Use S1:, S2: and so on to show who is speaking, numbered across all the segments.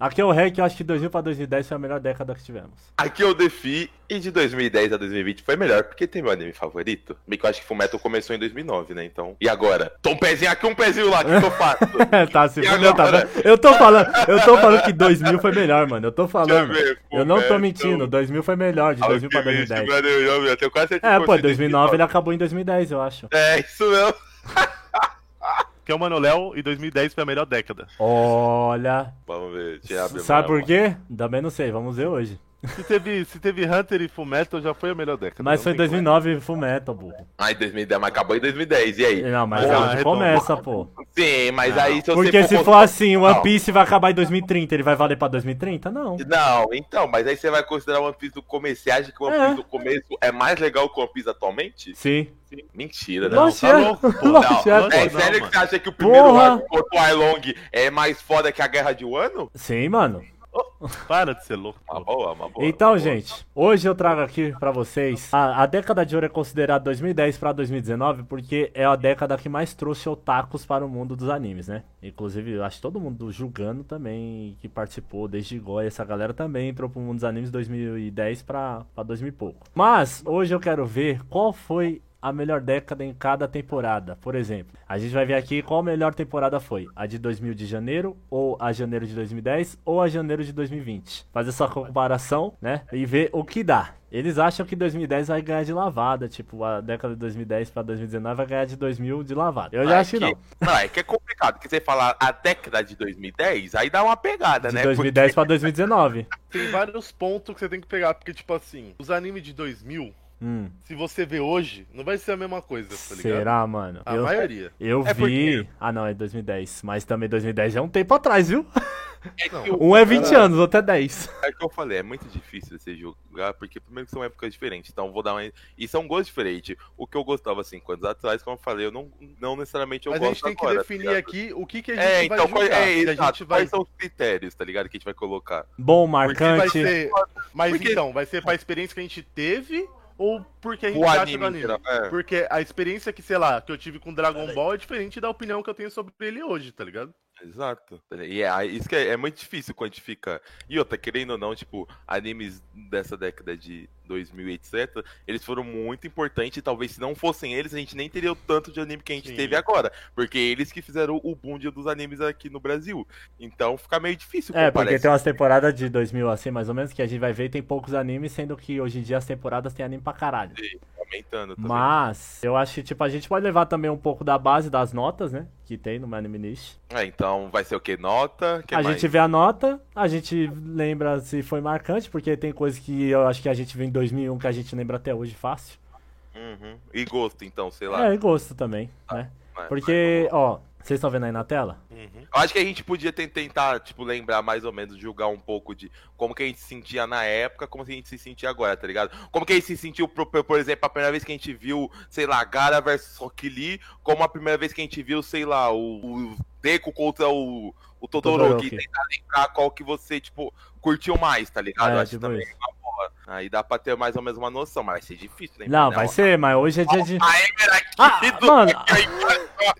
S1: Aqui é o REC, eu acho que 2000 pra 2010 foi a melhor década que tivemos.
S2: Aqui é o Defi, e de 2010 a 2020 foi melhor, porque tem meu anime favorito. Bem que eu acho que Fullmetal começou em 2009, né? Então, e agora? Tô um pezinho aqui, um pezinho lá, o que que eu faço?
S1: tá, se
S2: E
S1: fudeu, tá
S2: agora?
S1: vendo? Eu tô falando, eu tô falando que 2000 foi melhor, mano. Eu tô
S2: Deixa eu
S1: falando.
S2: ver, pô,
S1: Eu não tô
S2: velho,
S1: mentindo,
S2: então,
S1: 2000 foi melhor, de 2000 pra
S2: otimista,
S1: 2010.
S2: mano, eu já- eu tenho quase certeza
S1: É,
S2: que
S1: pô,
S2: você disse
S1: 2009 ele
S2: isso.
S1: acabou em 2010, eu acho.
S2: É, isso mesmo.
S3: Que é o Mano Léo e 2010 foi a melhor década.
S1: Olha.
S2: Vamos ver, Thiago.
S1: Sabe
S2: mano.
S1: por quê? Também não sei, vamos ver hoje.
S3: Se teve, se teve Hunter e Fullmetal, já foi a melhor década.
S1: Mas
S3: não
S1: foi
S3: tem como.
S1: 2009 Full Metal, burro.
S2: Ah, em 2010, mas acabou em 2010, e aí?
S1: Não, mas
S3: Porra,
S1: hoje
S2: então
S3: arredonda.
S1: começa, pô.
S2: Sim, mas aí se você
S1: Porque se
S2: contar-
S1: for assim, One
S2: Não.
S1: Piece vai acabar em 2030, ele vai valer pra 2030? Não.
S2: Não, então, mas aí você vai considerar o One Piece do começo. Você acha que o One
S1: É.
S2: Piece do começo é mais legal que o One Piece atualmente?
S1: Sim.
S2: Mentira, né?
S1: Lógico,
S3: tá
S1: é.
S3: louco, pô.
S1: Lógico,
S3: Não,
S1: é.
S2: É
S3: Não,
S2: sério
S3: mano.
S2: que você acha que o primeiro
S1: Porra!
S2: arco do Twilong é mais foda que a Guerra de um Wano?
S1: Sim, mano.
S3: Para de ser louco.
S2: Uma
S3: pô.
S2: boa, uma boa.
S1: Então,
S2: uma boa.
S1: gente, hoje eu trago aqui pra vocês a, a década de ouro é considerada 2010 pra 2019 porque é a década que mais trouxe otakus para o mundo dos animes, né? Inclusive, eu acho que todo mundo julgando também que participou desde Goya, essa galera também entrou pro mundo dos animes 2010 pra, pra 2000 e pouco. Mas hoje eu quero ver qual foi a melhor década em cada temporada. Por exemplo, a gente vai ver aqui qual a melhor temporada foi. A de 2000 de janeiro, ou a janeiro de 2010, ou a janeiro de 2020. Fazer essa comparação, né? E ver o que dá. Eles acham que 2010 vai ganhar de lavada. Tipo, a década de 2010 pra 2019 vai ganhar de 2000 de lavada. Eu já
S2: Ah,
S1: acho que não.
S2: Não, é que é complicado, porque você fala a década de 2010, aí dá uma pegada,
S1: De
S2: né?
S1: 2010 pra 2019.
S3: Tem vários pontos que você tem que pegar, porque, tipo assim, os animes de 2000,
S1: Hum,
S3: se você vê hoje, não vai ser a mesma coisa, tá ligado?
S1: será, mano?
S3: A
S1: eu
S3: maioria.
S1: eu
S2: É
S1: vi. Ah, não, é 2010. Mas também 2010 é um tempo atrás, viu?
S2: Porque o-
S1: Um é 20 anos, outro é 10.
S2: É o que eu falei, é muito difícil você julgar, porque primeiro que são épocas diferentes, então vou dar uma... E são gostos diferentes. O que eu gostava cinco anos atrás, como eu falei, eu não, não necessariamente eu
S3: Mas a
S2: gosto
S3: gente tem que
S2: agora, tá
S3: definir
S2: ligado?
S3: aqui o que, que a gente
S2: É,
S3: vai
S2: então qual,
S3: julgar.
S2: é,
S3: se a
S2: exato,
S3: gente vai,
S2: quais são os critérios, tá ligado, que a gente vai colocar?
S1: Bom,
S3: se vai
S1: marcante.
S3: ser. Mas
S2: Porque-
S3: então, vai ser pra experiência que a gente teve ou porque a gente
S2: O
S3: acha
S2: anime
S3: do anime?
S2: em geral, é.
S3: Porque a experiência que, sei lá, que eu tive com Dragon Ball é diferente da opinião que eu tenho sobre ele hoje, tá ligado?
S2: Exato. E é, isso que é, é muito difícil quantificar. E outra, querendo ou não, tipo, animes dessa década de 2000 e etc, eles foram muito importantes. e Talvez se não fossem eles, a gente nem teria o tanto de anime que a gente
S3: Sim.
S2: teve agora. Porque eles que fizeram o boom de- dos animes aqui no Brasil. Então fica meio difícil
S1: É,
S2: comparar
S1: porque
S2: isso.
S1: tem umas temporadas de 2000 assim, mais ou menos, que a gente vai ver e tem poucos animes, sendo que hoje em dia as temporadas tem anime pra caralho.
S2: aumentando também.
S1: Mas, eu acho que, tipo, a gente pode levar também um pouco da base das notas, né? Que tem no Anime Niche.
S2: É, então vai ser o que? Nota? Que
S1: a
S2: mais?
S1: gente vê a nota, a gente lembra se foi marcante, porque tem coisa que eu acho que a gente viu em 2001 que a gente lembra até hoje fácil.
S2: Uhum. E gosto, então, sei lá.
S1: É, e gosto também,
S2: Ah,
S1: né?
S2: Mas-
S1: Porque, ó, vocês estão vendo aí na tela?
S3: Uhum.
S2: Eu acho que a gente podia ten- tentar, tipo, lembrar mais ou menos, julgar um pouco de como que a gente se sentia na época, como que a gente se sentia agora, tá ligado? Como que a gente se sentiu, pro- por, exemplo, a primeira vez que a gente viu, sei lá, Gara versus Rock Lee, como a primeira vez que a gente viu, sei lá, o, o Deku contra o, o
S1: Todoroki.
S2: Todoroki. Tentar lembrar qual que você, tipo, curtiu mais, tá ligado? Eu
S1: é,
S2: acho que
S1: tipo
S2: também.
S1: isso.
S2: Aí dá pra ter mais ou menos uma noção, mas vai ser difícil lembrar.
S1: Não,
S2: né?
S1: vai ser, mas hoje é dia de.
S2: A Ever aqui
S1: Ah,
S2: do-
S1: mano.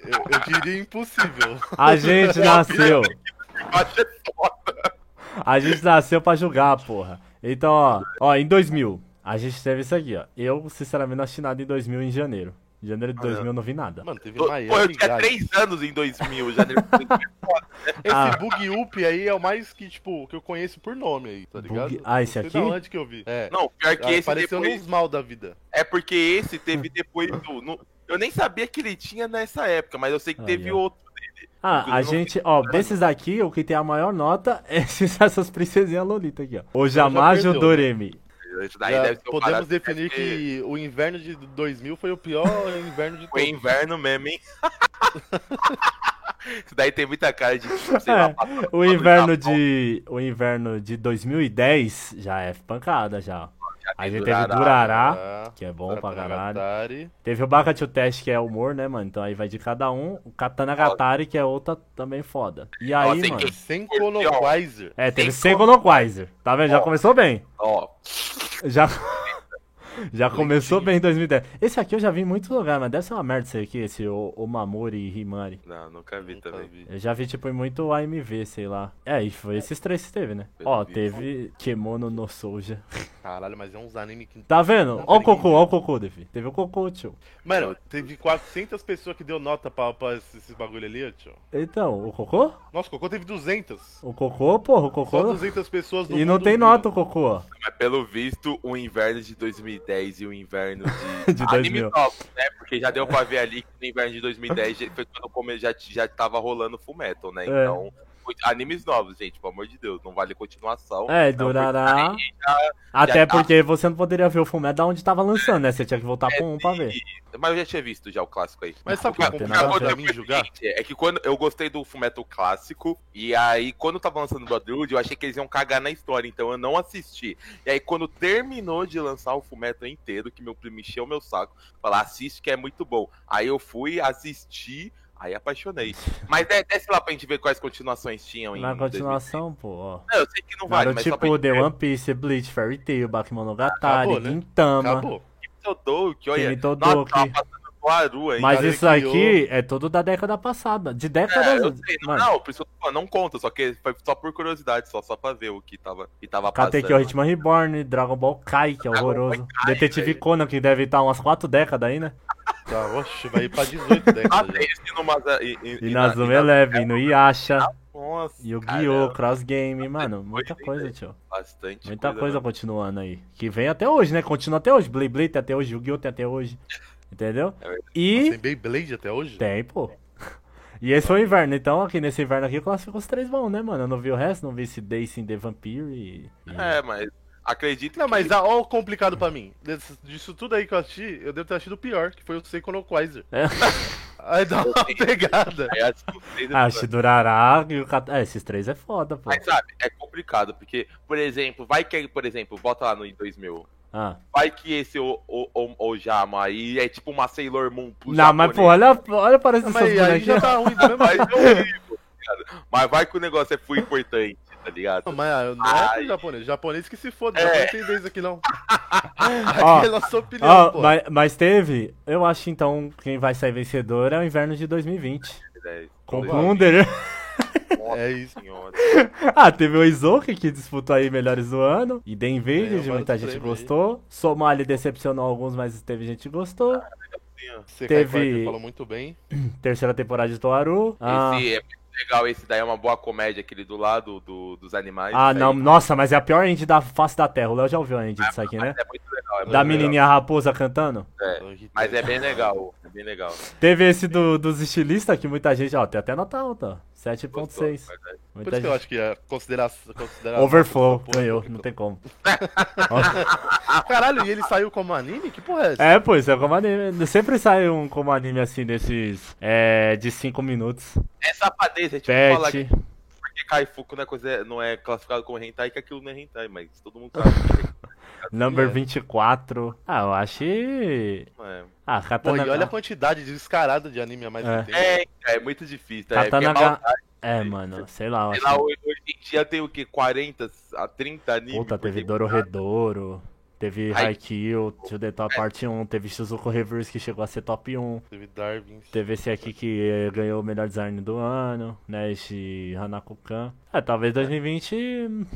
S3: Eu, eu diria impossível.
S1: A gente nasceu.
S2: Acho que- é
S1: A gente nasceu pra julgar, porra. Então, ó, ó, em 2000, a gente teve isso aqui, ó. Eu, sinceramente, não assisti nada em 2000 em janeiro. Em janeiro de 2000 eu não vi nada.
S3: Mano, teve
S2: Pô, eu
S3: Miami,
S2: tinha
S3: cara.
S2: três anos em 2000, janeiro de 2000.
S3: Esse
S1: Ah.
S3: Bug Up aí é o mais que, tipo, que eu conheço por nome aí, tá ligado?
S1: Bug- Ah, esse
S3: Não sei
S1: aqui?
S3: da onde que eu vi. É.
S2: Não, pior que
S3: Ah,
S2: esse
S3: Apareceu
S2: depois.
S3: nos mal da vida.
S2: É porque esse teve depois do. no- Eu nem sabia que ele tinha nessa época, mas eu sei que
S1: Aí,
S2: teve
S1: ó.
S2: outro.
S1: Ah, a
S2: Inclusive, eu não
S1: gente, ó, desses daqui, o que tem a maior nota é esses- essas princesinhas lolita aqui, ó. O Jamajo
S3: perdeu, né?
S1: Doremi.
S2: Esse Daí
S3: Já
S2: deve ser o
S3: podemos
S2: barato,
S3: definir
S2: deve ser-
S3: que o inverno de 2000 foi o pior inverno de
S2: Foi
S3: todos.
S2: inverno mesmo, hein? Isso daí tem muita cara de. Sei lá,
S1: É,
S2: passar
S1: o
S2: no
S1: inverno
S2: Japão,
S1: de. O inverno de 2010 já é pancada já. ó.
S2: já
S1: A
S2: tem
S1: gente teve
S2: Durarara.
S1: Durará,
S3: Ah,
S1: que é bom pra caralho.
S3: Taragatari.
S1: Teve o Bakachu Test, que é humor, né, mano? Então aí vai de cada um. O Katana Gatari, que é outra também foda. E aí,
S2: tem
S1: mano.
S2: que-
S3: Sem Colonizer.
S1: É, teve
S2: Sem
S1: Sengoku no Quasar. Tá vendo? Já
S2: Ó.
S1: começou bem.
S2: Ó,
S1: Já. Já começou bem em 2010. Esse aqui eu já vi em muitos lugares, mas deve ser uma merda esse aqui, esse o, o Mamori e Himari.
S2: Não, nunca vi
S3: Nunca
S2: É, também.
S3: vi.
S1: Eu já vi, tipo, em muito AMV, sei lá. É, e foi esses três que teve, né? Ó,
S3: um.
S1: teve Kemono no Souja.
S3: Caralho, mas é uns anime que.
S1: Tá vendo?
S3: Não,
S1: Ó o
S3: peraí.
S1: Cocô, ó o Cocô, Defi. Teve o Cocô, tio.
S3: Mano, teve 400 pessoas que deu nota pra, pra esses esses bagulho ali, ó, tio.
S1: Então, o Cocô?
S3: Nossa, o Cocô teve 200.
S1: O Cocô, porra, o
S3: Só
S1: Cocô...
S3: 200 pessoas no
S1: E não
S3: mundo
S1: tem
S3: viram.
S1: nota o Cocô, ó.
S2: Mas pelo visto, o inverno de 2010 e o inverno de,
S1: De
S2: anime
S1: 2000.
S2: top, né? Porque já deu pra ver ali que no inverno de 2010 já- foi quando come- já, já tava rolando Full Metal, né?
S1: É.
S2: Então, animes novos, gente, pelo amor de Deus, não vale continuação.
S1: É,
S2: Então,
S1: durará...
S2: porque-
S1: Até
S2: já tá.
S1: porque você não poderia ver o fumeto da onde tava lançando, né? Você tinha que voltar
S2: É,
S1: pro um pra ver.
S2: Mas eu já tinha visto já o clássico aí.
S3: Mas sabe o que
S1: Não,
S3: é
S1: tem
S3: complicado
S1: nada a
S3: pra
S1: ver.
S3: mim julgar?
S2: Gente, É que quando eu gostei do Fumeto clássico, e aí quando tava lançando o Brotherhood, eu achei que eles iam cagar na história, então eu não assisti. E aí quando terminou de lançar o Fumeto inteiro, que meu primo encheu meu saco, falar assiste que é muito bom. Aí eu fui assistir, aí apaixonei. Mas é, desce lá pra gente ver quais continuações tinham em
S1: Na continuação, pô, ó.
S2: 2000. Não, eu sei que não vale, mas
S1: Naruto
S2: só pra
S1: tipo,
S2: gente
S1: The
S2: ver.
S1: One Piece, Bleach, Fairy Tail, Bakemonogatari,
S3: Acabou, né?
S1: Gintama.
S3: Acabou.
S2: Kimitodoki, é olha.
S1: Kimitodoki.
S2: Nossa, tava passando Guaru aí.
S1: Mas
S3: Cara,
S1: isso
S3: ele
S1: aqui
S3: criou-
S1: é tudo da década passada. De
S2: É,
S1: décadas.
S2: eu sei, não,
S1: mano,
S2: não, por isso que eu tô falando, não conta, só que foi só por curiosidade, só, só pra ver o que tava, que tava passando.
S1: Katekyo Hitman Reborn, Dragon Ball Kai, que é
S2: né? Dragon Ball
S1: horroroso.
S2: Kai,
S1: Detetive
S2: velho.
S1: Conan, que deve estar umas quatro décadas aí, né?
S3: Tá, oxe, vai ir pra 18
S2: Ah,
S3: décadas. já.
S2: tem esse no
S3: Tá
S2: Masa- e- e-
S1: E
S2: e
S1: Inazuma
S2: na-
S1: Eleven, no Yasha,
S2: é Nossa,
S1: Yu-Gi-Oh!,
S2: caramba,
S1: Cross Game, mano, muita
S2: coisa,
S1: coisa,
S2: hein,
S1: tio.
S2: Bastante
S1: Muita coisa
S2: mano.
S1: continuando aí. Que vem até hoje, né? Continua até hoje. Blade Blade tem até hoje, Yu-Gi-Oh! tem até hoje. Entendeu?
S2: É verdade.
S1: E
S3: Tem Beyblade até hoje?
S1: Tem, pô. E esse foi o inverno, então aqui nesse inverno aqui eu classifico os três bons, né, mano? Eu não vi o resto, não vi esse Dace in The Vampire e. e-
S2: É, mas acredito
S3: Não,
S2: que-
S3: mas olha o complicado pra mim. Desse- disso tudo aí que eu assisti, eu devo ter achado o pior, que foi o Seiko no Quasar.
S1: É.
S3: Aí dá uma pegada.
S2: É, acho que vocês-
S1: Ah, o Shidurará e o Kat... É, esses três é foda, pô.
S2: Mas sabe, é complicado, porque, por exemplo, vai que, por exemplo, bota lá no em 2000,
S1: Ah.
S2: vai que esse o, o, o, o Jama aí é tipo uma Sailor Moon pro
S1: Não, mas, pô,
S2: japonês.
S1: olha, olha parece essas
S3: Mas aí já
S1: bonequinhas.
S3: tá ruim do mesmo
S2: Mas
S3: jeito.
S2: é horrível, tá ligado? Mas vai que o negócio é foi importante, tá ligado?
S3: Não, mas não é pro
S2: Ai.
S3: japonês. Japonês que se foda,
S2: É.
S3: japonês tem vez aqui não.
S1: Ó,
S3: Aqui é nossa opinião,
S1: Ó,
S3: pô.
S1: mas, mas teve, eu acho então quem vai sair vencedor é o inverno de 2020.
S2: É,
S1: Com um
S2: dois-
S1: Blunder.
S2: Nossa
S3: É isso.
S2: senhora.
S1: ah, teve o Izoki que disputou aí melhores do ano. E Den Village,
S3: Ganhou
S1: muita
S3: vários
S1: gente
S3: prêmios aí.
S1: gostou. Somali decepcionou alguns, mas teve gente que gostou.
S3: Você
S1: Teve-
S3: falou muito bem.
S1: Terceira temporada de Toaru. Ah,
S2: Esse é muito legal, esse daí é uma boa comédia, aquele do lado do, dos animais.
S1: ah
S2: Isso aí
S1: não. Nossa, mas é a pior end da face da Terra. O Léo já ouviu a end disso aqui, né?
S2: É muito legal. É muito
S1: Da
S2: legal.
S1: menininha raposa cantando.
S3: Então,
S2: É, Mas é bem legal, é bem legal.
S1: Teve esse do- dos estilistas que muita gente. Ó, tem até nota alta, ó.
S2: Gostou,
S1: 7.6.
S2: verdade.
S3: Por
S1: Muita
S3: isso que eu
S1: gente.
S3: acho que a consideração... consideração
S1: Overflow,
S3: Pô,
S1: ganhou,
S3: pô,
S1: não
S3: pô.
S1: tem como.
S3: É, Ah, Caralho, e ele saiu como anime? Que porra é essa?
S1: É, pô, isso é como anime. Sempre sai um como anime assim desses. É. De 5 minutos.
S2: É safadeza, é tipo falar que
S1: Pet.
S2: porque Kaifuku não é, coisa, não é classificado como hentai, que aquilo não é hentai, mas todo mundo sabe. que
S1: Number
S3: É.
S1: 24. Ah, eu acho. que-
S2: não é.
S1: Ah,
S3: Pô,
S1: Katana.
S3: e olha a quantidade de descarado de anime a mais
S1: É.
S3: que tem.
S2: É, é muito difícil, tá?
S1: Katana
S2: é, porque é mal-
S1: É, mano, sei lá. eu
S2: sei
S1: acho
S2: lá, hoje hoje em dia tem o quê? 40 a 30 animes?
S1: Puta,
S2: por
S1: teve
S2: temporada.
S1: Dororedoro, teve
S2: Ai. é.
S1: Haikyuu, Tio The Top Parte 1, teve Shizuko Reverse que chegou a ser top 1,
S3: Teve Darwin.
S1: teve esse aqui que eh, ganhou o melhor design do ano, né, esse Hanako-kan. É, talvez 2020, hum,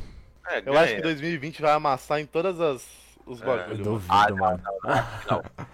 S2: É,
S3: Eu
S2: ganha.
S3: acho que 2020 vai amassar em todas as... Os
S1: eu
S3: bagulhos.
S1: duvido,
S2: Ah, não,
S1: mano,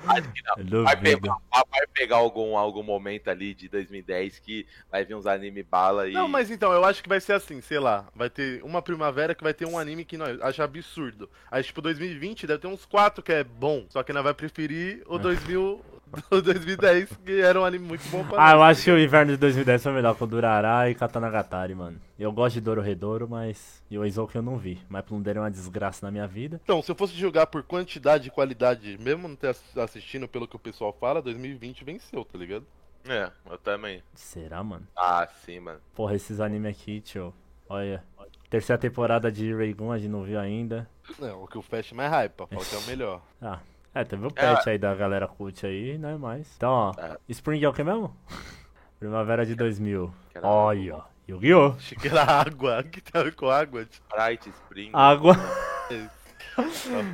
S2: Acho que não.
S1: eu
S2: Vai
S1: duvido.
S2: pegar, vai pegar algum, algum momento ali de 2010 que vai vir uns anime bala e.
S3: Não, mas então, eu acho que vai ser assim, sei lá. Vai ter uma primavera que vai ter um anime que nós acha absurdo. Aí, tipo, 2020 deve ter uns quatro que é bom. Só que nós vai preferir
S1: É.
S3: o 2000, o 2010, que era um anime muito bom pra
S1: Ah,
S3: nós.
S1: eu acho que o inverno de 2010 foi melhor com Durará e Katanagatari, mano. Eu gosto de Dororedoro, mas... E o Eizou que eu não vi, mas Plunder é uma desgraça na minha vida.
S3: Então, se eu fosse julgar por quantidade e qualidade, mesmo não ter ass- assistindo pelo que o pessoal fala, 2020 venceu, tá ligado?
S2: É, eu também.
S1: Será, mano?
S2: Ah, sim, mano.
S1: Porra, esses anime aqui, tio. Olha. Terceira temporada de Raygun, a gente não viu ainda.
S3: Não, o que o Fast mais hype, fala que é o melhor.
S1: Ah, é, teve o patch aí da galera cult aí, não é mais. Então, ó,
S2: É.
S1: Spring é o que mesmo? Primavera de 2000.
S2: Caralho.
S1: Olha, ó. Yu-Gi-Oh!
S3: Achei que era água, que tava com água, tipo,
S1: Ah,
S2: Sprite, Spring.
S1: Água.
S3: tá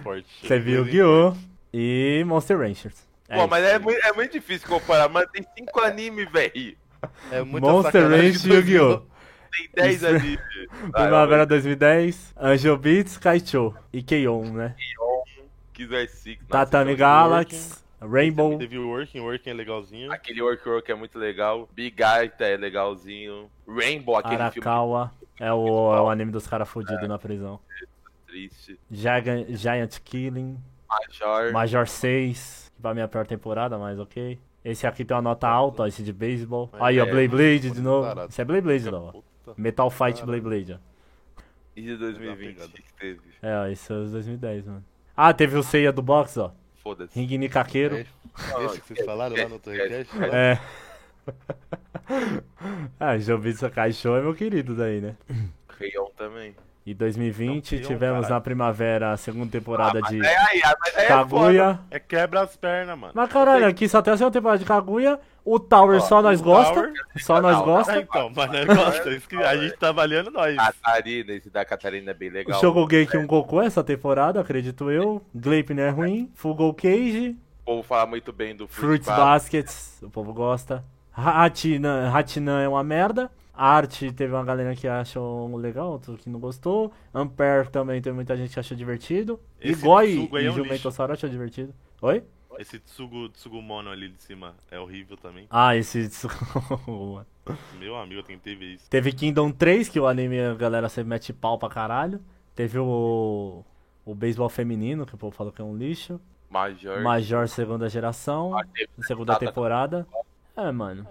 S3: forte.
S1: Você viu Yu-Gi-Oh! e Monster Rangers. É
S2: Pô,
S1: isso.
S2: mas é muito, é muito difícil comparar, mano. Tem 5 animes, velho.
S3: É muita
S1: Monster
S3: sacanagem
S1: Rangers e Yu-Gi-Oh!
S2: Tem 10
S1: Isso.
S2: animes.
S1: Primavera 2010, Angel Beats, Kaichou e K-On, né?
S2: Kizar é Six. nossa,
S1: Tatami
S2: aquele Work-
S1: Galaxy, Rainbow,
S3: Teve o Working, Working é legalzinho.
S2: Aquele Work Work é muito legal. Bigaita é legalzinho. Rainbow, aquele filme
S1: Arakawa, é o, é o anime dos caras fudidos na prisão.
S2: é triste.
S1: Giga- Giant Killing,
S2: Major.
S1: Major 6, que pra minha pior temporada, mas ok. Esse aqui tem uma nota alta, ó, esse de beisebol. Aí, ó,
S2: É,
S1: Blade Blade de novo.
S3: tarado.
S1: Esse é Blade Blade, não. ó.
S3: Puta.
S1: Metal Fight Blade Blade, ó.
S2: E de 2020
S3: Pegada.
S2: que teve.
S1: É, ó, esse é os 2010, mano. Ah, teve o Seiya do box, ó.
S2: Foda-se.
S1: Ring Nikakeiro.
S3: É Esse que vocês falaram lá no né? outro recast?
S1: É. ah, Jovitsu Caixão é meu querido daí, né?
S2: Rayon também.
S1: E 2020
S3: Não,
S1: tivemos
S3: caralho.
S1: na primavera a segunda temporada de
S2: É aí, ah, mas aí é foda.
S1: Kaguya.
S3: É quebra as pernas, mano.
S1: Mas caralho, aqui só tem a segunda temporada de Kaguya. O Tower
S2: Ó,
S1: só nós
S3: o
S1: gosta.
S3: Tower-
S1: Só nós
S2: Não,
S1: gosta.
S3: Ah, então, mas nós gosta. Isso que a gente tá avaliando nós.
S2: Catarina, esse da Catarina é bem
S1: O
S2: legal.
S1: Shogugei que um Goku essa temporada, acredito eu. Gleipnir é ruim. Fugal Cage.
S2: O povo fala muito bem do Fruit
S1: Fruits
S2: Bar.
S1: Baskets, o povo gosta. Hatinan, Hatinan é uma merda. Arte teve uma galera que achou legal, outro que não gostou. Ampere também teve muita gente que achou divertido. E
S3: Esse
S1: Goi
S3: Tsugo aí
S1: e
S3: é um
S1: Jumento
S3: lixo.
S1: Sora achou divertido. Oi?
S3: Esse Tsugu, Tsugumono ali de cima é horrível também.
S1: Ah, esse. Tsugo-
S3: Meu amigo, eu tentei ver isso.
S1: teve Kingdom 3, que o anime a galera sempre mete pau pra caralho. Teve o. O beisebol feminino, que o povo falou que é um lixo.
S2: Major.
S1: Major segunda geração.
S2: Ah, teve
S1: Segunda temporada. É, mano.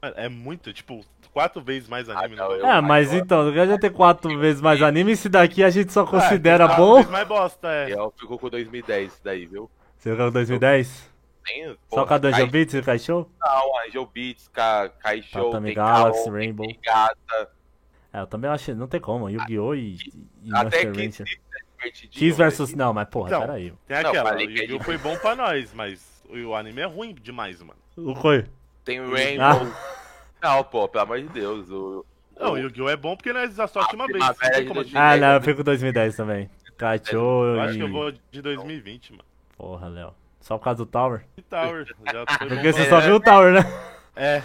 S3: Mano, é muito, tipo, quatro vezes mais anime
S2: Ah, não,
S3: no
S2: eu-
S1: É, mas então, eu já ter quatro vezes mais anime, esse daqui a gente só considera
S3: quatro
S1: bom.
S3: vezes mais bosta, é.
S2: Eu fico com 2010 daí, viu?
S1: Você jogou 2010?
S2: Tem,
S1: Só com a Dungeon
S2: Kai-
S1: Beats e o Caixão?
S2: Não, Angel Beats, Ka- Kai Show,
S1: Tatami
S2: tem
S1: Galaxy,
S2: Kaon,
S1: Rainbow.
S2: tem Gata.
S1: É, eu também acho, não tem como, Yu-Gi-Oh! e, e
S2: Até
S1: Master
S2: Kiss
S1: Ranger.
S2: é divertidinho.
S1: Kiss
S2: né?
S1: versus. Não, mas porra,
S3: Então.
S1: peraí.
S3: Tem
S2: Não,
S3: aquela, o
S2: falei que é
S3: Yu-Gi-Oh! foi bom pra nós, mas o anime é ruim demais, mano.
S1: O coi.
S2: Tem Rainbow.
S1: Ah.
S2: Não, pô, pelo amor de Deus. O,
S3: Não, o
S2: o-
S3: Yu-Gi-Oh! é bom porque nós assistimos uma vez.
S2: Ah, primavera
S3: Não tem
S2: de
S3: como a gente-
S2: 2010.
S1: Ah, não, eu fico com 2010 também. Caixão
S3: Eu acho que eu
S1: e.
S3: vou de 2020, mano.
S1: Porra, Léo. Só por causa do Tower?
S3: E Tower, já foi bom
S1: Porque você
S3: pra-
S1: só viu o Tower, né?
S3: É,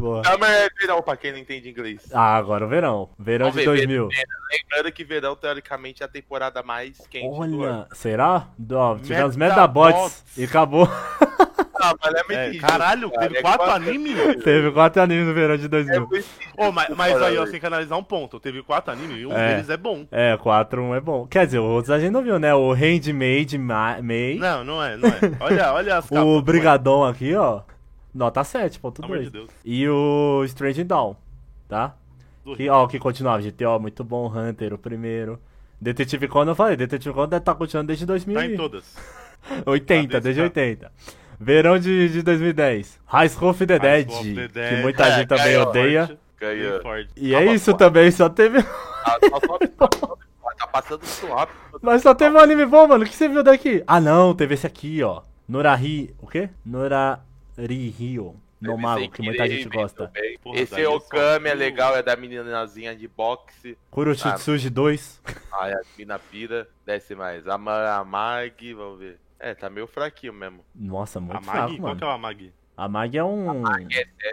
S1: Porra.
S2: Summer é verão, pra quem não entende inglês.
S1: Ah, agora o verão. Verão de
S2: Vamos ver,
S1: 2000.
S2: verão. Lembrando que verão, teoricamente, é a temporada mais quente do ano.
S1: Olha, será? Ó, Tivemos
S3: Metabots.
S1: Metabots e acabou.
S2: Não, mas é muito
S3: é,
S2: injusto,
S3: caralho,
S2: cara.
S3: teve
S2: É
S3: quatro
S2: quase-
S3: animes?
S1: Teve quatro animes no verão de
S2: É
S1: 2000.
S2: muito injusto,
S3: Ô, mas, mas aí, ó,
S2: cara.
S3: tem que analisar um ponto. Teve quatro animes e um
S1: É.
S3: deles é bom.
S1: É, 4-1 é bom. Quer dizer, outros a gente não viu, né? O Handmade Ma- May.
S3: Não, não é, não é. Olha, olha as capas.
S1: o
S3: mano.
S1: Brigadão aqui, ó. Nota
S3: Pelo amor
S1: 7.2.
S3: de Deus.
S1: e o Strange Down, tá?
S3: Do
S1: Que, ó, o que continuava, GTO, muito bom, Hunter, o primeiro. Detetive Conan, eu falei, Detetive Conan deve tá continuando desde
S3: Tá
S1: 2080,
S3: em todas. Tá
S1: desde
S3: desse
S1: 80. Verão de, de 2010. High School of the Dead,
S3: School of the
S1: que
S3: Dead.
S1: muita
S2: É,
S1: gente também
S2: ganhou.
S1: odeia.
S3: Forte,
S2: Ganhou.
S3: bem forte.
S1: E
S2: Ah,
S1: é
S2: mas
S1: isso
S2: pô.
S1: também, só teve...
S2: Ah, só sobe, sobe, sobe. Tá passando isso rápido.
S1: Mas só teve um anime bom, mano. O que você viu daqui? Ah, não. Teve esse aqui, ó. Norari... O quê? Norarihio. No Mago, que muita gente gosta.
S3: Porra, daí
S2: Esse
S3: é só
S2: Okami é
S3: tudo.
S2: legal, é da meninazinha de boxe.
S1: Kuroshitsuji 2.
S3: Ah.
S2: Ai, a mina pira, desce mais. A, Ma- a Mag, vamos ver. É, tá meio fraquinho mesmo.
S1: Nossa, muito
S3: A Mag?
S1: fraco,
S3: Qual
S1: mano.
S3: que é o Mag?
S1: A Mag é um...
S2: É, é,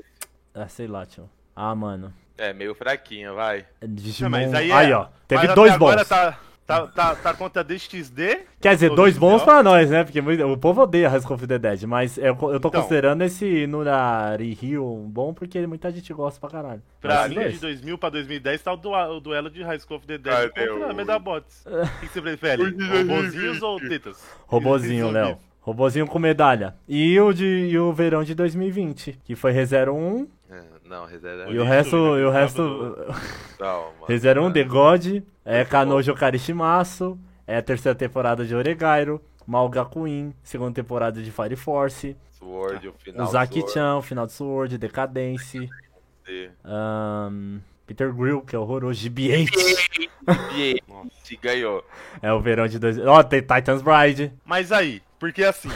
S1: Ah, sei lá, tio. Ah, mano.
S2: é, meio fraquinho, vai.
S1: É Digimon...
S3: Não, mas aí
S1: aí,
S3: é-
S1: ó. Teve
S3: Mas até
S1: dois
S3: agora
S1: bons.
S3: Tá, tá, tá, tá contra DXD?
S1: Quer dizer,
S3: Todo
S1: dois bons
S3: mundial.
S1: pra nós, né? Porque muito- o povo odeia High School of the Dead. Mas eu, eu tô
S3: Então.
S1: considerando esse Norarihio bom porque muita gente gosta pra caralho.
S3: Pra
S1: Mas
S3: mim,
S1: dois.
S3: de 2000 pra 2010, tá o, dua- o duelo de High School of the Dead
S2: Cadê
S3: contra
S2: o-
S3: Medabots. O que você prefere? Robozinhos ou tetas?
S1: Robozinho,
S3: Isso,
S1: Léo.
S3: isso.
S1: Robozinho com medalha. E o, de, e o verão de 2020, que foi Re01.
S2: É, Não, reserva.
S1: E
S3: Isso,
S1: o resto.
S3: né,
S1: E o
S3: que
S1: resto.
S3: sábado-
S2: Não, mano.
S1: Re01, The God. É
S2: Muito
S1: Kanojo Karishimasu. É a terceira temporada de Oregairo. Malga Queen. Segunda temporada de Fire Force.
S2: Sword, o
S1: O
S2: final. Sword,
S1: Zaki-chan, o final de Sword. Decadence.
S2: sim.
S1: ahn, Peter Grill, que é horroroso. GB8.
S2: E aí, ganhou.
S1: É o verão de 2020. Ó, tem Titan's Bride.
S3: Mas aí, porque assim,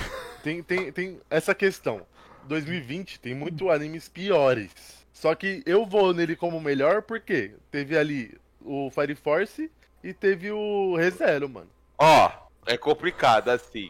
S3: tem, tem, tem essa questão. 2020 tem muito animes piores. Só que eu vou nele como melhor porque teve ali o Fire Force e teve o ReZero, mano.
S2: Ó, é complicado assim.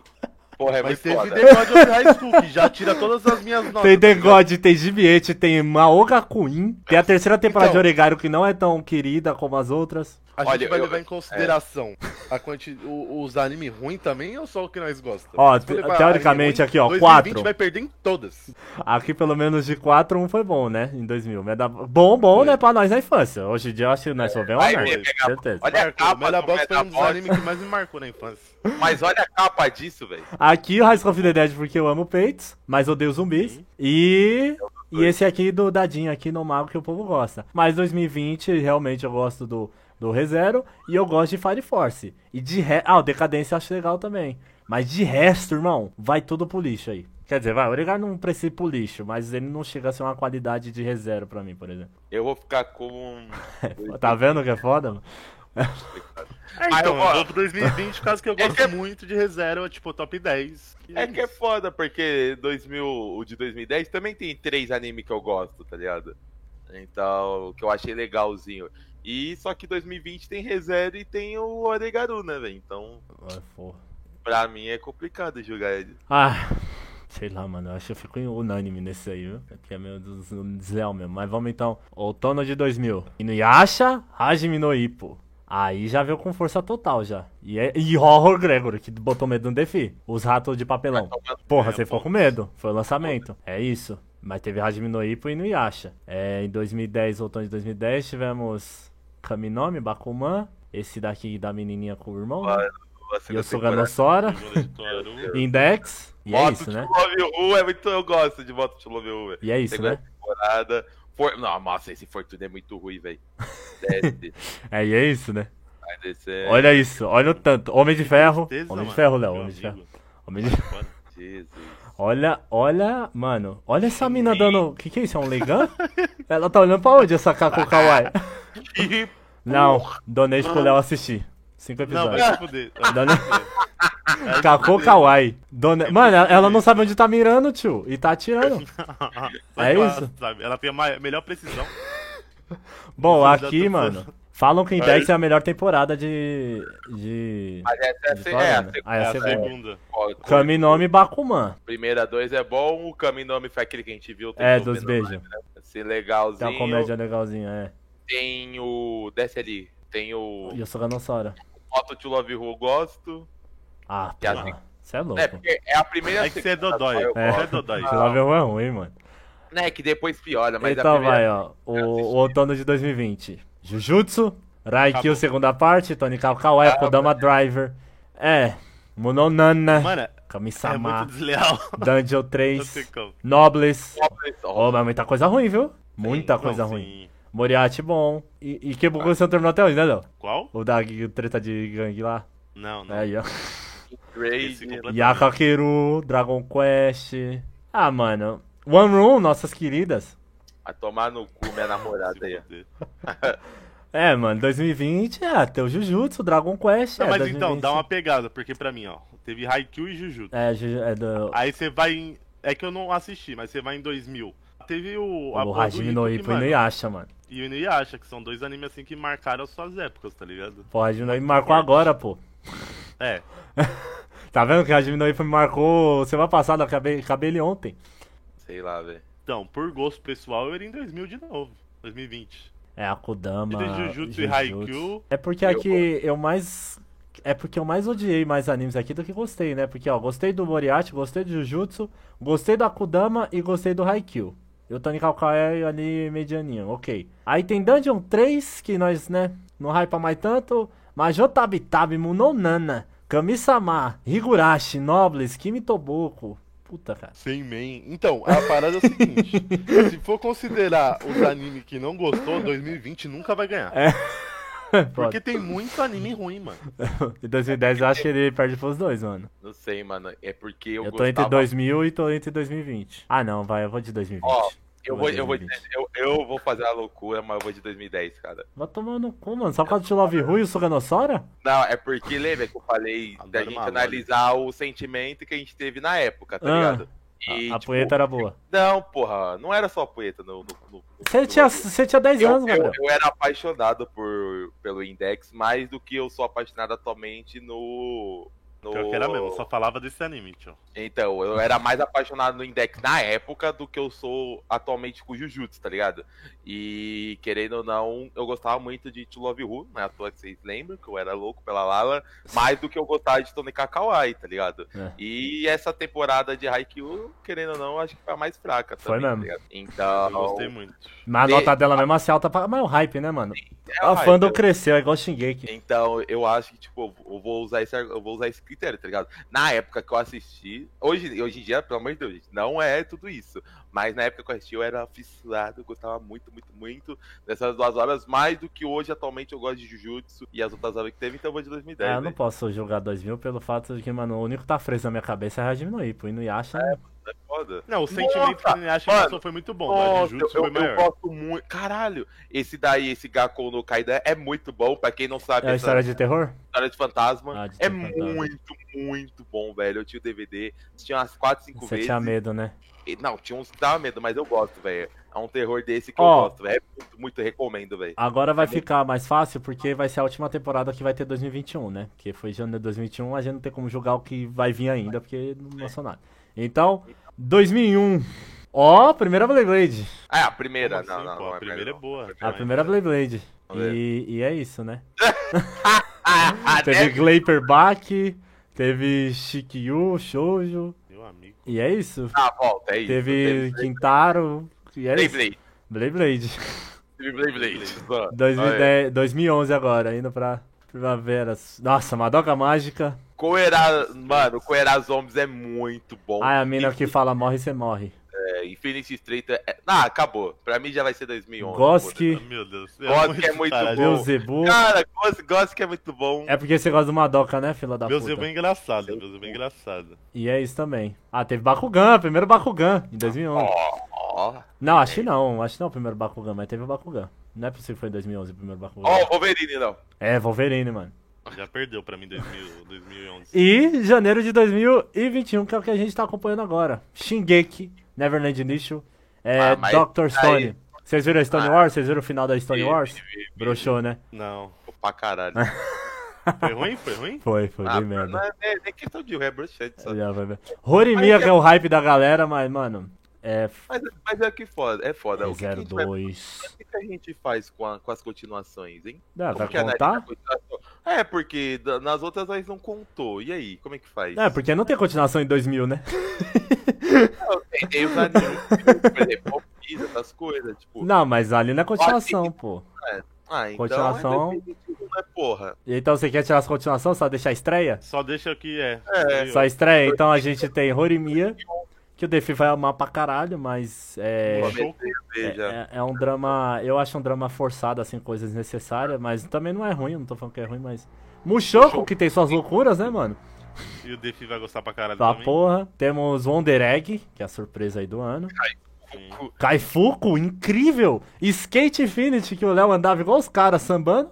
S2: Porra, é muito
S3: Mas teve
S2: foda.
S3: The God of High School, que já tira todas as minhas notas.
S1: Tem
S3: tá
S1: The
S3: ligado?
S1: God, tem Gibiete, tem Maoga Queen, tem a terceira temporada de
S3: Então.
S1: Oregário que não é tão querida como as outras.
S3: A gente
S2: Olha,
S3: vai
S2: eu-
S3: levar em consideração a quanti... o- os anime ruins também ou só o que nós gostamos?
S1: Ó, te- teoricamente aqui, ó,
S3: 2020
S1: quatro.
S3: vai perder em todas.
S1: Aqui pelo menos de 4, um foi bom, né? Em 2000. Mas dá- Bom, bom, né? Pra nós na infância. Hoje em dia eu acho que nós só vemos
S2: Aí,
S1: a merda,
S2: pega-
S1: com certeza.
S2: Olha a
S3: Marcou,
S2: capa
S3: o Melhor
S2: do
S3: Box foi um dos
S2: Metabox.
S3: animes que mais me marcou na infância.
S2: Mas olha a capa disso, velho.
S1: Aqui o High School of the Dead porque eu amo peitos, mas odeio zumbis. E... E esse aqui do Dadinho aqui no Mago que o povo gosta. Mas 2020, realmente eu gosto do, do ReZero e eu gosto de Fire Force. E de re... Ah, o Decadência eu acho legal também. Mas de resto, irmão, vai tudo pro lixo aí. Quer dizer, vai, o Oregar não precisa ir pro lixo, mas ele não chega a ser uma qualidade de ReZero pra mim, por exemplo.
S2: Eu vou ficar com. um
S1: Tá vendo que é foda, mano?
S3: Ah,
S2: então,
S3: então,
S2: ó.
S3: eu vou pro 2020 por causa que eu
S2: É
S3: gosto
S2: que é-
S3: muito de ReZero, é tipo top 10.
S2: É que é foda, porque 2000, o de 2010 também tem três anime que eu gosto, tá ligado? Então, que eu achei legalzinho. E só que 2020 tem ReZero e tem o Oregaru, né, velho? Então,
S1: Ai, porra.
S2: pra mim é complicado julgar ele.
S1: Ah, sei lá, mano. Eu acho que eu fico em unânime nesse aí, viu? Porque é meio des- desleal mesmo. Mas vamos então. Outono de 2000. Inuyasha, Hajime no Ippo. Aí já veio com força total já. E, é, e Horror Gregory, que botou medo no Defi. Os ratos de papelão.
S2: É,
S1: Porra, você ficou com medo. Foi o lançamento. É isso. Mas teve Hajime no Ippo e Inuyasha. É, em 2010, outono de 2010, tivemos Kaminome, Bakuman. Esse daqui da menininha com o irmão. Né?
S2: Você
S1: E o Suganossora. Index. E é
S2: Moto
S1: isso,
S2: to
S1: né?
S2: Love You é muito. Eu gosto de Moto to Love You, velho.
S1: E é isso,
S2: Segunda
S1: né?
S2: temporada. For... Não, nossa, esse Fortune é muito ruim, velho. Desce,
S1: É, e é isso, né?
S2: vai descer.
S1: Olha isso, olha o tanto. Homem de Ferro.
S3: tristeza,
S1: Homem de
S3: mano.
S1: Ferro, Léo.
S4: Meu
S1: Homem de Ferro.
S4: amigo,
S1: Homem de...
S4: foda.
S2: Jesus.
S1: Olha, olha, mano. Olha essa mina dando. O que, que é isso? É um Legan? Ela tá olhando pra onde essa Kako Kawaii?
S2: Que
S1: Não, donei pro Léo assistir. Cinco
S3: Não, vai
S1: episódios.
S3: se fuder.
S1: Dona... Kako Kawaii. Dona... Mano, ela- ela não sabe onde tá mirando, tio. E tá atirando.
S3: Sabe
S1: É
S3: que ela-
S1: isso?
S3: sabe, Ela tem a mai- melhor precisão.
S1: Bom,
S3: Não sabe dar
S1: aqui,
S3: tudo.
S1: mano. Falam que Index é a melhor temporada de. de.
S2: Mas essa é a
S1: de
S2: se-
S1: Torana.
S2: é a
S1: Ah, é
S4: É
S1: a
S4: a
S1: segunda.
S4: segunda.
S2: segunda.
S1: Kaminome é Bakuman.
S2: Primeira dois é bom, o caminho nome foi aquele que a gente viu. tem
S1: É,
S2: tudo
S1: dos
S3: né?
S2: no-
S1: beijos.
S2: Esse
S1: Tem uma
S2: legalzinho.
S1: comédia legalzinha, é.
S2: Tem o. Desce ali. Tem o.
S1: E o Soganossauro.
S2: Moto to Love You, eu gosto.
S1: Ah,
S2: Que
S1: porra. Você é louco.
S2: É, porque é a primeira.
S3: É que você é
S2: segunda
S3: dodói.
S2: só eu
S1: É.
S3: Você é
S2: gosto.
S3: dodói.
S1: Esse Lavel é ruim, mano.
S2: Né, que depois piora, mas a
S1: então
S2: primeira.
S1: vai,
S2: é
S3: é
S1: ó. O,
S2: eu
S1: o
S2: assisti.
S1: outono de 2020. Jujutsu, Raikyu,
S3: Acabou.
S1: segunda parte, Tony Kawai,
S2: Acabou.
S1: Kodama Driver. É. Mononana,
S3: Mano, é
S1: Kamisama,
S3: muito desleal.
S1: Dungeon
S3: Não sei
S1: 3,
S3: como.
S1: Nobles.
S2: Ó,
S1: Oh, mas muita coisa ruim, viu? Muita
S3: Não,
S1: coisa
S3: sim.
S1: ruim. Moriarty bom. E, e que bugou você não terminou até hoje, né, Léo?
S3: Qual?
S1: O da gui- treta de gangue lá.
S3: Não, não.
S1: Aí, ó.
S2: Crazy.
S3: Esse completo-
S1: Yakakeru, Dragon Quest. Ah, mano. One Room, nossas queridas.
S2: A tomar no cu minha namorada aí. ó.
S1: É, mano, 2020, é, tem o Jujutsu, Dragon Quest.
S3: Não,
S1: é,
S3: mas
S1: 2020.
S3: então, dá uma pegada, porque pra mim, ó, teve Haikyuu e Jujutsu.
S1: É, Ju- é do.
S3: Aí você vai em... É que eu não assisti, mas você vai em 2000. Teve o... a
S1: o
S3: porra do
S1: Hajime no
S3: que,
S1: Ippo e
S3: mano,
S1: Inuyasha, mano.
S3: E o Inuyasha, que são dois animes assim que marcaram as suas épocas, tá ligado?
S1: Pô, o Hajime no Ippo me marcou agora, pô.
S3: É.
S1: Tá vendo que o Hajime no Ippo me marcou semana passada, eu acabei, acabei ele ontem.
S2: Sei lá, velho.
S3: Então, por gosto pessoal, eu iria em 2000 de novo. 2020.
S1: É, Akudama.
S3: Entre Jujutsu e Haikyuu.
S1: É porque
S2: Eu-
S1: aqui eu mais. É porque eu mais odiei mais animes aqui do que gostei, né? Porque, ó, gostei do Moriarty, gostei do Jujutsu, gostei do Akudama e gostei do Haikyuu. E o Tony Kawai ali medianinho, ok. Aí tem Dungeon 3, que nós, né, não hypa mais tanto. Majo Tabitab, Munonana, Kami-sama, Higurashi, Nobles, Kimi Toboku. Puta, cara.
S3: Sem man. Então, a parada é o seguinte. se for considerar os animes que não gostou, 2020 nunca vai ganhar.
S1: É.
S3: Porque tem muito anime ruim, mano.
S1: Em 2010 eu acho que ele perde pros dois, mano.
S2: Não sei, mano. É porque eu,
S1: Eu, tô
S2: gostava...
S1: entre 2000 e tô entre 2020. Ah, não, vai, eu vou de 2020.
S2: Ó, Eu vou, eu, vou,
S1: de 2020.
S2: dizer- eu, eu vou fazer a loucura, mas eu vou de 2010, cara.
S1: Vai tomar no cu, mano. Só por causa do Love Rui e o Suganossora?
S2: Não, é porque lembra que eu falei da
S3: Agora é
S2: gente
S3: maluco.
S2: analisar o sentimento que a gente teve na época, tá
S1: Ah.
S2: ligado?
S1: A,
S2: E,
S1: a
S2: tipo,
S1: punheta era boa.
S2: Não, porra, não era só a punheta no. no, no-
S1: Você
S2: no-
S1: tinha, você tinha 10
S2: eu,
S1: anos,
S2: eu,
S1: Gabriel.
S2: eu era apaixonado por por- pelo Index mais do que eu sou apaixonado atualmente no. no...
S3: Pior que era mesmo, só falava desse anime, tio.
S2: Então, eu era mais apaixonado no Index na época do que eu sou atualmente com o Jujutsu, tá ligado? E, querendo ou não, eu gostava muito de To Love Who, né? À toa que vocês lembram que eu era louco pela Lala, mais do que eu gostava de Tony Kakawai, tá ligado?
S1: É.
S2: E essa temporada de Haikyuu, querendo ou não, acho que foi a mais fraca
S1: Foi mesmo.
S2: também, tá ligado?
S3: Eu
S2: Então...
S3: gostei muito.
S1: Mas a nota
S2: E-
S1: dela mesmo assim é alta pra. Mas é o hype, né, mano?
S2: é
S1: A
S2: hype,
S1: fandom
S2: eu-
S1: cresceu, é igual Shingeki.
S2: Então, eu acho que, tipo, eu vou usar esse, eu vou usar esse critério, tá ligado? Na época que eu assisti, hoje, hoje em dia, pelo amor de Deus, gente, não é tudo isso. Mas na época que eu assisti, eu era fissurado, eu gostava muito, muito, muito dessas duas horas, mais do que hoje, atualmente, eu gosto de Jujutsu e as outras horas que teve, então eu vou de 2010.
S1: Ah, eu não
S2: né?
S1: posso julgar 2000 pelo fato de que, mano, o único que tá preso na minha cabeça é Hajime no Ippo. E no Yasha,
S2: É foda.
S3: Não, o sentimento
S2: Nossa,
S3: que ele acha
S2: mano.
S3: que foi muito bom, mas
S2: Nossa,
S3: Jujutsu
S2: eu,
S1: é
S3: foi
S2: eu
S3: maior.
S2: gosto muito. Caralho, esse daí, esse Gakou no Kaidan é muito bom. Pra quem não sabe,
S1: é a
S2: essa-
S1: história de terror?
S2: História de Fantasma.
S1: Ah, de
S2: é
S1: Fantasma.
S2: muito, muito bom, velho. Eu tinha o DVD, tinha umas 4, 5
S1: Você
S2: vezes.
S1: tinha medo, né?
S2: E- Não, tinha uns que dava medo, mas eu gosto, velho. É um terror desse que
S1: Ó.
S2: eu gosto, velho. É muito, muito recomendo, velho.
S1: Agora vai ficar mais fácil porque vai ser a última temporada que vai ter 2021, né? Porque foi janeiro de 2021, a gente não tem como julgar o que vai vir ainda, porque não lançou nada. Então, 2001. Ó, primeira Blade Blade.
S2: Ah, é a primeira,
S3: Como
S2: não,
S3: assim,
S2: não,
S3: pô?
S2: não.
S3: A primeira é
S2: não.
S3: boa.
S1: A
S3: cara.
S1: primeira Blade Blade.
S2: Vamos ver.
S1: E, e é isso, né?
S2: Ah,
S1: Teve
S2: né?
S1: Gleiper Bach, teve Shikyu, Shoujo.
S3: Meu amigo.
S1: E é isso.
S2: Ah, volta, é isso.
S1: Teve Quintaro. E é
S2: Blade
S1: isso.
S2: Blade.
S1: Blade Blade.
S2: Teve Blade Blade. Ó,
S1: 2010, 2011 agora, indo pra primavera. Nossa, Madoka Mágica.
S2: é. Coerá, mano, Coerá Zombies é muito bom.
S1: Ah, é a mina que fala morre, você morre.
S2: É, Infinity Street é... Ah, acabou. Pra mim já vai ser 2011.
S1: Goski,
S3: Meu Deus.
S2: Gosto que é muito
S3: tarado.
S2: bom.
S1: meu Zebu.
S2: Cara, gosto, gosto que é muito bom.
S1: É porque você gosta do Madoka, né, fila da
S3: Meu Zebu é
S1: puta?
S3: engraçado, meu Zebu é engraçado.
S1: E é isso também. Ah, teve Bakugan, primeiro Bakugan, em 2011.
S2: Ó, ó.
S1: Não, acho que não, acho que não é o primeiro Bakugan, mas teve o Bakugan. Não é possível que foi em 2011 o primeiro Bakugan.
S2: Ó, o Wolverine, não.
S1: É, Wolverine, mano.
S3: Já perdeu pra mim 2000, 2011.
S1: E janeiro de 2021, que é o que a gente tá acompanhando agora. Shingeki, Neverland Initial, é,
S2: Ah, mas
S1: Doctor
S2: aí-
S1: Stone. Vocês viram a Stone Wars? Vocês viram o final da Stone
S2: Vi,
S1: Wars?
S2: vi, vi, vi.
S1: Broxou, né?
S3: Não.
S2: Pra caralho.
S3: Foi ruim? Foi ruim?
S1: Foi, foi,
S2: Ah,
S1: bem merda.
S2: não é, é- é questão de é bruxante, sabe?
S1: Já vai ver. Horimiya, que é o hype da galera, mas, mano, é
S2: Mas, mas é que foda, é foda. O que, que a gente vai-
S1: 02.
S2: o que que a gente faz com, a- com as continuações, hein?
S1: Dá,
S2: Como
S1: Ah, vai
S2: que analisa a tá
S1: contar?
S2: continuação? É, porque da- nas outras nós não contou. E aí, como é que faz?
S1: É, porque não tem continuação em 2000, né?
S2: Não, tem, tem os animes, por exemplo, One Piece, essas coisas, tipo...
S1: Não, mas ali não é continuação, pô.
S2: Ah, então
S1: continuação-
S2: é definitivo, né, porora?
S1: Então você quer tirar as continuações, só deixar a estreia?
S3: Só deixa aqui, é.
S2: É.
S1: Só a estreia, então a gente tem Horimiya, que o Defi vai amar pra caralho, mas é,
S3: Porra,
S1: é,
S2: Veja.
S1: é- é um drama, eu acho um drama forçado, assim, coisas necessárias, mas também não é ruim, eu não tô falando que é ruim, mas... Mushoku, que tem suas loucuras, né, mano?
S3: E o Defi vai gostar pra caralho
S1: Da
S3: também.
S1: Tá porra. Temos Wonder Egg, que é a surpresa aí do ano. É,
S2: um
S3: Sim.
S1: Kaifuku, incrível! Skate Infinity, que o Léo andava igual os caras sambando.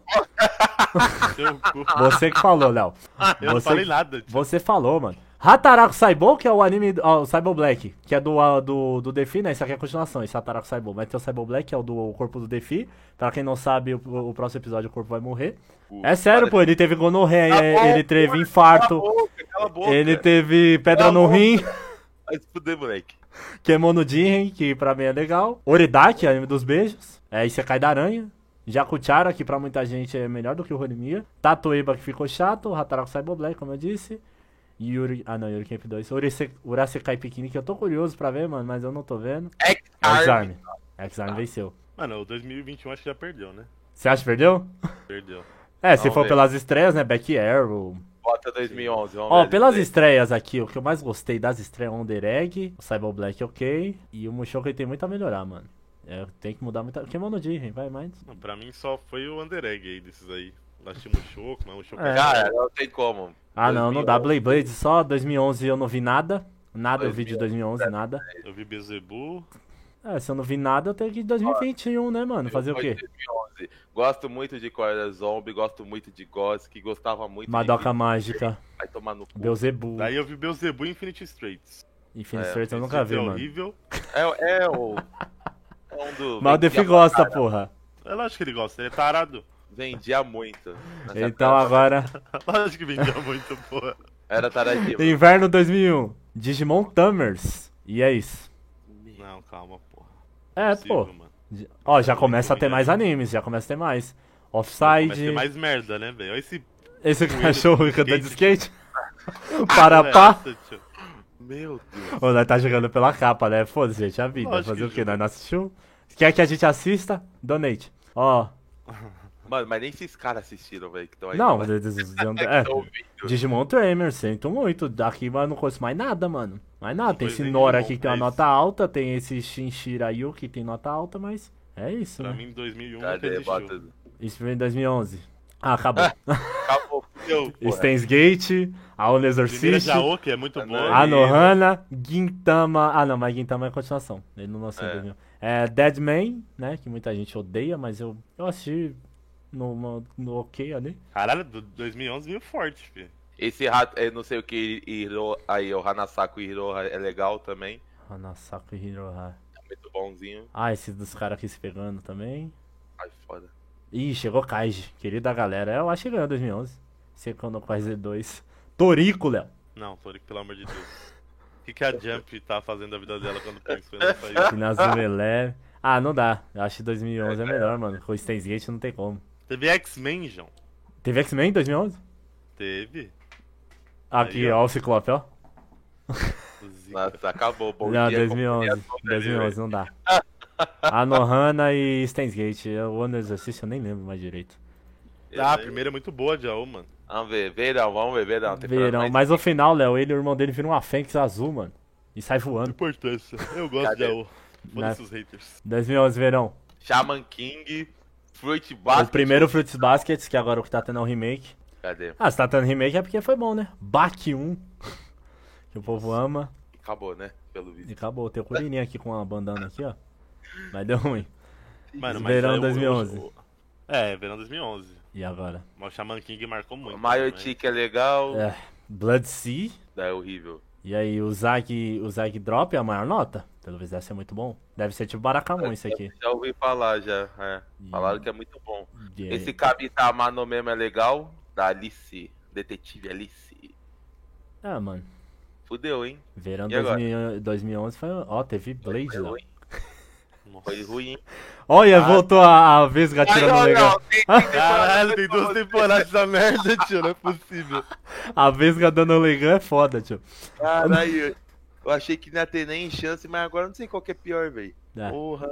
S3: Seu cu.
S1: Você que falou, Léo.
S2: Ah,
S3: Eu não
S1: Você-
S3: falei nada. tio.
S1: Você falou, mano. Hataraku Saibou, que é o anime. Ó, o Saibou Black, que é do, ah, do, do Defi, né? Isso aqui é a continuação, esse Hataraku Saibou. Mas tem o Saibou Black, que é o do o corpo do Defi. Pra quem não sabe, o, o próximo episódio o corpo vai morrer. É sério, pô, ele teve gonorreia,
S2: Tá bom,
S1: ele teve
S2: Cala a
S1: infarto,
S2: boca, cala a boca.
S1: ele teve pedra
S2: Tá
S1: no
S2: bom.
S1: rim.
S2: Vai se fuder, moleque.
S1: Kemono Jinren, que pra mim é legal. Oridaki, anime dos beijos. É, e você cai da aranha. Jakuchara, que pra muita gente é melhor do que o Horimiya. Tatoeba, que ficou chato. Hataraku Cyber Black, como eu disse. Yuri... Ah, não, Yuri Camp 2. Urise- Urasekai Pikini, que eu tô curioso pra ver, mano, mas eu não tô vendo.
S2: X-Arm.
S1: X-Arm. X-Arm venceu.
S3: Mano, o 2021 acho que já perdeu, né?
S1: Você acha que perdeu?
S3: Perdeu.
S1: É, se
S2: Vamos
S1: for
S2: ver.
S1: pelas estreias, né? Back Arrow.
S2: Bota 2011, vamos
S1: Ó,
S2: ver.
S1: pelas estreias aqui, o que eu mais gostei das estreias é o Wonder Egg, o Cyber Black é ok, e o Mushoku ele tem muito a melhorar, mano. É, tem que mudar muita... Kemono Jinren, vai, mais.
S3: Não, pra mim só foi o Under Egg aí desses aí. Nós tínhamos Choco, mas o Choco
S1: É.
S2: Cara, não tem como.
S1: Ah, não, não dá.
S2: 2011.
S1: Blade Blade só 2011 eu não vi nada. Nada, eu vi de 2011, nada.
S3: Eu vi Bezebu.
S1: É, se eu não vi nada, eu tenho que ir de 2021, né, mano? Fazer o
S2: Foi
S1: quê?
S2: 2011. Gosto muito de Corda Zombie, gosto muito de Goss, que gostava muito
S1: Madoka
S2: de...
S1: Mágica,
S2: Vai tomar no cu.
S1: Beuzebu,
S3: Daí eu vi Bezebu e Infinity Straits.
S1: Infinite
S2: É,
S1: Straits eu
S3: Esse
S1: nunca vi,
S3: é
S1: mano.
S3: horrível.
S2: É, é o... É um do...
S1: Mas o Defi gosta, porra.
S3: É lógico que ele gosta, ele é tarado.
S2: Vendia muito. nessa
S1: Então
S2: época.
S1: agora,
S3: Lógico que vendia muito, porra.
S2: Era taradivo.
S1: Inverno 2001, Digimon Tamers. E é isso.
S3: Não, calma, porra.
S1: É,
S3: Possível,
S1: pô.
S3: mano.
S1: Ó, já começa a ter mais animes, já começa a ter mais.
S3: Vai ser
S1: Offside,
S3: mais merda, né, velho? Olha esse
S1: esse cachorro que anda de skate.
S3: É.
S1: Parapá.
S3: Parapá. Meu Deus.
S1: Ô, nós tá jogando pela capa, né? Foda-se, gente, a vida.
S3: Lógico
S1: Fazer
S3: que
S1: o quê?
S3: joga.
S1: Nós não assistiu? Quer que a gente assista? Donate. Ó,
S2: Mano, mas nem esses caras assistiram, velho, que estão aí.
S1: não.
S2: Mas-
S1: É,
S2: Tão ouvindo.
S1: Digimon Tremor, sinto muito. Daqui mas eu não conheço mais nada, mano. Mais nada. Tem
S3: conheço
S1: esse
S3: nem
S1: Nora
S3: Digimon,
S1: aqui que tem uma
S3: mas-
S1: nota alta, tem esse Shinshira Yu que tem nota alta, mas é isso,
S3: Pra
S1: né?
S3: mim, 2001 nunca
S2: Cadê?
S3: existiu.
S2: Bota...
S1: Isso foi em 2011. Ah, acabou.
S2: Acabou, fudeu, porra.
S1: Steins Gate, Aula
S3: Primeira
S1: Exorcist,
S3: Jaô, que é muito
S2: Ah,
S3: boa.
S2: não.
S3: e-
S1: Anohana, Gintama. Ah, não, mas Gintama é continuação. Ele não nasceu
S2: É.
S1: em 2000. É Deadman, né? Que muita gente odeia, mas eu, eu assisti no, no ok ali.
S3: Caralho, do- 2011 veio forte, filho.
S2: Esse rato, é, não sei o que, Hiro, aí, o Hanasaku Hiroha é legal também.
S1: Ah, Hanasaku Hiroha.
S2: É muito bonzinho.
S1: Ah, esse dos caras aqui se pegando também.
S2: Ai, foda.
S1: Ih, chegou Kaiji, querida galera. É, Eu acho que ganhou 2011. Secando quase 2. Torico, Léo.
S3: Não, Torico, pelo amor de Deus. O que, que a Jump tá fazendo da vida dela quando tá pensou nessa país?
S1: Inazu Eleve. Ah, não dá. Eu acho que 2011 é melhor, mano. Com o Steins Gate não tem como.
S3: Teve X-Men, João.
S1: Teve X-Men em 2011?
S3: Teve.
S1: Aqui,
S3: Aí, ó.
S1: ó, o Ciclope, ó.
S3: O Zica.
S2: Nossa, acabou. Bom
S1: não,
S2: dia,
S1: 2011.
S2: companhia toda,
S1: 2011, não dá. Anohana e Steins Gate. É O One Exorcist eu nem lembro mais direito.
S2: né?
S3: Ah, a primeira é muito boa, Jaô, mano.
S2: Vamos ver, verão, vamos ver, verão. Tem
S1: Verão.
S2: problema,
S1: Mas no final, Léo, ele e o irmão dele viram uma Fênix azul, mano. E sai voando.
S3: Importância. É né? Eu gosto de
S2: Cadê?
S3: Jaô.
S1: Na-
S3: Foda-se os haters.
S1: 2011, verão.
S2: Shaman King, Fruit Basket.
S1: O primeiro Fruits Baskets, que agora o que tá tendo é um remake.
S2: Cadê?
S1: Ah, se tá tendo remake é porque foi bom, né? Baque 1. Que o povo ama.
S2: Acabou, né? Pelo
S1: E
S2: visto.
S1: acabou. Tem o Curirinha aqui com uma bandana aqui, ó. Mas deu ruim.
S3: Mano,
S1: Verão
S3: eu- eu-
S1: 2011.
S3: eu- É, verão 2011.
S1: E agora?
S3: Mas o Shaman King marcou muito. né? também.
S2: Maiotic é legal.
S1: É. Blood Sea.
S2: É horrível.
S1: E aí, o Zag, o Zag Drop é a maior nota? Pelo visto deve ser muito bom. Deve ser tipo Baracamon isso aqui.
S2: Já ouvi falar, já. é.
S1: Hum.
S2: Falaram que é muito bom.
S1: E aí-
S2: Esse Kabitama no mesmo é legal. Da Alice. Detetive Alice.
S1: Ah, mano.
S2: Fudeu, hein?
S1: Verão
S2: E agora?
S1: 2000 2011 foi. Ó, teve Blade
S2: Foi
S1: lá.
S2: ruim.
S3: Nossa.
S2: Foi ruim.
S1: Olha, voltou a, a Vesga Tá tirando
S2: Ai,
S1: legal.
S3: Caralho, tem duas temporadas da merda, tio. Não é possível.
S1: A Vesga dando legal é foda, tio.
S2: Caralho. Eu achei que não ia ter nem chance, mas agora eu não sei qual que é pior, velho.
S1: É.
S2: Porra.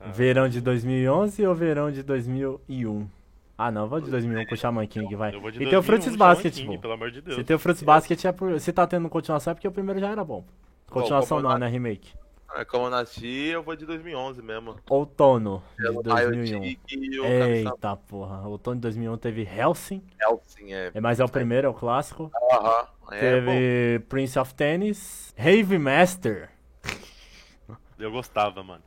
S3: Ah.
S1: Verão de 2011 ou verão de 2001? Ah, não, vou de 2001 com o Shaman King, vai.
S3: Eu vou
S1: E
S3: de
S1: tem o
S3: 2001,
S1: Francis
S3: Shaman
S1: Basket,
S3: King,
S1: pô.
S3: Pelo amor de Deus.
S1: Se tem o Francis Basket, é por... se tá tendo continuação é porque o primeiro já era bom. Continuação
S2: como
S1: não,
S2: eu-
S1: né? Remake.
S2: Ah, Como eu nasci, eu vou de 2011 mesmo.
S1: Outono de
S2: Pelo
S1: 2001.
S2: Biotic e o Camisa
S1: Eita porra. Outono de 2001 teve Helsing,
S2: Helsing, é.
S1: é- mas é o primeiro, é o clássico.
S2: Aham. É, bom.
S1: Teve Prince of Tennis, Rave Master,
S3: Eu gostava, mano.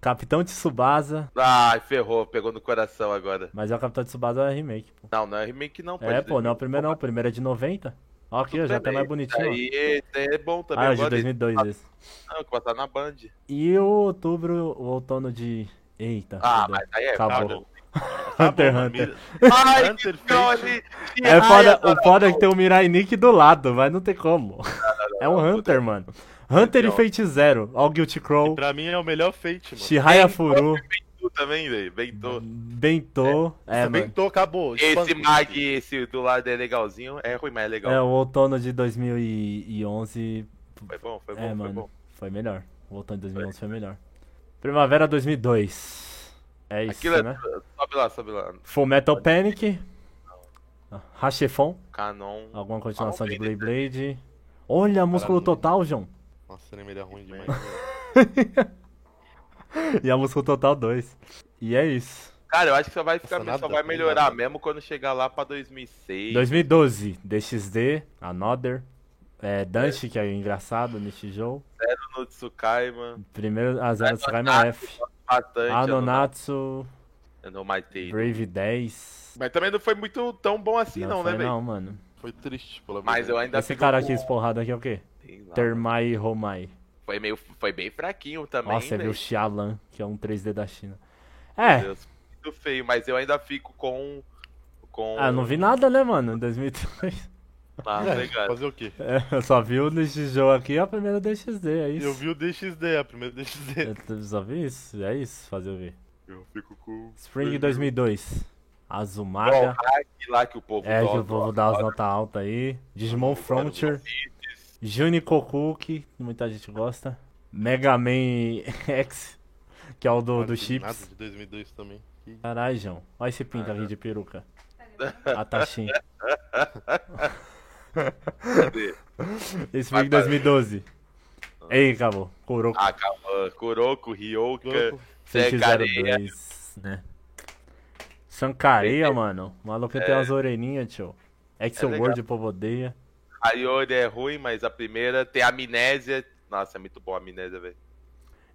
S1: Capitão Tsubasa.
S2: Ai, ferrou, pegou no coração agora.
S1: Mas é o Capitão Tsubasa é remake, pô.
S2: Não, não é remake não,
S1: É,
S2: ser.
S1: pô, não é o primeiro não, o primeiro é de 90. Ó aqui, ó, já tá mais bonitinho, ó.
S2: Aí, esse aí é bom também. tá
S1: Ah, é
S2: eu
S1: de
S2: gosto desse.
S1: 2002 esse.
S2: Não, que passar na Band.
S1: E o outubro, o outono de. Eita,
S2: Ah,
S1: fudeu.
S2: mas aí é
S1: acabou.
S3: Tá
S1: Hunter
S3: bom,
S1: x
S3: mano.
S1: Hunter.
S2: Ai, que
S3: Hunter
S2: legal
S3: Fate.
S2: ali. Que
S1: É foda,
S2: raiva.
S1: o foda é que tem o Mirai Nick do lado, mas não tem como.
S2: Ah,
S1: É um Hunter, mano. Hunter e
S2: Não.
S1: Fate Zero. Ó o Guilty Crow,
S3: Pra mim é o melhor Fate, mano.
S1: Shihaya Furu,
S2: Tu é também, velho. Bem tô.
S1: Bento. É,
S3: Também
S1: mano.
S3: tô, acabou.
S2: Esse
S3: Espanco.
S2: mag, esse do lado é legalzinho. É ruim, mas é legal.
S1: É, o outono de 2011
S2: Foi bom, foi bom,
S1: é,
S2: foi
S1: mano,
S2: bom.
S1: foi melhor. O outono de 2011 foi melhor. Primavera 2002. É isso,
S2: Aquilo é.
S1: né?
S2: Sobe lá, sobe lá.
S1: Full Metal Panic. Hachefon.
S2: Canon.
S1: Alguma continuação
S2: Ah,
S1: de Blade
S2: ok,
S1: Blade. Olha, músculo
S3: Caramba.
S1: total, João.
S3: Nossa, nem ele é ruim demais.
S1: E a músculo total 2. E é isso.
S2: Cara, eu acho que só vai ficar,
S3: Nossa, nada,
S2: só vai
S3: não
S2: melhorar
S3: nada.
S2: mesmo quando chegar lá pra 2006.
S1: 2012, DXD, Another. É, Dante, que é engraçado neste jogo.
S2: No Tsukai, mano.
S1: Primeiro a zero Tsukaima F.
S2: Bastante.
S1: Ah, Anonatsu,
S2: Eu não matei.
S1: Brave 10.
S2: Mas também não foi muito tão bom assim, não,
S1: foi
S2: né, velho?
S1: não, mano.
S3: Foi triste, pelo amor de
S2: Mas eu
S3: Deus.
S2: ainda
S1: Esse
S2: fico
S1: cara
S2: com-
S1: aqui, esse porrado aqui é o quê?
S2: Sei lá,
S1: Termai Romai.
S2: Foi, meio, foi bem fraquinho também.
S1: Nossa, você viu
S2: velho.
S1: o Xialan, que é um 3D da China.
S2: Meu
S1: É,
S2: Deus. muito feio, mas eu ainda fico com. com...
S1: Ah, eu não vi nada, né, mano? Em 2003.
S2: Ah,
S3: É,
S2: legal.
S3: fazer o quê?
S1: É, eu só vi o Nishijou aqui e a primeira DXD, é isso. É,
S3: Eu vi o DXD, a primeira DXD.
S1: Eu só vi isso, é isso, fazer eu ver.
S2: Eu fico com.
S1: Spring 2002. Azumaga.
S2: Qual hack lá que o povo
S1: É, que
S2: dó-
S1: eu vou dar as
S2: dó-
S1: notas altas aí. Digimon Frontier. Junico Cook, muita gente gosta. Mega Man X, que é o do, do
S3: Não vi nada
S1: Chips.
S3: de 2002 também. Que-
S1: Caralho, João. Olha esse pinta aqui de peruca. Ah, tá sim. Esse foi
S2: Vai,
S1: em 2012. Ei, acabou. Kuroko
S2: Ah, calma. Kuroko, Ryoka,
S3: Kuroko.
S2: Zecareia.
S1: 602, né? Sancareia,
S2: Perfeito.
S1: mano. O maluco tem umas orelhinhas, tio. É Excel
S2: é. legal.
S1: World, o povo odeia.
S2: Rayori é ruim, mas a primeira tem amnésia. Nossa, é muito bom a amnésia, velho.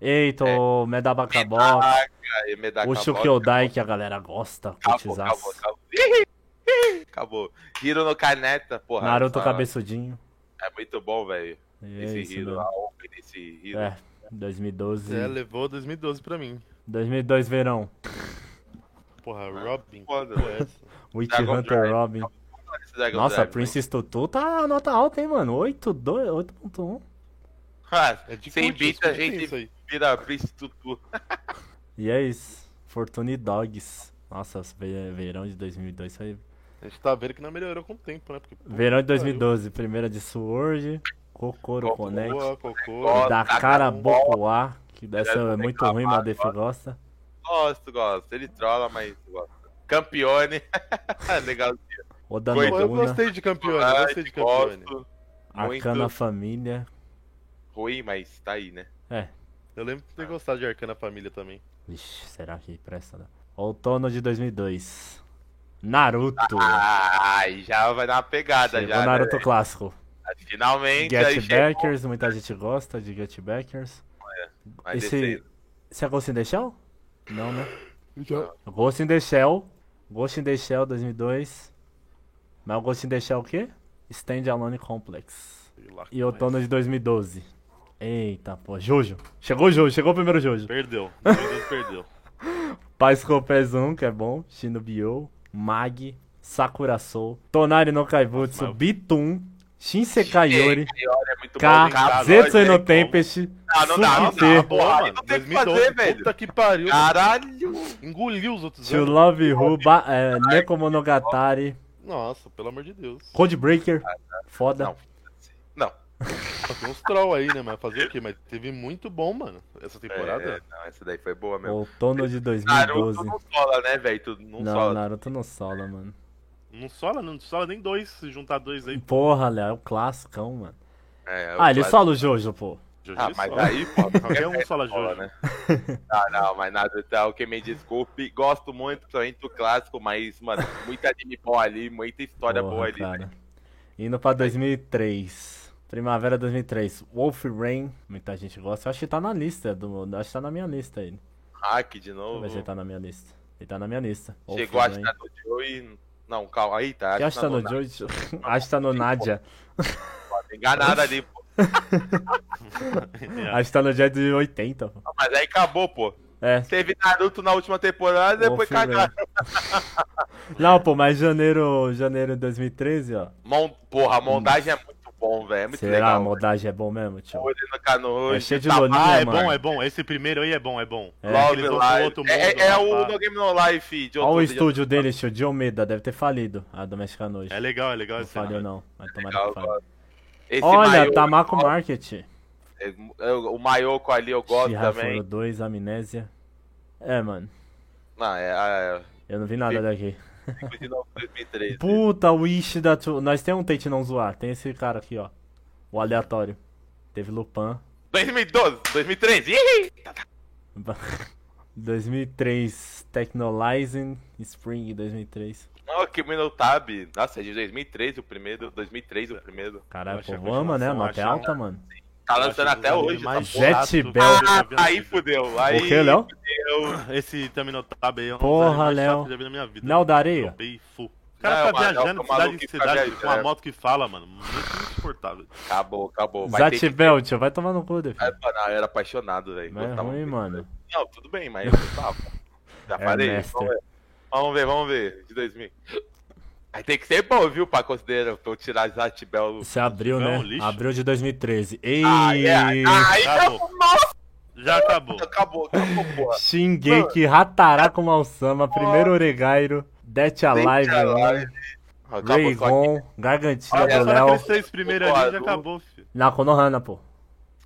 S1: Eita, o Medabaka Box.
S2: Medaka, e Medaka
S1: O
S2: É. Box,
S1: Shukyodai que a galera gosta,
S2: Acabou, acabou,
S1: cutizaço.
S2: acabou. Acabou. Hiro no Caneta, porra.
S1: Naruto
S2: essa-
S1: cabeçudinho.
S2: É muito bom, velho.
S1: É
S2: Esse
S1: isso
S2: Hiro,
S1: mesmo.
S2: a Open, esse Hiro.
S1: É, 2012.
S3: É, levou 2012 pra mim.
S1: 2002 verão.
S3: Porra, Robin.
S2: Foda,
S3: porra,
S2: né?
S3: é essa?
S1: Witch
S2: Dragon
S1: Hunter
S2: Drive.
S1: Robin.
S2: Esse Dragon
S1: Nossa,
S2: Drive, né?
S1: Princess Tutu tá nota alta, hein, mano. 8, 2, 8.1.
S2: né? Ah,
S3: É de
S2: Sem
S3: cult,
S2: beat a
S3: escuta isso
S2: gente
S3: aí.
S2: vira Prince Tutu.
S1: E é isso. Fortune Dogs. Nossa, os ve- verão de 2002 foi...
S3: A gente tá vendo que não melhorou com o tempo, né? Porque, puta
S1: Verão de
S3: que pariu.
S1: 2012, primeira de Sword, Kokoro
S2: Kokoro. é
S1: Connect,
S3: Boa, cocô.
S2: Ó,
S1: da
S2: Taka
S1: cara
S2: Boa.
S1: Bokuá, que dessa é
S2: um Deve
S1: muito
S2: reclamar
S1: ruim, mas a Def gosta.
S2: Gosto, gosto. Ele trola, mas gosto. Campione. Legalzinho.
S1: Oda
S2: Foi,
S3: Pô, eu
S1: Nobuna,
S3: gostei de campeone, eu gostei de campeone.
S2: Gosto.
S1: Arcana
S2: Muito
S1: Família,
S2: ruim, mas tá aí, né?
S3: Eu lembro de ter gostado de Arcana Família também.
S1: Ixi, será que presta? né? Outono de 2002. Naruto.
S2: Ai, já vai dar uma pegada
S1: É. Chegou
S2: já.
S1: Naruto
S2: né?
S1: clássico.
S2: Finalmente, aí
S1: Get
S2: chegou.
S1: Backers, muita gente gosta de Get Backers.
S2: Vai
S1: Esse...
S2: descendo.
S1: Esse é Ghost in the Shell? Não, né? Ghost in the Shell. Ghost in the Shell 2002. Mas o Ghost in the Shell o quê? Stand Alone Complex.
S3: Sei lá.
S1: E outono de 2012. Eita, pô. Jojo. Chegou o Jojo, chegou o primeiro Jojo.
S3: Perdeu. 2012 perdeu.
S1: Paz Copés 1, que é bom. Shinobio, Mag, Sakura Soul, Tonari no Kaibutsu,
S3: Nossa, mas-
S1: Bitum, Shinsekai Yori,
S2: Kaiori é muito
S1: K,
S2: bom. Kazoi,
S1: Zetsui no
S2: velho.
S1: Tempest,
S2: Ah, não dá, não dá,
S1: Sugite,
S2: pô.
S3: Ah,
S2: Porra, não tem o que fazer,
S3: Puta
S2: velho. Ah.
S3: que pariu.
S2: Caralho.
S3: Engoliu os outros
S1: To
S3: anos.
S1: Love Who, Ba- é, Nekomonogatari,
S3: Nossa, pelo amor de Deus.
S1: Codebreaker, foda.
S2: Não. Não.
S3: Só Tem uns troll aí, né? Mas fazer o quê? Mas teve muito bom, mano, essa temporada.
S2: É, não, essa daí foi boa mesmo.
S1: Outono de
S2: Naruto
S1: 2012.
S2: não sola, né, velho? Tu não,
S1: Não,
S2: sola.
S1: Naruto não sola, mano.
S3: Não sola, não sola nem dois, se juntar dois aí.
S1: Porra, Léo, é o clássicão, mano.
S2: É, eu
S1: Ah, ele
S2: quase-
S1: sola o Jojo, pô.
S3: Jojo
S2: Ah, mas
S3: sola.
S2: aí, pô,
S3: Qualquer um sola
S2: Bola,
S3: Jojo.
S2: né? Ah, não, mas nada tal, que me desculpe. Gosto muito, principalmente do clássico, mas, mano, muito anime bom ali, muita história
S1: Porra,
S2: boa ali. né?
S1: cara. Indo pra 2003. Primavera 2003. Wolf Rain. Muita gente gosta. Eu acho que tá na lista. Do, acho que tá na minha lista ele.
S2: Hack de
S1: Deixa eu ver se
S2: novo.
S1: ele tá na minha lista. Ele tá na minha lista. Wolf
S2: Chegou a
S1: Rain.
S2: estar no Joey. Não, calma aí, tá?
S1: Que acho que tá no
S2: Nada,
S1: Jojo. Acho que tá no
S2: Sim,
S1: Nadia.
S2: Enganado ali, pô.
S1: Acho que tá no dia de 80. pô.
S2: Mas aí acabou, pô.
S1: É.
S2: Teve Naruto na última temporada e depois
S1: Wolf Rain.
S2: cagaram.
S1: Não, pô, mas janeiro, janeiro de 2013, ó.
S2: Mon... Porra, a montagem é muito bom, velho. É muito
S1: Hum. Será a
S2: legal.
S1: moldagem é bom mesmo, tio?
S2: Olho no cano,
S1: É cheio de
S2: tá-
S1: lolinha,
S3: Ah, é
S1: mano.
S3: bom, é bom. Esse primeiro aí é bom, é bom.
S1: É.
S3: Que
S2: Love
S3: eles vão pro
S2: Live.
S3: outro mundo,
S2: É, é o
S3: rapaz.
S2: No Game No Life. de
S1: Olha
S2: outro
S1: o
S2: dia.
S1: estúdio dele, tio. De Almeida. Deve ter falido. A Doméstica Noite.
S3: É legal, é legal
S1: Não
S3: esse anime.
S1: faliu, não. Mas tomara
S2: É Legal,
S1: que fale.
S2: gosto. Esse
S1: Olha, tá
S2: maior-
S1: Tamako Market.
S2: É, eu- O Maioko ali eu gosto
S1: Shira
S2: também.
S1: Foro 2, Amnésia. É, mano.
S2: Não, é. é
S1: Eu não vi nada
S2: Sim.
S1: daqui.
S2: é, de novo, 2013.
S1: Puta, o Ishi da... Tu- Nós temos um Tate não zoar. Tem esse cara aqui, ó. O aleatório. Teve Lupan.
S2: 2012, 2013. Ih!
S1: 2003, Technolizing. Spring 2003.
S2: Não, que Minotab. Nossa, é de 2013 o primeiro. 2003 o primeiro.
S1: Caralho, o
S3: Acho que a
S1: povo ama, né?
S3: continuação,
S1: Mata é
S3: acho-
S1: alta, mano.
S2: Tá
S3: Eu
S2: lançando
S3: acho
S2: até
S1: é
S3: um dos
S2: hoje. essa
S3: animais
S2: porra.
S1: Jet
S3: chato
S1: Bell.
S3: que eu já vi na
S2: Ah, Aí
S3: vida.
S2: fudeu. Aí
S1: O que, Léo?
S2: fudeu.
S3: Esse Taminotab aí é um dos
S1: Porra,
S3: animais
S1: Léo.
S3: chatos que eu já vi na minha vida.
S1: Léo da Areia?
S3: Tropei fu. O
S2: Não, mas
S3: cara tá
S2: é o
S3: viajando de
S2: maluco
S3: cidade
S2: que
S3: em
S2: fica
S3: cidade com
S2: viajando.
S3: uma moto que fala, mano. Muito insuportável.
S2: Acabou, acabou. Vai ter que... Ah,
S1: Zatibel, tio. Vai tomar no cu,
S2: Ai,
S1: defende.
S2: mano, eu era apaixonado, velho.
S1: Mas é
S2: Gostava
S1: ruim,
S2: muito.
S1: mano. É
S2: Não, tudo bem, mas eu gostava. Já falei.
S1: Ernesto.
S2: Vamos ver. vamos ver, vamos ver. De 2000. Aí tem que ser bom, viu, pra considerar, pra eu tirar Zat Bell.
S1: Você abriu,
S4: Não,
S1: né?
S4: lixo.
S1: Abriu de 2013. Ei,
S2: Ah, é. Aí
S4: Acabou.
S2: nossa,
S4: Já acabou.
S2: acabou, acabou, porra.
S1: Shingeki Hataraku Malsama, primeiro Oregairo, Death Alive,
S2: Gente,
S1: lá,
S2: caralho. Acabou só aqui.
S1: Raygon, Gargantilha
S2: Olha,
S1: do
S3: Só
S1: Léo,
S3: naqueles três primeiros ali já acabou, filho.
S1: na Konohana, pô.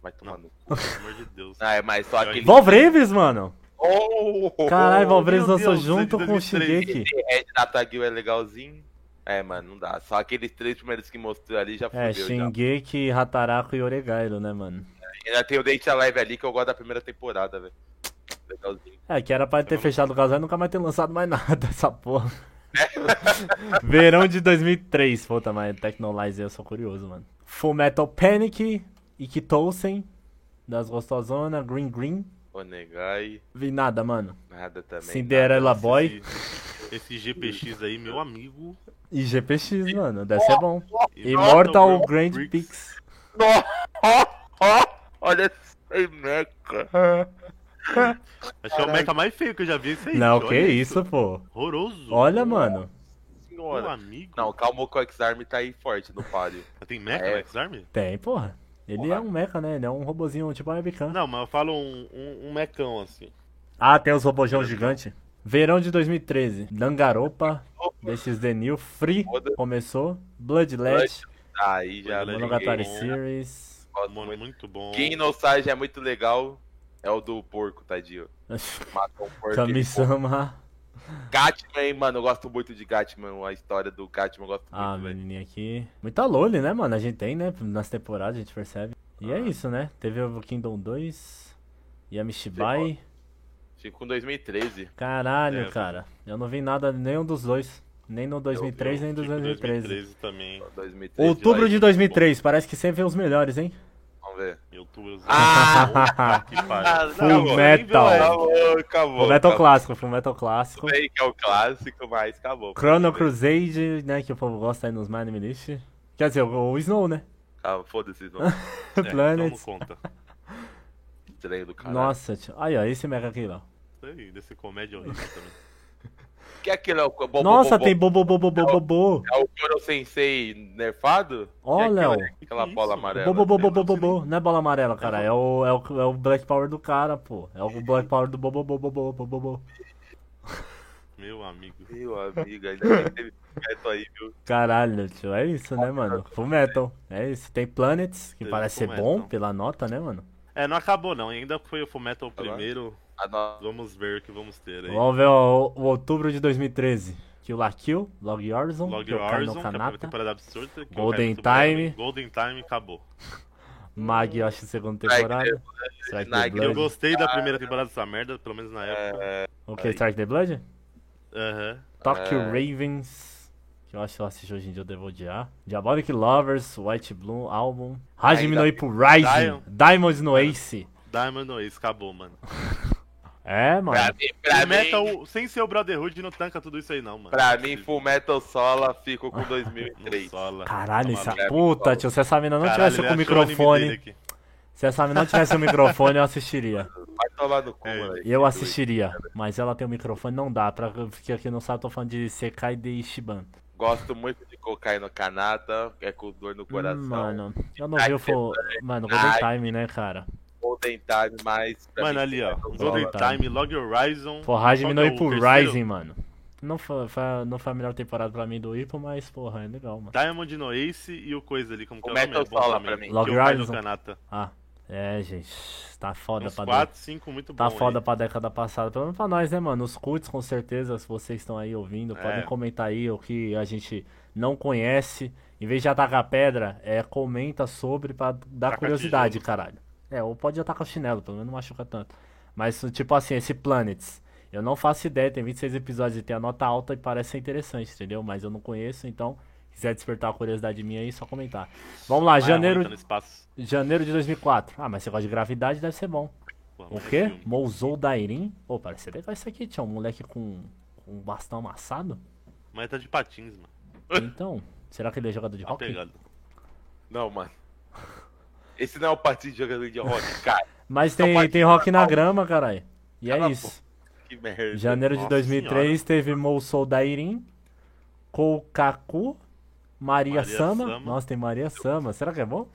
S2: Vai tomar no cu.
S4: Pelo amor de Deus.
S2: Ah, é, mas só aquele.
S1: Valvreves, mano!
S2: Oh, oh,
S1: Caralho,
S2: oh.
S1: Valvreves
S3: meu
S1: lançou
S3: Deus,
S1: junto com o
S3: 2013.
S1: Shingeki.
S2: Esse Red da Tagil é legalzinho. É, mano, não dá. Só aqueles três primeiros que mostrou ali já
S1: É,
S2: fudeu. já.
S1: Shingeki, Hataraku e Oregairo, né, mano?
S2: Ainda tem o Date Alive ali que eu gosto da primeira temporada, velho. Legalzinho.
S1: É, que era pra ter fechado o casal e nunca mais ter lançado mais nada, essa porra. Verão de 2003, puta, mas Technolize eu sou curioso, mano. Full Metal Panic, Ikitousen, das Gostosona, Green Green.
S2: Onegai,
S1: Vi nada, mano.
S2: nada também.
S1: Cinderella Boy
S4: Esse, esse GPX aí, meu amigo.
S1: e GPX, mano. Deve ser bom.
S4: Immortal
S1: Immortal Grand
S4: Bricks.
S1: Pix.
S2: Nossa, ó, ó, olha essa meca.
S4: Acho que é o mecha mais feio que eu já vi esse aí.
S1: Não,
S4: olha
S1: que isso, pô.
S4: Horroroso.
S1: Olha, mano.
S4: Meu
S2: senhora.
S4: amigo.
S2: Não, calma que o X-Arm tá aí forte no páreo.
S4: Ah, Tem mecha
S2: É.
S4: no X-Arm?
S1: Tem, porra. Ele é um mecha, né? Ele é um robozinho tipo uma webcam.
S4: Não, mas eu falo um, um, um mecão assim.
S1: Ah, tem os robojão gigante. Verão de 2013. Nangaropa, desses The New, Free,
S2: Foda.
S1: começou. Bloodlet,
S2: Aí já
S4: Olha,
S1: Monogatari
S2: ninguém
S1: Series.
S2: gosta
S4: Mano,
S2: muito.
S4: muito bom.
S2: Quem não sai já é muito legal é o do porco, tadinho. Matou um porco.
S1: Kamisama.
S2: Gatman, mano, eu gosto muito de Gatman. A história do Gatman eu gosto
S1: Ah,
S2: muito, velho.
S1: menininha aqui. Muita loli, né, mano? A gente tem, né? Nas temporadas a gente percebe. E é
S2: Ah.
S1: isso, né? Teve o Kingdom 2. Yamishibai.
S2: Fico com 2013.
S1: Caralho,
S4: É,
S1: cara. Eu não vi nada, nenhum dos dois. Nem no 2003, nem no
S4: Tipo,
S1: 2013.
S4: 2013 também.
S2: 2013
S1: Outubro
S2: vai.
S1: de 2003, parece que sempre os melhores, hein?
S2: Vamos ver.
S4: Em outubro.
S2: Ah!
S4: que
S3: Ah,
S4: pariu.
S1: Full Metal.
S2: Acabou, acabou.
S1: Full Metal
S2: acabou.
S1: Clássico, Full Metal Clássico.
S2: Tudo bem que é o clássico, mas acabou.
S1: Chrono Crusade, né, que o povo gosta aí nos Anime List. Quer dizer, o o Snow, né?
S2: Ah, foda-se, não.
S4: É,
S1: Planets.
S4: Então não conta.
S2: Estranho do caralho.
S1: Nossa, tio. aí ó, esse é mega aqui, ó.
S4: Isso aí, desse comédia horrível também.
S2: Que é aquele? é o bo- bo-
S1: Nossa,
S2: bo-
S1: tem bobo, bobo, bobo, bobo.
S2: É o Koro Sensei nerfado?
S1: Ó,
S2: Que é aquela-
S1: Léo.
S2: Aquela
S4: Que
S2: bola
S4: isso?
S2: amarela.
S1: Bobo, bobo,
S2: sei lá.
S1: bobo, bobo. Não é bola amarela, cara. É o, é, o, é o Black Power do cara, pô. É o Black Power do bobo, bobo, bobo, bobo, bobo.
S4: Meu amigo.
S2: Meu amigo, ainda bem que teve projeto aí, viu?
S1: Caralho, tio. É isso, né, mano? Full Metal. É isso. Tem Planets, que
S4: Teve
S1: parece ser
S4: Full
S1: bom
S4: Metal.
S1: pela nota, né, mano?
S4: É, não acabou não. Ainda foi o Fullmetal
S2: Agora?
S4: primeiro.
S2: A no-
S4: Vamos ver o que vamos ter aí.
S1: Vamos ver ó, o, o outubro de 2013. Kill la Kill, Log Horizon,
S4: Log
S1: Yokai no
S4: Horizon, que é a primeira
S1: Kanata,
S4: temporada absurda. que é
S1: Golden
S4: eu quero muito
S1: Time.
S4: bem. Golden Time acabou.
S1: Mag, eu acho, segunda
S2: Strike
S1: temporada. Strike the
S2: Nike,
S4: Eu
S1: Blood.
S4: gostei
S2: Ah.
S4: da primeira temporada dessa merda, pelo menos na época.
S1: O que? Strike the Blood?
S4: Aham.
S1: Tokyo
S2: É.
S1: Ravens, que eu acho que eu assisti hoje em dia, eu devo odiar. Diabolic Lovers, White Bloom, Album. Hajime no
S2: Ainda-
S1: Ippo Rising,
S4: Diamond.
S1: Diamonds
S4: É.
S1: no Ace.
S4: Diamond Ace, acabou, mano.
S1: É,
S2: Pra
S1: mano.
S2: mim, pra
S4: Full Metal, um,
S2: mim,
S4: sem ser o Brotherhood, não tanca tudo isso aí, não, mano.
S2: pra mim, Full Metal Sola fico com
S4: Não
S2: 2003.
S4: sola. Tá
S1: Caralho, essa
S4: maluco.
S2: maluco.
S1: puta, tio. Se essa mina não
S4: Caralho,
S1: tivesse
S4: ele
S1: com o
S4: achou anime
S1: microfone,
S4: dele aqui.
S1: se essa mina não tivesse o microfone, eu assistiria.
S2: Vai tomar no cu,
S4: É,
S2: mano.
S1: Eu assistiria, mas ela tem o microfone, não dá. Pra quem aqui não sabe, eu tô falando de Sekai de Ishiban.
S2: Gosto muito de cocaína canata, é com dor no coração.
S1: Mano, eu não vi o fo... Mano, Golden
S2: Ai.
S1: Time, né, cara?
S2: Vou tentar mais. pra
S4: Mano,
S2: mim,
S4: ali, ó.
S2: Full
S1: Vou
S4: Golden
S2: Metal
S1: voltar.
S4: Time, Log Horizon.
S1: Porra, Hajime
S4: Qual
S1: tá. no
S4: que é o
S1: Ippo
S4: terceiro?
S1: Rising, mano. Não foi, foi- não foi a melhor temporada pra mim do Ippo, mas, porra, é legal, mano.
S4: Diamond no Ace e o coisa ali, como que é
S2: O
S4: o nome?
S2: Metal
S4: É bom
S2: Sola
S4: também.
S2: pra mim.
S4: Que
S1: Log
S4: é o pai do
S1: Horizon.
S4: Kanata.
S1: Ah, é, gente. Tá foda
S4: Uns
S1: pra
S4: 4, 5, muito bom.
S1: Tá foda
S4: aí.
S1: pra década passada, pelo menos pra nós, né, mano? Os cults, com certeza, se vocês estão aí ouvindo,
S4: É.
S1: podem comentar aí o que a gente não conhece. Em vez de atacar pedra, é, comenta sobre pra dar
S4: Taca
S1: curiosidade,
S4: tijolo.
S1: caralho. É, ou pode atacar o chinelo, pelo menos não machuca tanto. Mas, tipo assim, esse Planets, eu não faço ideia, tem 26 episódios e tem a nota alta e parece ser interessante, entendeu? Mas eu não conheço, então, quiser despertar a curiosidade minha aí, só comentar. Vamos lá,
S4: Vai
S1: janeiro,
S4: aumentando espaço.
S1: janeiro de 2004. Ah, mas você gosta de gravidade, deve ser bom.
S4: Pô,
S1: O
S4: mano,
S1: quê?
S4: filme.
S1: Mousou Dairin? Pô, parece ser legal isso aqui, tinha um moleque com, com um bastão amassado?
S4: Mas tá de patins, mano.
S1: Então, será que ele é jogador de
S4: Tá
S1: hockey?
S4: pegado.
S2: Não, mano. Esse não é o partido de jogador de rock, cara.
S1: Mas
S2: Então
S1: tem,
S2: pode
S1: tem
S2: ser
S1: rock na
S2: normal.
S1: grama, caralho. E é
S2: Cala a
S1: isso.
S2: que merda.
S1: Janeiro de
S3: Nossa
S1: 2003 teve Mousou Dairin, Koukaku, Maria,
S3: Maria
S1: Sama.
S3: Sama.
S1: Nossa, tem Maria Sama. Será que é bom?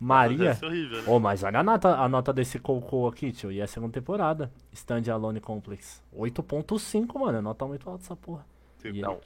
S3: Mas
S1: Maria.
S3: Essa é horrível, né?
S1: Ô, mas olha a nota, a nota desse Coco aqui, tio. E é a segunda temporada. Stand Alone Complex. 8.5, mano. É nota muito alta essa porra.
S2: Não.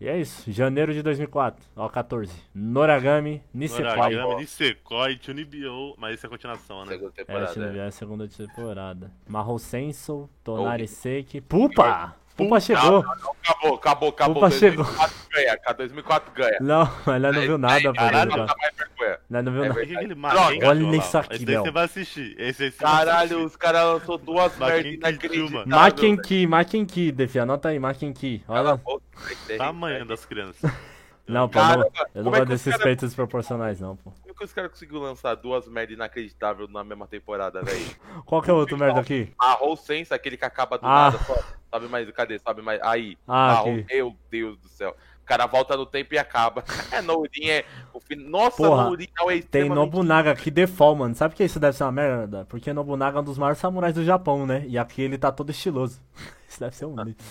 S1: E é isso. Janeiro de 2004. Ó, 14. Noragami, É, Nisekai.
S3: Noragami, Nisekoi, Chunibyo, mas isso é continuação, né?
S2: Segunda
S1: É,
S2: temporada.
S1: tio,
S2: né?
S1: é a segunda temporada. Mahou Sensou, Tonari Seki. Pupa! Pupa
S2: Oh. Puta,
S1: chegou.
S2: não, não, acabou, acabou, acabou.
S1: Opa, chegou.
S2: 2004 ganha, cara. 2004 ganha.
S1: Não, ela não viu nada, pô.
S2: É, Caralho,
S1: Ela
S2: tá mais vergonha.
S1: não viu
S2: É
S1: nada.
S3: Por que que ele
S2: Droga.
S3: mata? hein,
S1: Olha
S3: cachorro?
S1: isso aqui,
S3: Esse daí
S1: Léo.
S3: você vai assistir. Esse aí você vai
S2: Caralho,
S3: assistir.
S2: os caras lançou duas
S3: Mas
S2: merdas
S3: quem que viu, mano?
S2: inacreditáveis.
S1: Maken Ki, Maken Ki, Defi. Anota aí, Maken Ki.
S2: Cala a
S1: Olha.
S2: boca, velho.
S3: Tamanho das crianças.
S1: Não, pô,
S2: Cara,
S1: não- eu
S2: como
S1: não
S2: é
S1: gosto
S2: que os
S1: desses
S2: cara-
S1: peitos desproporcionais, não, pô.
S2: Como que os caras conseguiram lançar duas merdas inacreditáveis na mesma temporada, velho?
S1: Qual que é o outro merda aqui?
S2: A Roll Sense, aquele que acaba do
S1: Ah.
S2: nada, só. Sabe mais, cadê? Sabe mais. Aí.
S1: Ah,
S2: Ah,
S1: aqui.
S2: meu Deus do céu. O cara volta no tempo e acaba. É, Nourin é. O fin... Nossa,
S1: Porra,
S2: Nourin é o
S1: Tem
S2: extremamente-
S1: Nobunaga aqui, default, mano. Sabe por que isso deve ser uma merda? Porque Nobunaga é um dos maiores samurais do Japão, né? E aqui ele tá todo estiloso. Isso deve ser um lixo.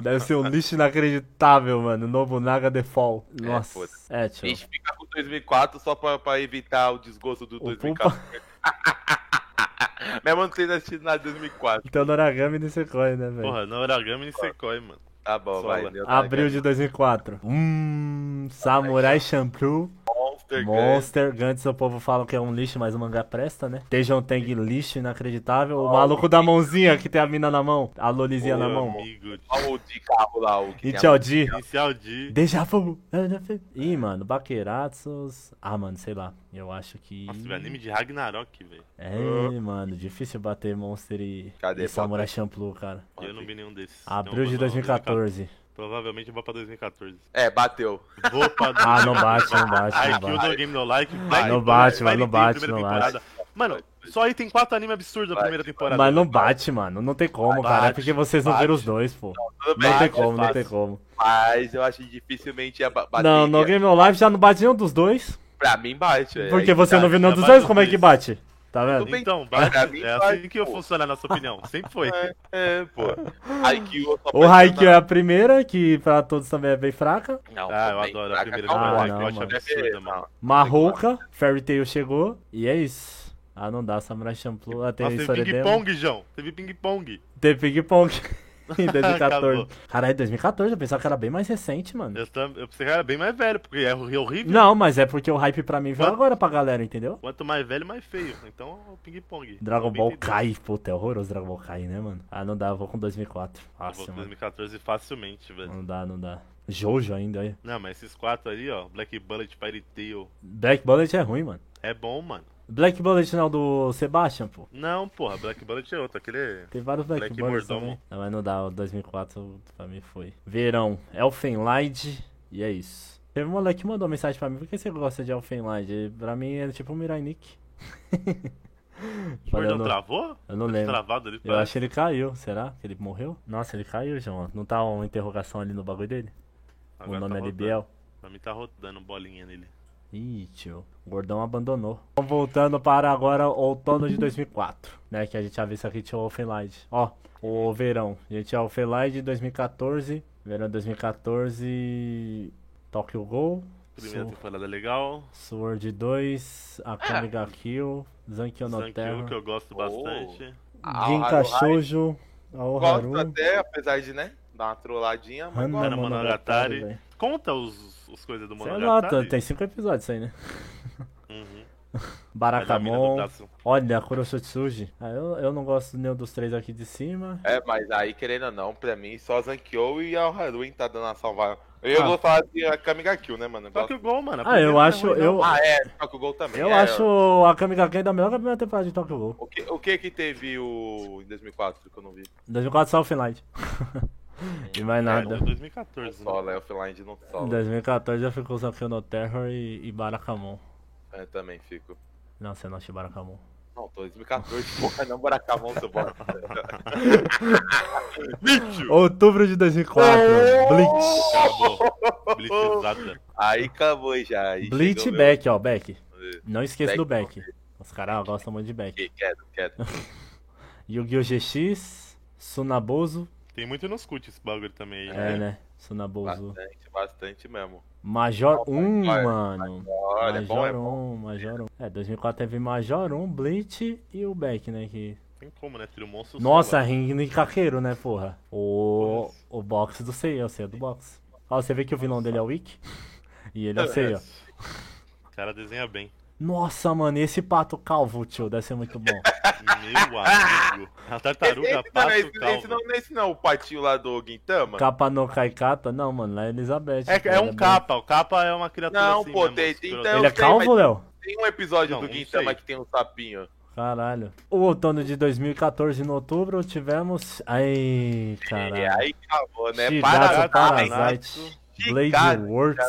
S1: Deve ser um lixo inacreditável, mano. Nobunaga default. Nossa.
S2: foda.
S1: É,
S2: A
S1: tio.
S2: gente fica com 2004 só pra, pra evitar o desgosto do
S1: O
S2: 2004. Mesmo não tendo assistido nada de 2004.
S1: Então Noragami não secoi, né, velho?
S3: Porra, Noragami e Nisekoi, mano.
S2: Tá bom,
S3: Só
S2: vai.
S3: lá.
S2: Neil Druckmann.
S1: Abril de 2004. Hum, Samurai Champloo.
S2: Monster, Monster.
S1: Monster Guns, o povo fala que é um lixo, mas o mangá presta, né? Tejão Tang lixo inacreditável. O maluco da mãozinha que tem a mina na mão. A lolizinha na
S3: Ô,
S1: mão.
S3: Amigo.
S2: Olha o de carro lá, o que
S1: E
S2: tem a-
S1: tchau, Di.
S3: Inicial de.
S1: Deja vu.
S2: É.
S1: Ih, mano, Baqueratsos. Ah, mano, sei lá. Eu acho que.
S3: Nossa, velho, anime de Ragnarok, velho.
S1: É, mano, difícil bater Monster e,
S2: Cadê,
S1: e Samurai Champloo, cara.
S3: Eu não vi nenhum desses.
S1: Abril
S3: Não,
S1: de
S3: não,
S1: 2014.
S3: Provavelmente eu vou pra 2014.
S2: É, bateu.
S3: Vou pra
S1: Ah, não bate, não bate,
S3: Ai,
S1: não
S3: que o
S1: bate.
S3: No Game No Like.
S1: Não bate,
S3: vai
S1: mano, não
S3: ter a
S1: bate,
S3: primeira
S1: não
S3: temporada. Mano, só aí tem quatro animes absurdos na
S2: Bate,
S3: primeira temporada.
S1: Mas não bate, mano. Não tem como,
S3: Bate,
S1: cara. É porque vocês não
S2: bate.
S1: viram os dois, pô.
S2: Tudo bem,
S1: Não tem
S2: é
S1: como, não
S2: fácil.
S1: tem como.
S2: Mas eu acho que dificilmente ia ba- bater.
S1: Não, no Game No Life já não bate nenhum dos dois.
S2: Pra mim bate. é.
S1: Porque você não viu nenhum
S3: já
S1: dos
S3: bate
S1: dois,
S3: os
S1: como é que
S3: dois.
S1: bate? Tá vendo?
S2: Tudo bem.
S3: Então,
S2: Pra
S3: bate.
S2: mim,
S3: É
S2: bate,
S3: assim que eu
S2: pô.
S3: funciona, na sua opinião. Sempre foi.
S2: É, pô. Haikyuu eu só
S1: O Haikyuu é a primeira, que pra todos também é bem fraca.
S2: Não,
S3: Ah, eu
S2: também,
S3: adoro a
S2: fraca,
S3: primeira
S2: calma,
S1: temporada,
S3: temporada.
S1: não,
S3: Eu acho
S1: mano.
S3: absurda, Ah, mano.
S1: Marroca, Fairy Tail chegou. E é isso. Ah, não dá, Samurai Champloo. Ah,
S3: Nossa,
S1: tem
S3: teve
S1: Soredemo.
S3: ping-pong, João. Teve ping-pong.
S1: Teve Ping Pong. em 2014.
S3: Acabou.
S1: Caralho, é 2014, eu pensava que era bem mais recente, mano.
S3: Eu, tam- eu pensei que era bem mais velho, porque é horrível.
S1: Não, mas é porque o hype pra mim veio
S3: Quanto?
S1: agora pra galera, entendeu?
S3: Quanto mais velho, mais feio. Então, é o ping-pong.
S1: Dragon Ball
S3: 92.
S1: Kai, puta, é horroroso Dragon Ball Kai, né, mano? Ah, não dá, eu vou com 2004.
S3: Eu vou
S1: Fácil, mano.
S3: pra
S1: Hum.
S3: 2014 facilmente, velho.
S1: Não dá, não dá. Jojo ainda, é. aí.
S3: Não, mas esses quatro aí, ó. Black Bullet, Fairy Tail.
S1: Black Bullet é ruim, mano.
S3: É bom, mano.
S1: Black Bullet não, do Sebastian, pô.
S3: Não, porra. Black Bullet é outro. Aquele.
S1: Tem vários Black,
S3: Black
S1: Bullets
S3: Mordomo.
S1: também. Não, mas não dá, o 2004 pra mim foi. Verão, Elfenlight, e é isso. Teve um moleque que mandou mensagem pra mim, por que você gosta de Elfenlight? E Pra mim é tipo um Mirai Nick.
S3: O
S1: Falei, eu,
S3: Gordon
S1: não,
S3: travou?
S1: eu não
S3: Tá
S1: lembro.
S3: Travado ali,
S1: Eu
S3: parece.
S1: acho que ele caiu, será? Que ele morreu? Nossa, ele caiu, João. Não tá uma interrogação ali no bagulho dele?
S3: Agora
S1: o
S3: tá
S1: nome é
S3: rodando.
S1: Biel.
S3: Pra mim tá rodando bolinha nele.
S1: Ih, tio. O gordão abandonou. Então, Voltando para agora outono de 2004, né? Que a gente já viu isso aqui tinha o Offenlight. Ó, o verão. A gente tinha o Offenlight de 2014. Verão de 2014. Tokyo Gol.
S3: Primeira
S1: Su-
S3: temporada legal.
S1: Sword 2. Akame ga Kill. Zankyo no
S3: Sankyo, Ah. que
S1: Terra.
S3: eu gosto
S2: Oh.
S3: bastante.
S2: Ah,
S1: Ginka
S2: Haruhi.
S1: Shoujo.
S2: Gosto
S1: Aoharu.
S2: até, apesar de, né? Dar uma trolladinha, mas
S1: Hana
S2: gosto.
S3: Hana Monogatari.
S1: velho.
S3: Conta os, os coisas do
S1: Sei lá,
S3: Monogatari.
S1: é tem cinco episódios isso aí, né?
S3: Uhum.
S4: é
S3: Mas a mina do
S1: Barakamon.
S3: braço-
S1: Olha, Kuroshotsuji. Ah, eu, eu não gosto nenhum dos três aqui de cima.
S2: É, mas aí, querendo ou não, pra mim, só Zankyo e a Haruin tá dando a salvar. Eu
S1: Ah.
S2: vou falar de a Kamiga Kill, né, mano? Eu
S3: Só
S2: gosto-
S3: que o gol, mano. a
S1: Ah, eu
S3: primeira não é
S1: acho-
S3: ruim, não.
S1: eu-
S2: Ah, é, só que o gol também.
S1: Eu
S2: é.
S1: acho a Kamiga Ken da melhor que a primeira temporada de Tokyo Ghoul.
S2: O que, o que que teve o... em 2004 que eu não vi?
S1: 2004 só o Finlight. e mais
S3: É,
S1: nada.
S3: de 2014. né?
S2: Sola, é offline não
S1: Em
S2: sola.
S1: 2014 eu fico usando Kyono Terror e, e Barakamon.
S2: Eu É, também fico.
S1: Não, você não acha Barakamon.
S2: Não, tô em 2014, porra, não, Buracavão, seu bosta.
S1: Outubro de 2004.
S2: Oh!
S1: Bleach.
S3: Acabou. Blitzada.
S2: Aí acabou já. Aí
S1: Bleach e
S2: chegou
S1: Beck, ó, Beck.
S2: meu-
S1: Não esqueça
S2: Beck,
S1: do Beck. Os caras gostam muito de Beck.
S2: Fiquei Quieto, quieto.
S1: Yu-Gi-Oh! GX. Sunabozo.
S4: Tem muito nos cut esse bagulho também aí,
S1: É,
S4: né?
S1: né? Sunabozo.
S2: Bastante, bastante mesmo.
S1: Major 1, mano.
S2: Olha, é bom, é
S1: Major
S2: bom.
S1: 1, Major 1. É, 2004 teve Major 1, Bleach e o Beck, né? Que...
S4: Tem como, né? Tira o monstro.
S1: Nossa, Ring e Caqueiro, né, porra? O, o box do Seiya, o Seiya do box. Ó, você vê que o vilão dele é o Wick? E ele é o Seiya.
S4: O cara desenha bem.
S1: Nossa, mano, e esse pato calvo, tio? Deve ser muito bom.
S4: Meu amigo. A
S2: Esse,
S4: tartaruga
S2: esse não,
S4: passa o
S2: esse, esse
S4: calvo.
S2: não, esse não é o patinho lá do Guintama?
S1: Capa no Kaikata? Não, mano, lá é Elizabeth.
S4: É, é
S1: cara,
S4: um
S1: bem-
S4: capa. O capa é uma criatura
S2: Não,
S4: assim
S2: pô,
S4: mesmo,
S2: tem-
S4: super-
S2: então-
S1: Ele é
S2: sei,
S1: calvo,
S2: mas-
S1: Léo?
S2: Tem um episódio
S4: Não,
S2: do
S4: não
S2: Guintama
S4: sei.
S2: que tem um sapinho.
S1: Caralho. O outono de 2014, em outubro, tivemos. Ai,
S2: E
S1: caralho.
S2: É, aí acabou, né?
S1: Shigatsu
S2: Parabéns.
S1: Parasite, Blade
S2: Shigatsu,
S1: Works.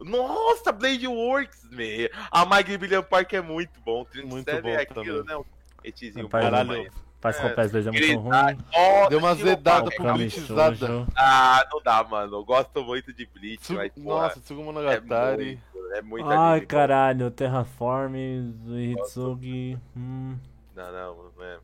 S2: Nossa, Blade Works, meu. A Maggie William Park é muito bom. 37
S4: Muito
S2: é
S4: bom
S2: aquilo,
S4: também.
S2: né? Um Etizinho bom.
S1: Parasite.
S4: Caralho.
S1: Faz com pés 2 é muito
S2: Gritar. tá
S1: ruim.
S2: Ó,
S3: Deu uma
S2: Shiro
S3: zedada
S2: Park.
S3: pro
S1: Okami
S3: publicizada.
S1: Shoujo.
S2: Ah, não dá, mano. Eu gosto muito de Bleach,
S3: Tsu-
S2: mas, porra,
S3: Nossa, Tsugumonogatari.
S2: é muito
S1: Ai,
S2: anime.
S1: caralho, Terraform, Hitsugi, hum,
S2: Não, não, não é.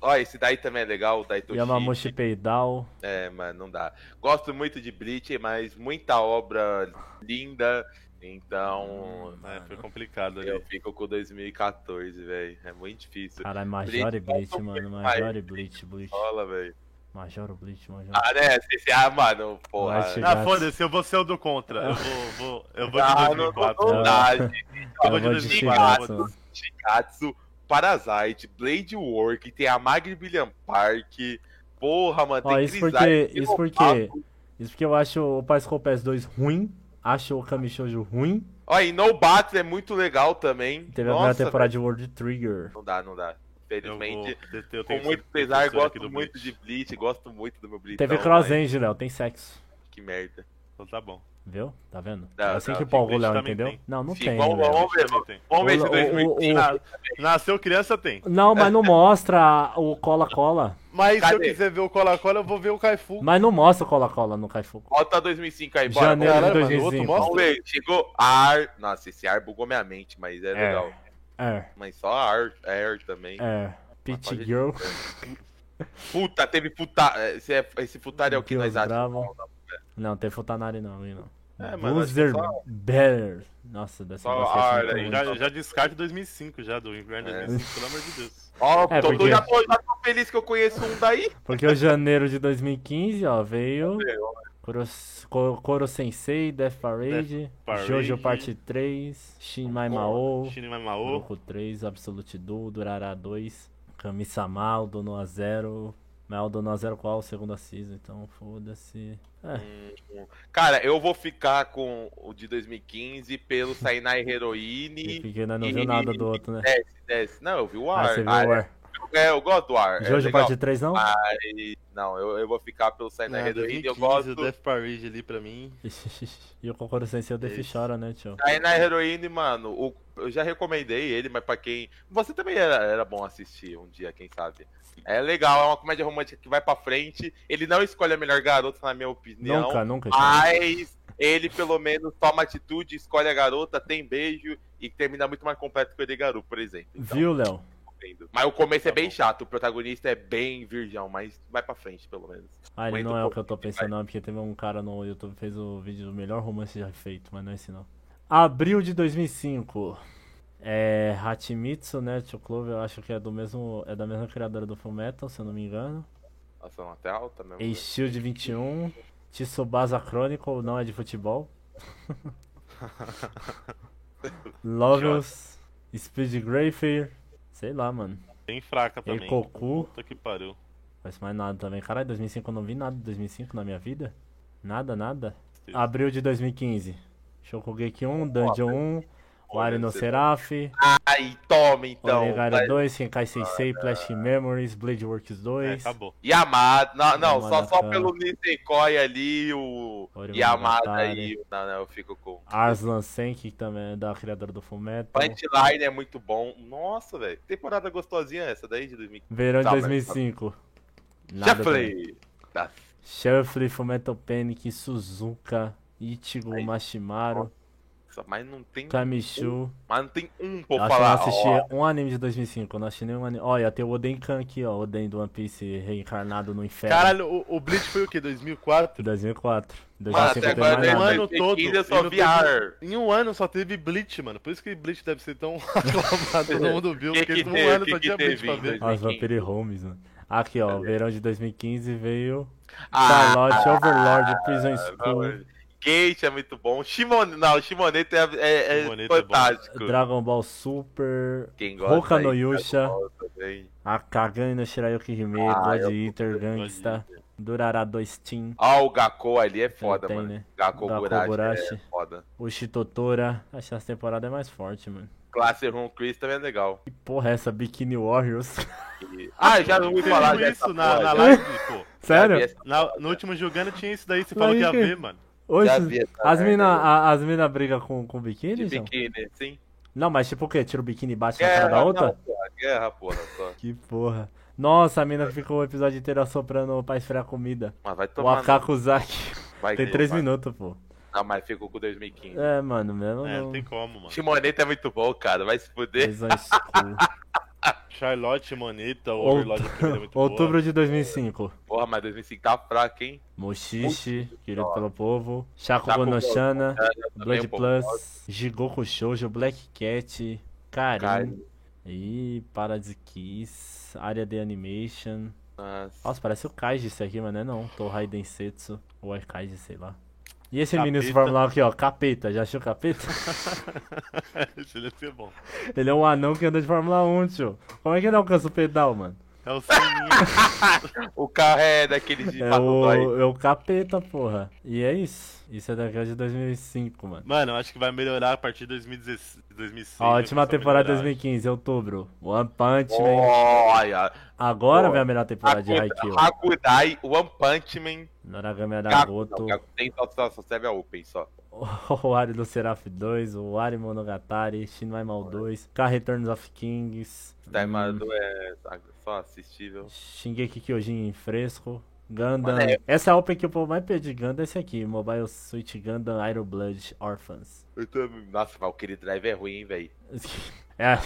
S2: Ó, esse daí também é legal, o Daitoshi.
S1: Yamamushi Peidal.
S2: É, mano, não dá. Gosto muito de Bleach, mas muita obra linda. Então,
S4: É, foi
S3: Hum.
S4: complicado ali.
S2: eu fico com 2014, velho. É muito difícil.
S1: Caralho, Major e
S2: Bleach,
S1: Bleach, mano.
S2: vai.
S1: Major e Bleach, Bleach.
S2: Rola, velho.
S1: Major Bleach, Major.
S2: Ah, né? Esse- Ah, mano, porra.
S1: Vai chegar.
S4: Ah, foda-se, eu vou ser o do contra. Eu vou, vou, eu vou de
S2: Ah, não, não,
S4: 2004.
S2: não dá, gente.
S1: Eu
S4: vou de
S1: vou de
S4: 2004.
S1: Shigatsu, mano.
S2: Shikatsu, Parasite, Blade Work, tem a Magri Billion Park. Porra, mano,
S1: Ó,
S2: tem
S1: isso
S2: Crisais,
S1: porque,
S2: tem
S1: isso porque,
S2: Opaco.
S1: isso porque eu acho o Paisco PS2 ruim, acho o Kamishoujo ruim,
S2: Ó, e No Battle é muito legal também.
S1: teve a
S2: Nossa,
S1: primeira temporada de World Trigger.
S2: Não dá, não dá.
S4: Eu
S2: Felizmente,
S4: vou- eu tenho
S2: com
S4: que
S2: muito
S4: ser
S2: pesar,
S4: professor aqui
S2: gosto
S4: do
S2: muito
S4: Blitz.
S2: de Bleach, gosto muito do meu Bleach.
S1: Teve Cross Angel, Léo, tem sexo.
S2: Que merda.
S4: Então tá bom.
S1: Viu? Tá vendo?
S2: Não,
S1: É assim
S2: não,
S1: que empolga o
S4: Blitz
S1: Léo,
S4: também
S1: entendeu?
S4: tem.
S1: Não, não
S2: Sim,
S1: tem.
S2: vamos,
S1: Léo.
S2: vamos ver.
S4: Também tem.
S2: Vamos ver
S1: O-
S2: se
S1: o-
S2: 2015.
S1: o-
S2: Ah,
S4: Nasceu criança, tem.
S1: Não, mas não mostra o Cola-Cola.
S3: Mas se eu
S2: Cadê?
S3: quiser ver o Cola-Cola, eu vou ver o Caifu.
S1: Mas não mostra o Cola-Cola no Caifuco.
S2: Bota 2005 aí, bora.
S1: Janeiro
S3: Caralho,
S1: de
S3: mano, outro
S1: 2005.
S3: mostra?
S2: Vamos ver. Chegou ar. Nossa, esse ar bugou minha mente, mas é, legal.
S1: É,
S2: Mas só ar, air também.
S1: é. Pit
S2: pode-
S1: Girl.
S2: Puta, teve puta. Esse, é, esse futari é o que
S1: Deus
S2: nós achamos.
S1: bravo. Não, tem Futanari não, aí não.
S2: É, mano, acho que
S1: Boozer
S2: só-
S1: Better. Nossa, dessa
S2: Só né?
S1: vez
S2: olha
S1: foi
S2: aí,
S1: muito ruim.
S4: Já, já descarte 2005 já, do Inverno
S2: É.
S4: 2005, pelo amor de Deus.
S2: Ó,
S1: É,
S2: tô, tô-
S1: porque-
S2: já, tô, já tô feliz que eu conheço um daí.
S1: Porque o janeiro de 2015, ó, veio
S2: Meu,
S1: Kuros- Ko- Koro Sensei, Death Parade,
S4: Parade.
S1: Jojo Parte 3, Shin Mai Mao,
S4: Shinima Mao.
S1: Kuroko 3, Absolute Duo, Durará 2, Kami-sama, o Dono a Zero. Mas o Dono a Zero qual? Segunda season, então foda-se. É,
S2: Cara, eu vou ficar com o de 2015 pelo Sainai
S1: e
S2: Heroine.
S1: porque ainda não viu nada do outro, né?
S2: Desce, desce. Não, eu vi o
S1: Ah,
S2: ar.
S1: você viu
S2: Ah,
S1: o War.
S2: É, eu gosto do ar. é
S1: Jojo
S2: legal.
S1: Parte 3 não?
S2: Mas, não, eu, eu vou ficar pelo Sainai
S1: É,
S3: Ah,
S2: Heroine. né, Eu
S3: 2015,
S2: gosto
S3: o Death Parade ali pra mim.
S1: e o Kokoro Sensei, o Defi
S3: Esse.
S1: chora, né, tio?
S2: Aí na Heroine, mano, o- eu já recomendei ele, mas pra quem. Você também era, era bom assistir um dia, quem sabe. É legal, é uma comédia romântica que vai pra frente. Ele não escolhe a melhor garota, na minha opinião.
S1: Nunca, nunca, tio.
S2: Ah, é? Mas ele, pelo menos, toma atitude, escolhe a garota, tem beijo e termina muito mais completo que o Edegaru, por exemplo. Então,
S1: Viu, Léo?
S2: entendo. Mas o começo é
S4: Tá
S2: bem
S4: bom.
S2: chato, o protagonista é bem virgão, mas vai pra frente, pelo menos.
S1: Ah, ele
S2: Aguenta
S1: não
S2: um
S1: é o que eu tô
S2: pouquinho,
S1: pensando, não, porque teve um cara no YouTube que fez o vídeo do melhor romance já feito, mas não é esse não. Abril de 2005. É. Hachimitsu, né? Tio Clove, eu acho que é do mesmo. É da mesma criadora do Fullmetal, se eu não me engano.
S2: Nossa, não, até alta mesmo. né?
S1: E Shield 21. Tsubasa Chronicle, não é de futebol. Loveless. Speed Greyfair. Sei lá, mano.
S4: Bem fraca
S1: E
S4: também.
S1: Koku.
S4: Puta que pariu.
S1: Faz mais nada também. Caralho, 2005 eu não vi nada de 2005 na minha vida. Nada, nada.
S4: Tristeza.
S1: Abril de 2015. Shokugeki 1, Dungeon 1, Wario no
S2: você- tá
S1: Seraph,
S2: Aí, toma então.
S1: Onegari 2, Kenkai Seisei, Flash Memories, Blade Works
S4: É,
S1: 2.
S4: acabou.
S2: Yamada, não, não só,
S1: Yamada tá.
S2: só
S1: Khan.
S2: pelo Nisekoi ali, o
S1: Orimonogatari.
S2: Yamada aí. Não, não, eu fico com.
S1: Arslan Senki, que também é da criadora do Fullmetal.
S2: Punchline é muito bom. Nossa, velho. Temporada gostosinha essa daí de 2015.
S1: Verão de
S2: Tá, mas-
S1: 2005. Nada né? também.
S2: Shuffle! Tá.
S1: Shuffle, Fullmetal Panic, Suzuka, Ichigo,
S2: Aí.
S1: Mashimaru,
S2: Pixar, mas não tem,
S1: Kamishu.
S2: mas não tem um pra
S1: Eu
S2: eu
S1: acho que eu não
S2: falar.
S1: assisti
S2: ó.
S1: um anime de 2005, eu não assisti nenhum anime. Olha, tem o Oden Khan aqui, ó. Oden do One Piece reencarnado no inferno.
S3: Caralho, o, o Bleach foi o quê? 2004?
S1: 2004.
S2: Mano,
S1: 2005
S2: até
S1: não tem mais
S2: agora
S3: um
S1: nada.
S3: ano
S2: ano
S3: todo,
S2: todo. Eu
S3: ele
S2: só
S3: não
S2: vi
S3: teve-
S2: ar.
S3: Em um ano só teve Bleach, mano. Por isso que Bleach deve ser tão aclamado, todo mundo viu.
S2: Que
S3: Porque
S2: que
S3: um
S2: teve?
S3: ano
S2: Que
S3: só
S2: que
S3: tinha Bleach
S2: teve
S3: pra
S2: em
S3: ver.
S2: dois-
S1: As Vampire Homes, mano. Aqui, ó, o verão de 2015 veio
S2: Ah,
S1: Charlotte Overlord Prison School,
S2: mano. Gate é muito bom. Shimon... Não, Shimoneto é, é- é
S4: Shimoneto é bom.
S2: fantástico.
S1: Dragon Ball Super,
S2: Quem
S1: Hoka no
S2: aí,
S1: Yusha,
S2: Dragon Ball também.
S1: a Kagani no Shirayuki Hime,
S2: Ah,
S1: God
S2: eu-
S1: Eater, Gangsta, Durará 2 Team,
S2: Ah, o Gakko ali é foda,
S1: tem,
S2: mano.
S1: né?
S2: Gakko
S1: Gakko
S2: Gurashi,
S1: Gurashi.
S2: é foda.
S1: Ushitotora. Acho que essa temporada é mais forte, mano.
S2: Classroom Chris também é legal.
S1: Que porra é essa? Bikini Warriors?
S2: E- Ah, já não ouvi
S4: Você
S2: falar
S4: viu
S2: dessa
S4: isso na,
S2: porra,
S4: na
S2: já
S4: live, pô.
S1: Sério?
S2: vi essa-
S4: Na- no último jogando tinha isso daí, você falou
S1: Aí
S4: que ia
S1: que-
S4: ver, mano.
S1: Oxe,
S2: já vi essa
S1: as
S2: merda,
S1: mina,
S2: né?
S1: a- as mina brigam com, com
S2: De
S1: biquíni, João?
S2: biquíni, sim.
S1: Não, mas tipo o quê? Tira o biquíni e bate na cara
S2: Guerra,
S1: da outra?
S2: não, porra, guerra, porra, só.
S1: Que porra. Nossa, a mina que ficou o episódio inteiro assoprando pra esfriar comida.
S2: Mas vai
S1: O
S2: tomar. no-
S1: Akakuzaki.
S2: vai
S1: Tem
S2: tomar.
S1: 3 minutos, pô.
S2: Ah, mas ficou com 2015.
S1: É, mano, mesmo.
S4: É,
S1: É,
S4: não tem como, mano.
S2: Shimoneto é muito bom, cara. Vai se fuder.
S4: Charlotte, Moneta, Overlord é
S1: Outubro,
S4: muito boa.
S1: Outubro de 2005.
S2: Porra, mas 2005 tá fraco, hein?
S1: Moshishi, querido pelo povo. Shakugo
S2: Shakugo
S1: no
S2: no
S1: Shana,
S2: também
S1: Blood
S2: um pouco
S1: Plus, Jigoku Shoujo, Black Cat, Karin.
S2: Karin.
S1: E Paradise Kiss, área de animation.
S2: Nossa.
S1: Nossa, parece o Kaiji isso aqui, mas não é não. Torai Densetsu, ou é Kaiji, sei lá. E esse
S4: Capeta.
S1: ministro Fórmula 1 aqui, ó, capeta, já achou capeta?
S4: Esse deve ser bom.
S1: ele é um anão que anda de Fórmula 1, tio. Como é que ele alcança o pedal, mano?
S4: É o sininho.
S2: O carro é daquele de
S1: É
S2: pato
S1: o,
S2: dói.
S1: é o capeta, porra. E é isso. Isso é daquela de 2005, mano.
S4: Mano, eu acho que vai melhorar a partir de 2016, 2006.
S1: Ó, a
S4: vai
S1: última
S4: começar a
S1: temporada
S4: melhorar.
S1: 2015, outubro. One Punch Man.
S2: Olha,
S1: Agora
S2: Ó.
S1: vem a melhor temporada Ah, de Haikyuu.
S2: Hakudai, One Punch Man,
S1: Noragami
S2: Gaku,
S1: Adagoto.
S2: não, Gaku tem só, só, só serve a Open só.
S1: O Ari do Seraph 2, o Ari Monogatari, Shinmai Mal 2, Car Returns of Kings,
S2: Daimado
S4: Uhum.
S2: é só assistível.
S1: Shingeki Kyojin em fresco, Gundam.
S2: Mano, é-
S1: Essa é a open que o povo mais pede de Gundam é esse aqui, Mobile Suit Gundam Iron Blood Orphans.
S2: Eu tô- Nossa, mas o Kiri Drive é ruim, hein, velho.
S1: É,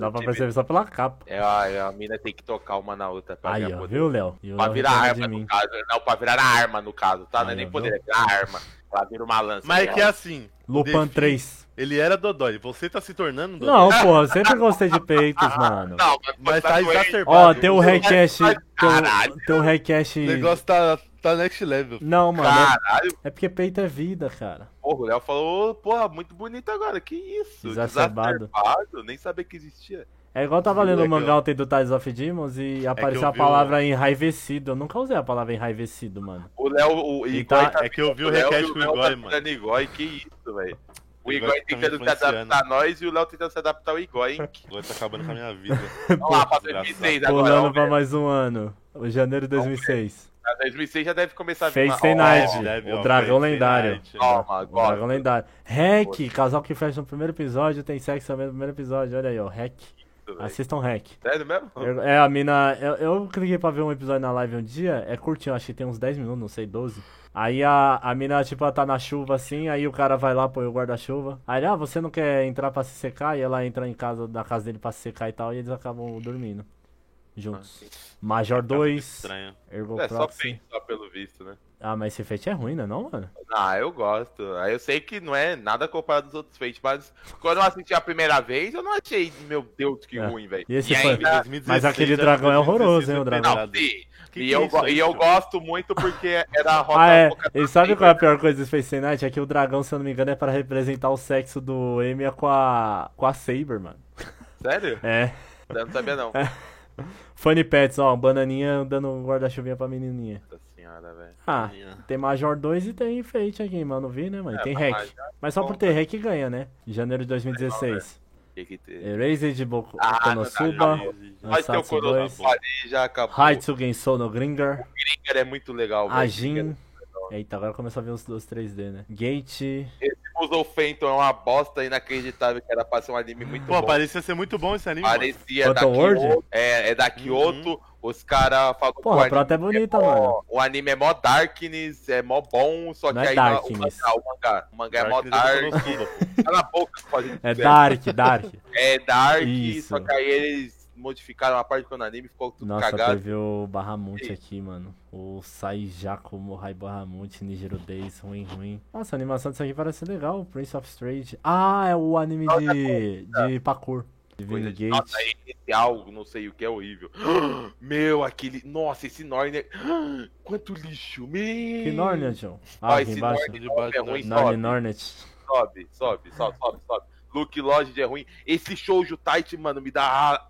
S1: dá pra perceber só pela capa.
S2: É, a, a mina tem que tocar uma na outra pra,
S1: Aí,
S2: virar
S1: ó, viu, Léo? E o
S2: pra
S1: Léo
S2: virar
S1: reclama de
S2: arma, no caso. né? Não, pra virar arma, no caso, tá? Não é
S1: Aí, ó,
S2: nem poder, é virar arma. Ela vira uma lança.
S4: Mas é
S2: né?
S4: que é assim,
S1: Lupan
S4: Define.
S1: 3.
S4: ele era Dodói, você tá se tornando um Dodói.
S1: Não, porra, eu sempre gostei de peitos, mano.
S2: Ah, Não, mas,
S4: Mas tá
S2: doente.
S1: Ó,
S4: exacerbado. tá-
S1: tem um o Recast.
S2: Caralho.
S1: Tem o Recast.
S3: O negócio tá, tá next level.
S1: Não,
S4: né?
S1: mano. é-
S2: Caralho,
S1: É porque peito é vida, cara.
S2: porra, o Léo falou, porra, muito bonito agora, que isso?
S1: Exacerbado.
S2: Exacerbado, nem sabia que existia.
S1: É igual eu tava lendo o
S3: Moleque,
S1: mangá ontem do Tides of Demons
S2: É
S1: e apareceu
S4: eu
S1: a
S4: vi
S1: palavra enraivecido. Eu nunca usei a palavra enraivecido, mano.
S2: O Léo, o
S1: E
S2: Igor
S1: tá-
S2: tá
S4: É que eu vi o
S2: Léo
S4: request
S2: e
S4: com o
S2: Léo
S4: Igor,
S2: tá
S4: mano.
S2: virando Igor, que isso, velho. O
S4: O Igor
S2: Igor
S4: tá me
S2: tentando se
S4: influenciando.
S2: adaptar a nós e o Léo tentando se adaptar ao Igor, hein?
S4: Agora tá acabando com a minha vida.
S2: Vamos lá, pra
S4: engraçado.
S2: 2006 agora.
S1: Pulando
S2: Vamos
S1: pra
S2: ver.
S1: mais um ano. O Janeiro de 2006.
S2: Pra 2006 já deve começar a vir.
S1: Fate
S2: uma-
S1: Stay
S2: Ó,
S1: Night.
S4: deve,
S1: O
S4: ó,
S1: dragão
S4: Fate Stay
S1: lendário.
S4: Night.
S2: Calma,
S1: O
S2: agora.
S1: dragão lendário. Hack, casal que fecha no primeiro episódio, tem sexo também no primeiro episódio. Olha aí, ó. Hack.
S2: isso, velho.
S1: Assistam Hack.
S2: Sério mesmo?
S1: Eu- É, a mina. Eu, eu cliquei pra ver um episódio na live um dia, é curtinho, acho que tem uns 10 minutos, não sei, 12. Aí a, a mina, tipo, ela tá na chuva assim, aí o cara vai lá, põe o guarda-chuva. Aí, ele, ah, você não quer entrar pra se secar? E ela entra em casa, da casa dele pra se secar e tal, e eles acabam dormindo. Juntos. Major 2,
S4: Tá Estranho.
S1: Ergo
S2: Ah, É, só
S1: Proxy.
S2: bem, só pelo visto, né?
S1: Ah, mas esse feit é ruim, né, não, mano?
S2: Ah, eu gosto. Aí eu sei que não é nada comparado aos outros feitos, mas quando eu assisti a primeira vez, eu não achei, meu Deus, que
S1: É.
S2: ruim, velho.
S1: E esse foi-
S2: ainda-
S4: 2016
S1: Mas aquele
S4: era
S1: dragão é horroroso,
S4: 2016
S1: hein, o dragão.
S2: Não,
S4: temporada.
S2: sim.
S4: Que
S2: e,
S4: que é
S2: eu,
S4: isso
S2: go-
S4: aí,
S2: e eu
S4: tio?
S2: gosto muito porque era a rota
S1: Ah, é.
S2: foca-
S1: E sabe qual é a pior coisa desse Face Night? É que o dragão, se eu não me engano, é pra representar o sexo do Emia com a. com a Saber, mano.
S2: Sério?
S1: É.
S2: Eu não sabia, não.
S1: Funny Pets, ó, bananinha dando um guarda-chuvinha pra menininha.
S2: Nossa senhora, velho.
S1: Ah, tem Major 2 e tem Fate aqui, mano, vi, né, mano? tem
S2: É, mas
S1: hack.
S2: Major
S1: Mas só por
S2: bom,
S1: ter hack ganha, né? Janeiro de 2016.
S2: Tem que ter.
S1: Erased Boku
S2: né? Ah, não
S1: Konosuba,
S2: dá, Mas teu
S1: Ansatsu 2,
S2: coronavírus ali já acabou.
S1: Haitsugen Sono Gringer,
S2: Gringer é muito legal, velho.
S1: Ajin.
S2: Gringer-
S1: Eita, agora começou a ver os, os 3D, né? Gate,
S2: Esse Puzzle Phantom é uma bosta inacreditável que era pra ser um anime muito
S4: Pô,
S2: bom.
S4: parecia ser muito bom esse anime. mano.
S2: Parecia da
S1: Phantom World?
S2: Kyoto. É, é da
S4: Uhum.
S2: Kyoto. Os caras falam que
S1: Porra, a
S2: o anime
S1: prota é bonita,
S2: mó-
S1: mano.
S2: O anime é mó Darkness, é mó bom, só
S1: Não
S2: que
S1: é
S2: aí na- o
S1: Darkness.
S2: mangá, o mangá, o mangá é mó
S4: Darkness
S2: dark.
S4: é Konosuba, pô.
S2: Cala a boca, pode
S1: É Dark, Dark.
S2: É dark,
S1: Isso.
S2: só que aí eles modificaram a parte quando o anime ficou tudo
S1: Nossa,
S2: cagado.
S1: teve o Barramute aqui, mano. O Saijaku Mohai Barramute, Nijiro Days, ruim, ruim. Nossa, a animação disso aqui parece legal. Prince of Strade. Ah, é o anime de, de parkour. Divino
S2: Coisa de-
S1: Gate.
S2: Nossa, aí esse algo, não sei o que, é horrível. Meu, aquele. Nossa, esse Norner. Quanto lixo, meu.
S1: Que Nornet, John?
S2: Ó,
S1: Ah, aqui
S2: esse
S1: embaixo.
S2: Nornet
S3: De baixo,
S2: é
S4: né?
S2: ruim,
S1: Norne
S2: sobe,
S1: Nornet.
S2: sobe, sobe, sobe, sobe, sobe. Luke Lodge é ruim. Esse Shoujo Tight, mano, me dá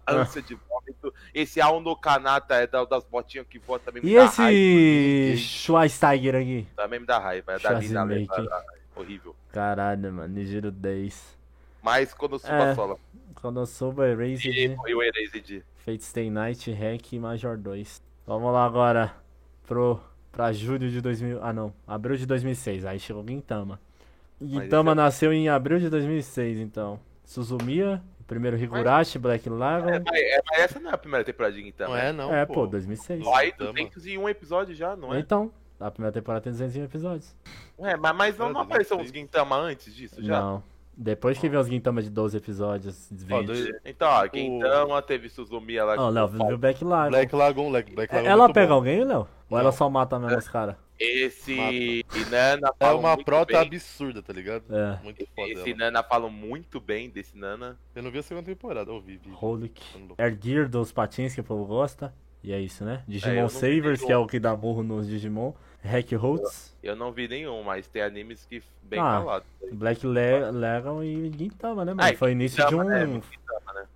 S2: a- ânsia de vômito. Esse Aono Kanata é da- das botinhas que voa também me
S1: E
S2: dá raiva.
S1: esse Schweinsteiger aqui?
S2: Também me dá raiva. É da Lina
S1: Schwarzenegger.
S2: Leva, da- horrível.
S1: Caralho, mano. Nijiro 10.
S2: Mas quando eu subo
S1: É.
S2: a sola.
S1: Quando eu souber,
S2: E
S1: Erased,
S2: o Erased.
S1: Fate Stay Night, Hack e Major 2. Vamos lá agora pro, pra julho de 2000. Ah, não. Abril de 2006. Aí chegou Gintama.
S3: é-
S1: Gintama
S2: esse
S1: nasceu em abril de 2006, então. Suzumiya, primeiro Higurashi, Black Lagoon.
S2: Mas, é, mas essa não é a primeira temporada de Gintama.
S3: Não é, não.
S1: É, pô, 2006.
S3: Ó,
S2: Aí
S3: Gintama.
S2: 201 episódios já, não é?
S1: Então, a primeira temporada tem 201 episódios.
S2: É, mas, mas não, não
S3: Nada, nem
S2: apareceu
S3: sei.
S2: uns Gintama antes disso já?
S1: Não. Depois que vem os Gintama de 12 episódios, 20.
S3: Ó, dois-
S2: Então, ó, Gintama, teve Suzumiya lá.
S1: Ó, Léo, viu o Black Lagoon.
S3: Black Lagoon, Black, Black Lagoon. é
S1: Ela
S3: muito
S1: pega
S3: bom.
S1: alguém, Léo? Ou ela só mata mesmo os caras?
S2: Esse Nana
S3: É
S2: falam
S3: uma
S2: muito
S3: prota
S2: bem.
S3: absurda, tá ligado?
S1: É.
S3: Muito foda.
S2: Esse
S3: ela.
S2: Nana falam muito bem desse Nana.
S3: Eu não vi a segunda temporada, ouvi. Vi.
S1: Holic.
S3: Tô louco.
S1: Air Gear dos patins que o povo gosta. E é isso, né?
S2: eu
S1: Digimon
S2: não sei
S1: Savers,
S2: nenhum.
S1: que é o que dá burro nos Digimon. Hack Holtz,
S2: Eu não vi nenhum, mas tem animes que bem
S1: Ah,
S2: falado.
S1: Black Le Legon e Gintama, né,
S2: Ah,
S1: mano?
S2: e
S1: Foi início de
S2: Gintama, né?
S1: um.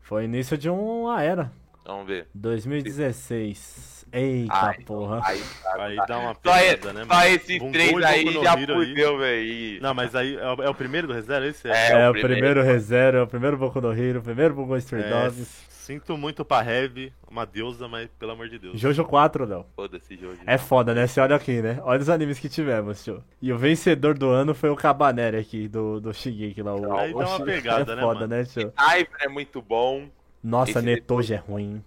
S1: Foi início de uma era.
S2: Vamos ver.
S1: 2016. Eita
S2: Ai,
S1: porra.
S2: Aí,
S4: Aí dá uma
S2: só, e-
S4: pesada, né,
S2: só
S4: mano?
S2: esses
S4: Bungo e
S2: três
S4: Boku
S2: aí
S4: no
S2: já
S4: Hero aí.
S2: fudeu, velho.
S4: Não, mas aí é o, é o primeiro do reserva esse?
S2: É,
S1: É,
S2: o
S1: o primeiro ReZero, é o primeiro Boku no Hero, o primeiro Bungo Stray
S4: É,
S1: Dogs.
S4: sinto muito pra Heavy, uma deusa, mas pelo amor de Deus.
S1: Jojo 4, Léo.
S2: Foda-se, Jojo.
S1: É foda, né? Você olha aqui, né? Olha os animes que tivemos, tio. E o vencedor do ano foi o Cabaneri aqui, do, do Shingeki lá. O,
S4: Aí dá
S1: o
S4: uma
S1: Shingeki
S4: pegada,
S1: é
S4: né,
S1: foda,
S4: mano?
S1: né, tio?
S2: Ivan é muito bom.
S1: Nossa,
S2: Esse
S1: Netoji é ruim.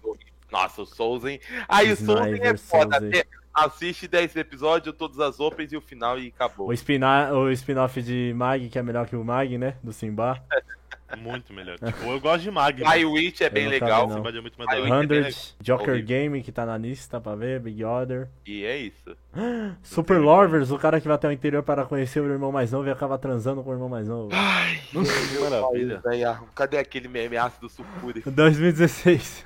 S2: Nossa, o Souzen. Aí o Souzen é
S1: Sniper,
S2: foda.
S1: Souzen.
S2: até Assiste 10 episódios, todas as opens e o final e acabou.
S1: O, spina- o spin-off de Mag, que é melhor que o Mag, né? Do Simba.
S2: É,
S4: Muito melhor. Tipo, eu gosto de Mag,
S2: Vai
S4: mas
S2: Witch é bem
S1: não
S2: legal.
S1: cabe, não.
S4: Simbad é muito mais
S2: Vai
S4: da hora.
S2: Witch é bem
S1: 100,
S2: legal.
S1: Joker
S2: horrível.
S1: Game, que tá na lista pra ver, Big Other.
S2: E é isso.
S1: Super Lovers, o cara que vai até o interior para conhecer o irmão mais novo e acaba transando com o irmão mais novo.
S2: Ah!
S3: Que maravilha.
S2: Véia, Cadê aquele meme ácido do Sucuri?
S1: 2016.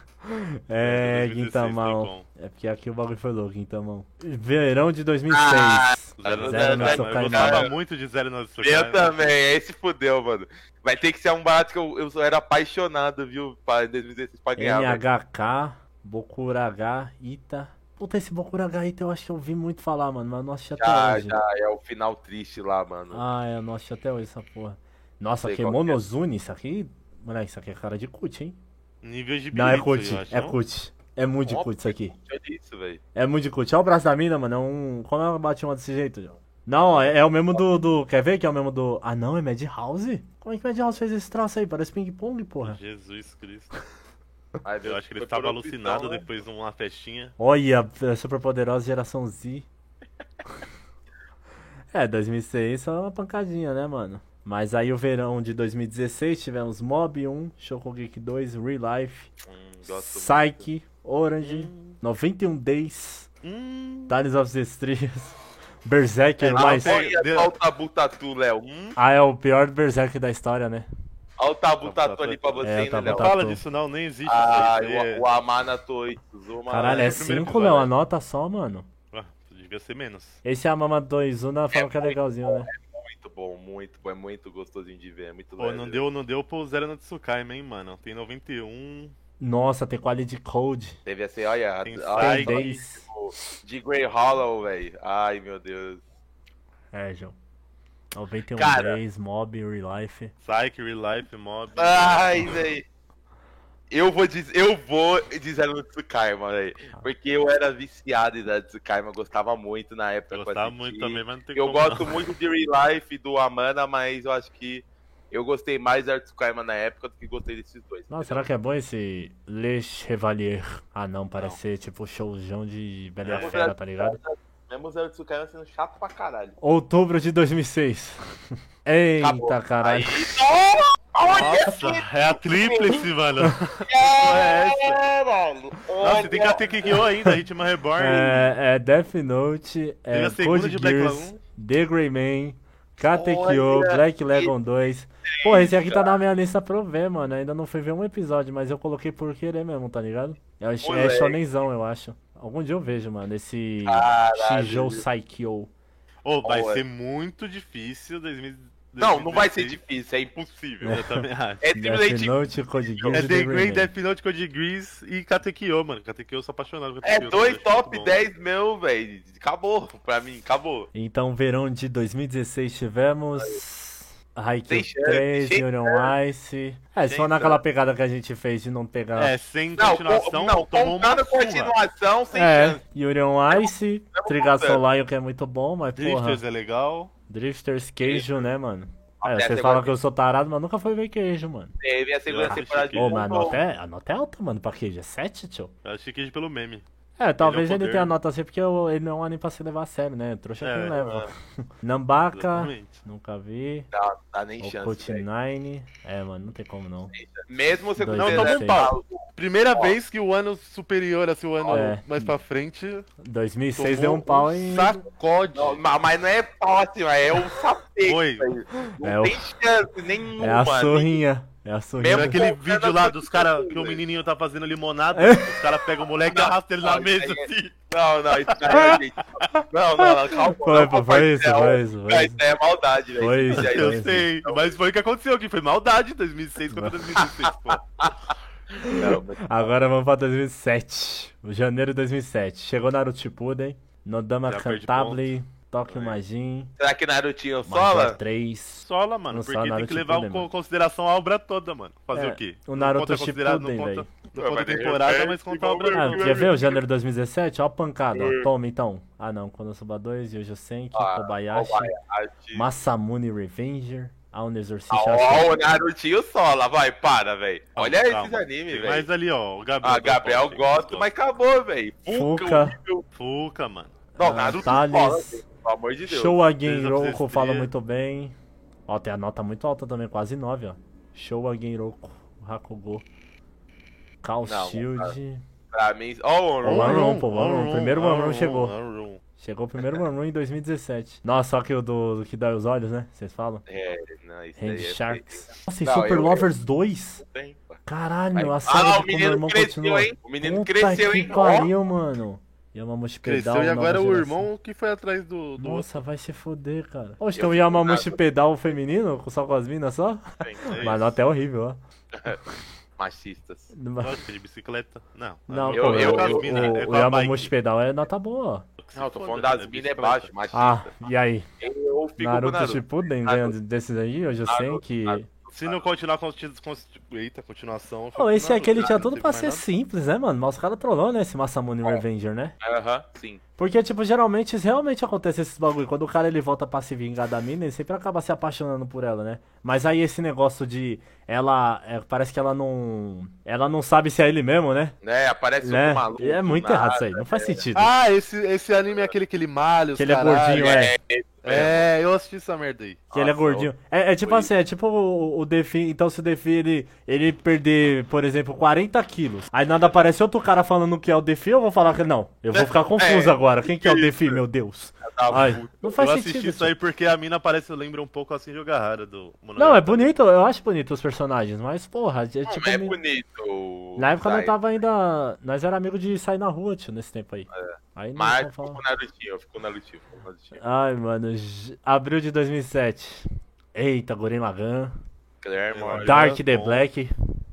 S1: É,
S4: 2016
S2: tá
S1: Guintamão.
S4: foi tá bom.
S1: É porque aqui o bagulho foi louco, Guintamão. Verão de 2006.
S2: Ah,
S4: Zero
S2: Zero
S4: Zero
S2: no
S4: Nine.
S1: Sokai,
S4: Eu
S2: cara.
S4: gostava muito de Zero no Sokai.
S2: Eu também, esse fudeu, mano. Vai ter que ser um barato que eu, eu só era apaixonado, viu, pra- em 2016 pra ganhar. velho.
S1: NHK, Bokuraga, Ita. Puta, esse Bokuraga Ita eu acho que eu ouvi muito falar, mano, mas eu não achei até
S2: Já,
S1: hoje.
S2: já, é o final triste lá, mano.
S1: Ah, eu não achei até hoje essa porra. Nossa,
S2: Sei
S1: que
S2: qual que é.
S1: Monozune, isso aqui. Moleque, isso aqui é cara de cut, hein?
S4: Nível de
S1: Não, é
S4: Blitz,
S1: cut,
S4: eu acho,
S1: é
S4: não?
S1: cut. É muito de
S2: Ó,
S1: cut isso aqui.
S2: Olha isso, velho.
S1: É muito de cut. Olha o braço da mina, mano. É um. Como ela bate uma desse jeito, João? Não, é, é o mesmo do, do. Quer ver que é o mesmo do. Ah, não, é Madhouse? Como é que Madhouse fez esse traço aí? Parece ping-pong, porra.
S4: Jesus Cristo.
S2: Ai, meu,
S4: Eu acho que ele
S2: foi
S4: estava
S2: por opção,
S4: alucinado
S2: né?
S4: depois de uma festinha.
S1: Olha, a superpoderosa geração Z. é, 2006 só uma pancadinha, né, mano? Mas aí o verão de 2016 tivemos Mob 1, Shokugeki 2, Real Life,
S2: Hum, gosto muito.
S1: Psyche, Orange, 91 Days,
S4: Hum,
S1: Tales of the Streets, Berserker,
S2: Ah,
S1: mais.
S2: olha
S4: Deu-
S2: só o tabu tatu, Léo. Hum,
S1: Ah, é o pior Berserk da história, né?
S2: olha o tabu
S4: Tabu
S2: tatu
S4: tatu.
S2: ali pra você,
S1: É, o
S2: né,
S1: tabu
S2: Léo?
S1: tatu.
S4: fala disso não, nem existe
S2: Ah,
S4: isso aí. é- isso aí
S2: o, o Amana Toitsuzuma.
S1: Caralho, é
S4: o primeiro
S1: 5, Léo,
S4: episódio. né?
S1: a nota só, mano.
S4: é- Ah, devia ser menos.
S1: Esse é a Mama 2, Una falam que é legalzinho, né?
S2: Muito bom, muito bom. É muito gostosinho de ver. É muito
S4: Pô, não deu, não deu pro Zero no Tsukai, hein, mano. Tem 91,
S1: Nossa, tem qualidade code.
S2: Teve assim, olha.
S4: Tem
S2: olha
S4: Ai,
S1: Tem 10.
S2: tipo, de Grey Hollow, velho. Ai, meu Deus.
S1: É, João. 91
S2: Cara.
S1: Days, Mob, Real Life.
S2: Ah, tá
S4: Psyche, Real Life, Mob.
S2: Ai, velho. Eu vou dizer, eu vou dizer no Tsukaima, velho. Porque eu era viciado em Zero Tsukaima, gostava muito na época. que eu
S3: Gostava
S2: assisti.
S3: muito também, mas não tem
S2: Eu
S3: como
S2: gosto
S3: não.
S2: muito de Real Life e do Amana, mas eu acho que eu gostei mais de Zero Tsukaima na época do que gostei desses dois.
S1: Nossa, será que é bom esse Le Chevalier? Ah não, parece ser tipo showzão de Bela e a
S2: Mesmo
S1: Fera,
S2: Zero
S1: tá ligado?
S2: Tsukaima- Mesmo Zero Tsukaima sendo chato pra caralho.
S1: Outubro de 2006. Eita,
S2: Acabou.
S1: caralho.
S3: Nossa, é a tríplice, mano.
S2: É, mano.
S3: Nossa, e tem Katekyo ainda, Ritmo Reborn.
S1: É, é Death Note, é
S3: Teve a segunda
S1: Code
S3: de Black
S1: Gears,
S3: Lagoon.
S1: The Grey Man, Katekyo,
S2: Olha
S1: Black Legon 2. Pô, esse aqui tá na minha lista pra eu ver, mano. Ainda não fui ver um episódio, mas eu coloquei por querer mesmo, tá ligado? É, o- é
S2: Moleque.
S1: shonenzão, eu acho. Algum dia eu vejo, mano, esse
S2: Caralho.
S1: Shijou Saikyo.
S3: Ô, vai
S2: Olha.
S3: ser muito difícil 2000
S2: é. Não, não vai ser
S3: 2016.
S2: difícil, é impossível.
S3: Eu também acho.
S2: É
S1: Death
S2: simplesmente
S1: Note, Code Gears
S3: É
S1: e
S3: The
S1: The
S3: Grey,
S1: Grey Man.
S3: Death Note, Code Geass e Katekyo, mano. Katekyo, eu sou apaixonado por
S2: É
S3: Katekyo.
S2: dois
S3: eu acho muito
S2: top
S3: bom.
S2: 10 meu, velho. Acabou pra mim, acabou.
S1: Então, verão de 2016 tivemos... Haikyuu
S2: Sem chance,
S1: 3,
S2: sem
S1: Union Ice... É,
S2: Sem
S1: só naquela
S2: chance.
S1: pegada que a gente fez de não pegar
S3: É, sem
S2: Não, com-
S3: continuação,
S2: não
S3: tomou uma
S2: contando
S3: surra.
S2: continuação sem
S1: É,
S2: chance.
S1: Yuri on Ice, Trigaço Lion, que é muito bom, mas porra,
S3: Drifters é legal.
S1: Drifters Queijo, né, mano? É,
S2: Até
S1: vocês
S2: agora
S1: falam que eu sou tarado, mas nunca fui ver queijo, mano.
S2: Teve a segunda
S3: Eu acho
S2: temporada
S3: que-
S2: de
S1: Ô, mas a
S2: Boku.
S1: nota, é, a nota é alta, mano, pra queijo. É 7, tio?
S3: Eu achei que é pelo meme.
S1: É, talvez
S3: é o
S1: ele
S3: poder.
S1: tenha nota assim, porque eu- ele não é um anime pra se levar a sério, né? Trouxa que
S3: É,
S1: não leva. Nambaca,
S3: Exatamente.
S1: nunca vi.
S2: Dá, dá tá, nem chance.
S1: Okut
S2: velho.
S1: 9. É, mano, não tem como não.
S2: Mesmo você
S1: Dois, é
S2: considerando-
S3: Não, tomou um pau. Primeira
S2: Ó.
S3: vez que o ano superior, assim, o ano
S1: É.
S3: mais pra frente,
S1: 2006
S3: tomou
S1: deu um pau
S3: um
S1: em.
S3: sacode.
S2: Não, ma- mas não é pau assim, mas é um sapete.
S3: Foi.
S2: velho. Não
S1: É o-
S2: tem chance nenhuma.
S1: É a
S2: nem-
S1: sorrinha. É a sorrinha.
S2: Mesmo
S3: Aquele
S2: Pô,
S3: vídeo
S2: cara,
S3: lá
S2: tá
S3: dos
S2: tudo
S3: caras
S2: bem,
S3: que o
S2: velho.
S3: menininho tá fazendo limonada,
S1: É.
S3: os caras pegam o moleque e arrastam ele na
S2: Não,
S3: mesa,
S2: isso aí é-
S3: assim.
S2: Não, não, isso daí é gente. Não, não, não, calma.
S1: Foi,
S2: não,
S1: pô, foi
S2: papai do
S1: isso,
S2: céu.
S1: foi isso, foi
S2: Cara,
S1: isso.
S2: Isso daí é maldade, velho.
S1: Foi
S2: Esse
S1: é isso, Então,
S2: vídeo aí-
S1: foi
S3: Eu sei, mas foi o que aconteceu aqui, foi maldade 2006 contra 2006, pô.
S2: Não, mas-
S1: Agora vamos pra 2007. Janeiro de 2007. Chegou Naruto Shippuden, Nodama
S3: Já perdi
S1: Cantabile, Tokyo Majin,
S2: Será que Narutinho
S1: Major
S2: sola?
S1: 3.
S3: Sola, mano,
S1: Não
S3: porque
S1: sola
S3: tem
S1: nada
S3: que
S1: de
S3: levar
S1: tudo,
S3: em
S1: mano.
S3: consideração a obra toda, mano. Fazer
S1: É,
S3: o quê?
S1: o Naruto
S3: conta considerado-
S1: Shippuden,
S3: não
S1: velho.
S3: conta, não conta
S2: Mas é
S3: temporada,
S2: repete
S3: mas conta a obra
S2: igual
S1: Ah,
S3: toda.
S1: quer ver o janeiro de 2017? Ó a pancada, ó. Toma então. Ah não, Konosuba 2, Yojo Senki,
S2: Ah,
S1: Kobayashi,
S2: Kobayashi.
S1: Masamune Revenger, Aon Exorcist.
S2: Ah,
S1: acho que-
S2: Ó, o Narutinho sola, vai, para, velho. Olha
S3: Calma,
S2: esses animes,
S3: tem
S2: velho.
S1: um
S3: mais ali, ó, o Gabriel. tá
S2: Ah, Gabriel
S3: gosta,
S2: gosto, mas acabou, velho.
S1: Fuca.
S2: Fuca. horrível.
S3: Fuca, mano.
S1: Ah,
S2: Não, Naruto
S1: Thales.
S2: sola, velho. Pelo amor de Deus.
S1: Show Again
S3: Três a
S1: Roku
S3: sexta.
S1: fala muito bem. Ó, tem a nota muito alta também, quase 9, ó. Show Again Roku, Hakugo. Call
S2: Não,
S1: Shield.
S2: Pra mim. Ó, o
S1: Ó, One
S2: Onron.
S1: Room, pô, One Room. Primeiro One
S3: One
S1: Room chegou.
S3: One Room.
S1: Chegou o primeiro One Room em 2017. Nossa, só que o do, do que dói os olhos, né? Vocês falam?
S2: É, não, isso
S1: Hand
S2: daí é
S1: Sharks. Nossa, e
S2: Não,
S1: Super
S2: eu-
S1: Lovers 2?
S2: feio. Tem. Vai.
S1: Caralho, a
S2: Ah,
S1: saga
S2: o
S1: que meu irmão
S2: menino cresceu,
S1: continua.
S2: hein? O menino
S1: Puta
S2: cresceu,
S1: que
S2: hein? Ó.
S1: pariu, mano. Yamamushi
S3: Cresceu
S1: Pedal.
S3: e
S1: um nova
S3: agora é o
S1: geração.
S3: irmão que foi atrás do, do outro.
S1: Nossa, vai se foder, cara. Oxe,
S2: Eu
S1: tem um
S2: fico
S1: Yamamushi
S2: bravo.
S1: Pedal feminino? Só com as minas só?
S2: Tem.
S1: Mas nota é horrível, ó.
S2: Machistas.
S3: Nossa, de bicicleta? Não.
S1: Não,
S2: Eu-
S1: pô,
S2: eu-
S1: o-
S2: eu-
S1: o-
S3: é
S2: mina,
S1: o Yamamushi Pedal é nota boa, ó.
S2: Não, eu tô falando das minas é baixo, machista.
S1: Ah, e aí?
S2: Eu fico com
S1: Naruto tipo-
S2: Naruto.
S1: Shippuden
S2: Naruto.
S1: ganhando desses aí? Hoje eu sei
S2: Naruto,
S1: que...
S2: Naruto.
S3: Se não continuar com os títulos. com- Eita, continuação. eu
S1: Pô,
S3: falo,
S1: esse
S3: não,
S1: aqui ele
S3: não,
S1: tinha
S3: não
S1: tudo
S3: teve
S1: pra
S3: mais
S1: ser
S3: nada.
S1: simples, né, mano? Mas os caras trollou, né, esse Masamune Revenger, né?
S2: Aham, sim.
S1: Porque, tipo, geralmente isso- realmente acontece esses bagulho. Quando o cara ele volta pra se vingar da mina, ele sempre acaba se apaixonando por ela, né? Mas aí esse negócio de ela. é, parece que ela não. Ela não sabe se é ele mesmo, né?
S2: Né, aparece
S1: né?
S2: um maluco.
S1: é muito
S2: nada.
S1: errado isso aí, não faz
S3: é.
S1: sentido.
S5: Ah, esse, esse anime é aquele que ele malha, os
S1: que ele é
S5: caralho.
S1: gordinho, é.
S5: É, eu assisti essa merda aí.
S1: Que ele é
S2: Nossa,
S1: gordinho. É, é tipo
S2: foi-
S1: assim, é tipo o, o Defi. Então, se o Defi ele, ele perder, por exemplo, 40 quilos, aí nada aparece outro cara falando que é o Defi, eu vou falar que não. Eu vou ficar confuso
S2: É,
S1: agora. Quem que é o
S2: isso.
S1: Defi, meu Deus?
S2: Tá
S1: Ai,
S2: puto.
S1: não faz
S3: eu assisti
S1: sentido.
S3: isso aí porque a mina parece, lembra um pouco assim de Ogahara do Monogatari.
S1: Não, é bonito, eu acho bonito os personagens, mas porra, é
S2: Não,
S1: tipo.
S2: é
S1: me-
S2: bonito.
S1: Na época não
S2: Sai.
S1: tava ainda. Nós era amigo de sair na rua, tio, nesse tempo aí. Aí não
S2: Mas
S1: tava
S2: ficou
S1: falando.
S2: com Narutinho, ficou Narutinho, ficou Narutinho.
S1: Ai, mano, j- abril de 2007. Eita, Guren Lagan,
S2: Claremore.
S3: Da-
S1: Dark the
S3: bom.
S1: Black,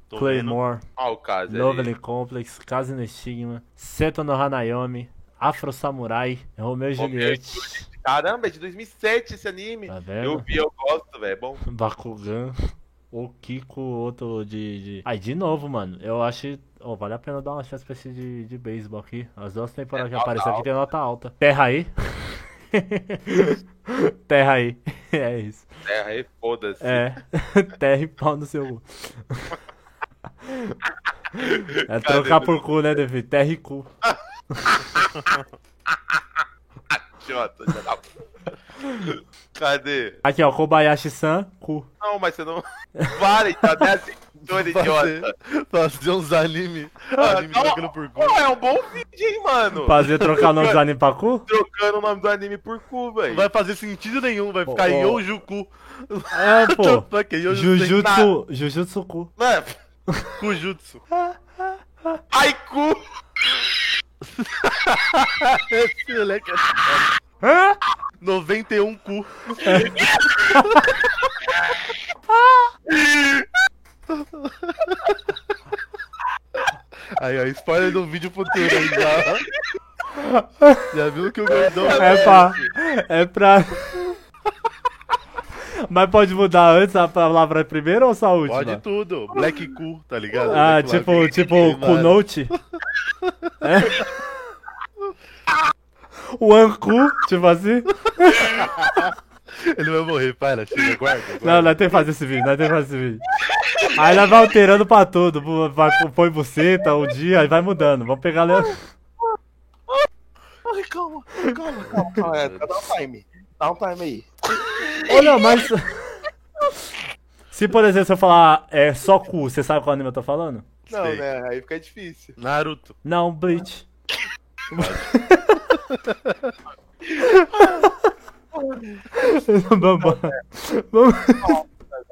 S3: Tô
S1: Claymore,
S2: Olha o caso é ali.
S1: Lovely Complex, Casa no Stigma, Seto no Hanayomi, Afro Samurai, Romeo e
S2: Romeo e
S1: Juliette,
S2: Caramba, é de 2007 esse anime.
S1: Tá
S2: eu
S1: vendo?
S2: vi, eu gosto, velho. É bom.
S1: Bakugan, o Kiko, outro de. de... Aí, de novo, mano. Eu acho. Oh, vale a pena dar uma chance pra esse de, de beisebol aqui. As duas temporadas
S2: É,
S1: que
S2: nota
S1: apareceram aqui
S2: alta.
S1: tem nota alta. Terra aí. Terra aí. É isso.
S2: Terra aí, foda-se.
S1: É. Terra e pau no seu. É trocar por cu, né, Devi? Terra e cu.
S2: Idiota, já dá- Cadê?
S1: Aqui, ó. Kobayashi-san, cu.
S2: Não, mas você não. Para, então, até assim, todo idiota.
S3: Fazer, fazer uns anime,
S2: Ah,
S3: Tá, anime
S2: não.
S3: trocando por cu.
S2: Pô, é um bom vídeo, hein, mano?
S1: Fazer trocar o nome dos anime pra cu?
S2: Trocando o nome do anime por cu,
S3: Não
S2: velho.
S3: vai fazer sentido nenhum, vai ficar
S1: Ô, ô.
S3: Yojuku.
S1: É, pô.
S3: Ok, Yojuku tem
S1: Jujutsu, Jujutsu cu.
S2: Mano,
S3: Kujutsu.
S2: Né? ai cu!
S3: Esse moleque é foda. 91 cu. Aí, ó, spoiler do vídeo futuro aí já. Já viu que o gordão
S1: É pra. É pra. Mas pode mudar antes a palavra primeiro ou só a última?
S3: Pode tudo. Black cu, tá ligado?
S1: Ah,
S3: Black
S1: tipo,
S3: Lab.
S1: tipo,
S3: Mano.
S1: Kunote? É? O Anku, É? tipo assim?
S3: Ele vai morrer, para, chega, guarda.
S1: Não,
S3: guarda.
S1: nós tem que fazer esse vídeo, nós tem que fazer esse vídeo. Aí nós vai alterando pra tudo. bu- vai- Põe buceta, o dia, aí vai mudando. Vamos pegar. né? le-
S6: Ai, calma, calma, calma, calma. é, dá um time. Dá um time aí.
S1: Olha, mas. Se por exemplo, se eu falar é só cu, você sabe qual anime eu tô falando?
S2: Não,
S3: Sei.
S2: né? Aí fica difícil.
S3: Naruto.
S1: Não, Bleach. Vamos embora. Vamos.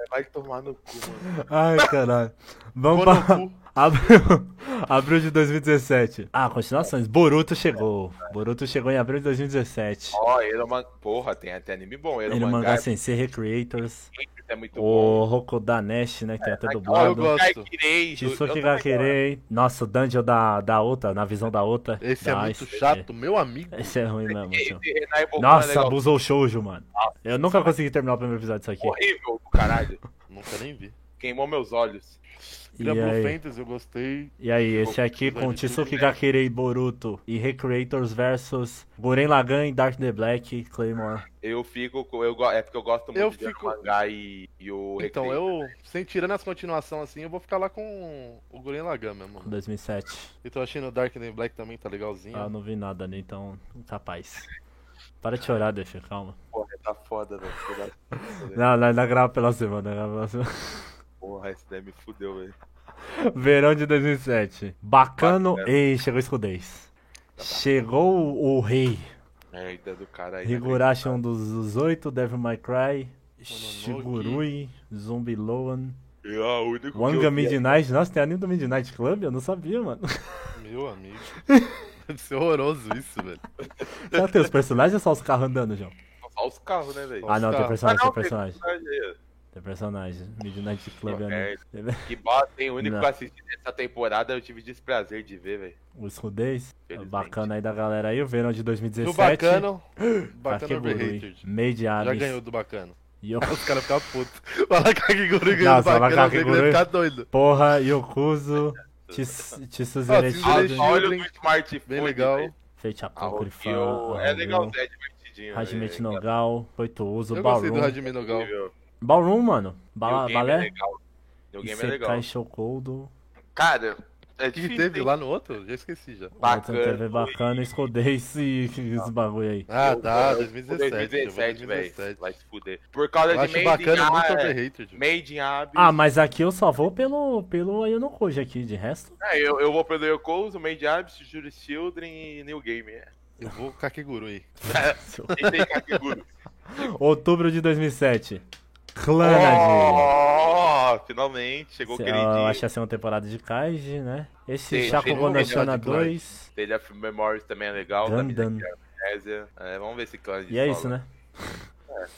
S2: Vai tomar no cu, mano.
S1: Ai, caralho. Vamos pra.
S3: Konoku.
S1: Abril, abril de 2017. Ah, continuações. Boruto chegou. Boruto chegou em abril de 2017.
S2: Ó, ele é uma. Porra, tem até anime bom. Ele é
S1: Ele
S2: um
S1: mangá
S2: mangá.
S1: Sensei Recreators.
S2: sempre É muito bom.
S1: O Rokodanesh, né? Que tem até
S3: ó, eu
S1: dublado.
S3: gosto.
S2: Kaikirei, eu- eu
S1: Shisuke
S2: também
S1: Gakirei. Nossa, o dungeon da, da outra, na visão da outra.
S3: Esse é
S1: Nossa,
S3: muito chato, meu amigo.
S1: é- Esse é ruim mesmo.
S2: gosto. Esse
S1: tio.
S2: Renan Ebocan é
S1: Nossa,
S2: legal.
S1: abusou o shoujo, mano. Eu nunca
S3: é
S1: consegui terminar o primeiro episódio disso aqui.
S2: horrível, caralho.
S3: Nunca nem vi.
S2: Queimou meus olhos.
S1: E
S3: Era Blue
S1: aí,
S3: Fantasy, eu gostei.
S1: e aí, esse aqui
S3: é
S1: com Tsuki Gakirei Boruto e Recreators versus Guren Lagan e Dark the Black Claymore.
S2: Eu fico. com- Eu, go- é porque eu gosto muito
S3: Eu
S2: de
S3: fico-
S2: mangá e, e o
S3: Então,
S2: Recreio.
S3: eu, sem tirando as continuações assim, eu vou ficar lá com o Guren Lagan mesmo. Então,
S1: 2007.
S3: E tô achando o Dark and Black também, tá legalzinho.
S1: Ah, eu não vi nada ali, então, capaz. Para de chorar, deixa, calma.
S2: Porra, tá foda, velho. Filho da puta, velho.
S1: Não, nós nós gravamos pela semana, nós gravamos pela semana.
S2: Porra, esse daí me fudeu, velho.
S1: Verão de 2007. Bacano. Ei, chegou o escudez.
S2: Então tá.
S1: Chegou o, o rei.
S2: Merda do cara aí. né,
S1: Higurashi é um dos, dos oito, Devil May Cry.
S3: Mononoke.
S1: Shigurui, Zombie Loan,
S2: velho? É o único que
S1: Wanga
S2: eu vi.
S1: Midnight. Nossa, tem anime do Midnight Club? Eu não sabia, mano.
S3: Meu amigo. Deve ser horroroso isso, velho.
S1: Será que tem os personagens ou só os carros andando, João?
S2: Só os carros, né, velho?
S1: Ah, não, tem
S3: carros.
S1: personagem,
S2: Ah,
S1: tem
S2: não,
S1: personagem.
S2: Caralho,
S1: Tem personagem. Midnight Club
S2: Que
S1: é anime.
S2: Que bosta, hein? O único
S1: Não.
S2: que eu assisti nessa temporada eu tive desprazer de ver, velho.
S1: O escudez.
S2: Felizmente.
S1: Bacana aí da galera aí. O verão de
S3: Do
S1: 2017.
S3: bacano. Bacana
S1: Kakegurui,
S3: overrated.
S1: Made
S3: Já
S1: Abyss.
S3: ganhou do bacano.
S1: Yo-
S3: Os caras ficam putos. Falar Kakegurui ganhou do
S1: Nossa, falar
S3: bacano, alguém vai
S1: Kakegurui.
S3: ficar doido.
S1: Porra, Yokuzo, Tis- Tisuzere,
S3: Ó,
S2: Ah,
S3: Dirigir,
S2: olha o
S3: hein?
S2: smartphone.
S3: Bem legal.
S2: velho.
S1: Fate
S2: Ah, o
S1: Apocrypha,
S2: Dio- É
S1: Arroyo,
S2: legal, é divertidinho.
S1: Hajime
S2: velho.
S1: no Gal, Oito Uso,
S3: Eu gostei do
S1: Ballroom.
S3: Hajime Nogal.
S2: Incrível.
S1: Ballroom, mano. Ba
S2: New Game é
S1: balé. tá
S2: legal. New Game é legal.
S1: Isekai Shokoudo.
S2: Cara, é
S3: O que que
S2: difícil.
S3: teve
S2: hein?
S3: lá no outro? Já esqueci já.
S1: Bacana. TV
S2: Bacana.
S1: bacana, escondei esse, esse bagulho aí.
S3: Ah, tá,
S2: Eu-
S3: 2017.
S2: 2017,
S3: 2017,
S2: velho.
S3: 2017.
S2: Vai é. se fuder. Por causa
S3: Eu
S2: de
S3: acho
S2: Made
S3: bacana, muito
S2: in Abyss.
S3: overrated.
S2: Made in Abyss.
S1: Ah, mas aqui eu só vou pelo, pelo Ayunokuji aqui, de resto.
S2: É, eu, eu vou pelo Yokozo, Made in Abyss, Juris Children e New Game. é.
S3: Eu vou com Kakegurui.
S2: E tem Kakegurui.
S1: Outubro de 2007. Clanad.
S2: Oh, finalmente, chegou o
S1: Eu
S2: queridinho.
S1: acho que ia ser uma temporada de Kaiji, né? Esse
S2: Sim,
S1: Shakugo
S2: sim,
S1: no
S2: sim,
S1: Shona
S3: sim.
S1: 2.
S2: Tale of Memories também é legal. da
S1: Gundam.
S2: Miss Kinesia. É, vamos ver se clã de
S1: E é
S2: sola.
S1: isso, né?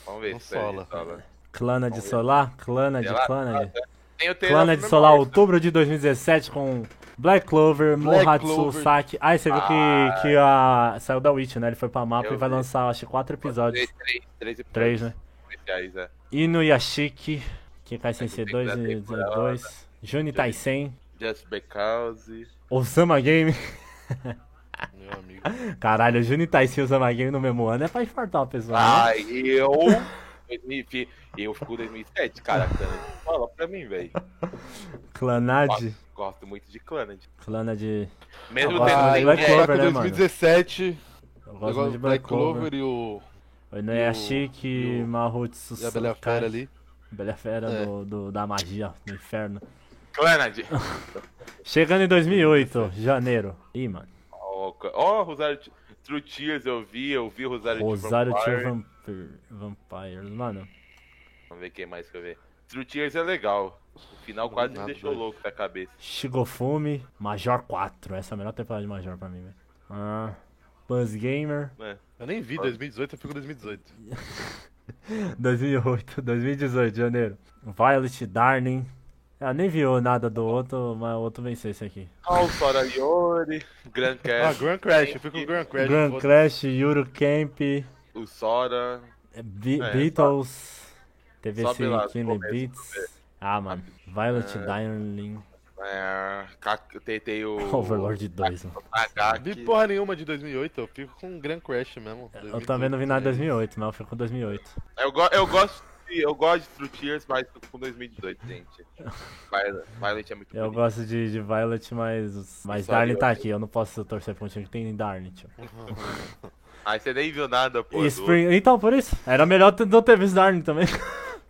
S2: Vamos ver
S3: Não
S2: se clã de
S3: sola.
S2: sola.
S1: Clana de
S2: Vamos ver.
S1: Solar, Clana de
S2: Sei lá, Ah,
S1: Clana de.
S2: Tem o Tale
S1: Clana
S2: of
S1: de Solar,
S2: Memories.
S1: outubro de 2017 com Black Clover,
S3: Black
S1: Mohatsu,
S3: Clover.
S1: Saki. Ai, você viu que, que a... saiu da Witch, né? Ele foi pra mapa
S2: Ah. Eu
S1: e vai
S2: vi.
S1: lançar, acho, que quatro episódios.
S2: Três, três, três
S1: Três, né?
S2: especiais, é.
S1: Inuyashiki, Kekai Sensei
S2: tem que
S1: 2
S2: dar
S1: e
S2: tempo pra ela,
S1: 2. Juni Taisen.
S2: Just Because.
S1: Osama Game.
S3: Meu amigo.
S1: Caralho, Juni Taisen e Osama Game no mesmo ano é pra infartar o pessoal. né?
S2: Ai, eu. 2000, Eu fico em 2007, cara. Clanad. Fala pra mim, velho.
S1: Clanad.
S2: Gosto muito de Clanad.
S1: Clanad.
S2: Mesmo
S1: Agora,
S2: tendo.
S1: Ah,
S3: Ah,
S1: e
S3: e
S1: Black
S2: é,
S1: Clover, né, mano?
S3: 2017,
S1: Eu
S3: o
S1: gosto muito
S3: negócio
S1: de
S3: do Black Clover
S1: Clover.
S3: e o
S1: Oi, não é
S3: e o-
S1: Chique,
S3: e o-
S1: Mahutsu.
S3: e a Bela Fera ali.
S1: Bela Fera
S3: É.
S1: do, do- da magia, do inferno.
S2: Clanad.
S1: Chegando em 2008, janeiro. Ih, mano.
S2: Ó, ca- ó, Rosário. T- True Tears eu vi, eu vi Rosário T.
S1: Rosário Tio
S2: Vampire.
S1: Vampire. Vampires, mano.
S2: Vamos ver quem mais que eu vi. True Tears é legal. O final quase me
S3: Nada,
S2: deixou
S3: velho.
S2: louco da cabeça.
S1: Shigofumi, Major 4. Essa é a melhor temporada de Major pra mim, velho. Ah, Buzz Gamer,
S3: Eu nem
S1: Ah.
S3: vi 2018, eu fico em 2018.
S1: 2008, 2018, janeiro. Violet Darling. Ah, nem viu nada do outro, mas o outro venceu esse aqui.
S2: All Sora Yori, Grand
S3: Ah,
S2: Cast,
S3: Grand Crash, eu fico com Grand Crash.
S1: Grand
S3: foda-se.
S1: Crash, Euro Camp, eh,
S2: o Sora.
S1: Be-
S2: É,
S1: Beatles, teve
S2: só
S1: esse
S2: pela-
S1: Kinley
S2: começo,
S1: Beats. Ah, mano. Violet Darling,
S2: É, Ka- eu tentei o.
S1: Overlord 2, mano.
S2: Kagaki.
S3: Vi porra nenhuma de 2008, eu fico com Grand Crash mesmo.
S1: Eu também não vi
S3: é.
S1: nada em 2008, mas eu fui com 2008.
S2: Eu, go- eu gosto de, eu gosto de True Tears, mas fico com 2018, gente. Violet, Violet é muito
S1: Eu
S2: bonito.
S1: gosto de, de Violet, mas, mas
S2: Sabe,
S1: Darling
S2: eu-
S1: tá aqui. Eu não posso torcer pra um time que tem Darling, tio.
S2: Aí você nem viu nada, pô.
S1: E Spring... Então, por isso. Era melhor ter- não ter visto Darling também.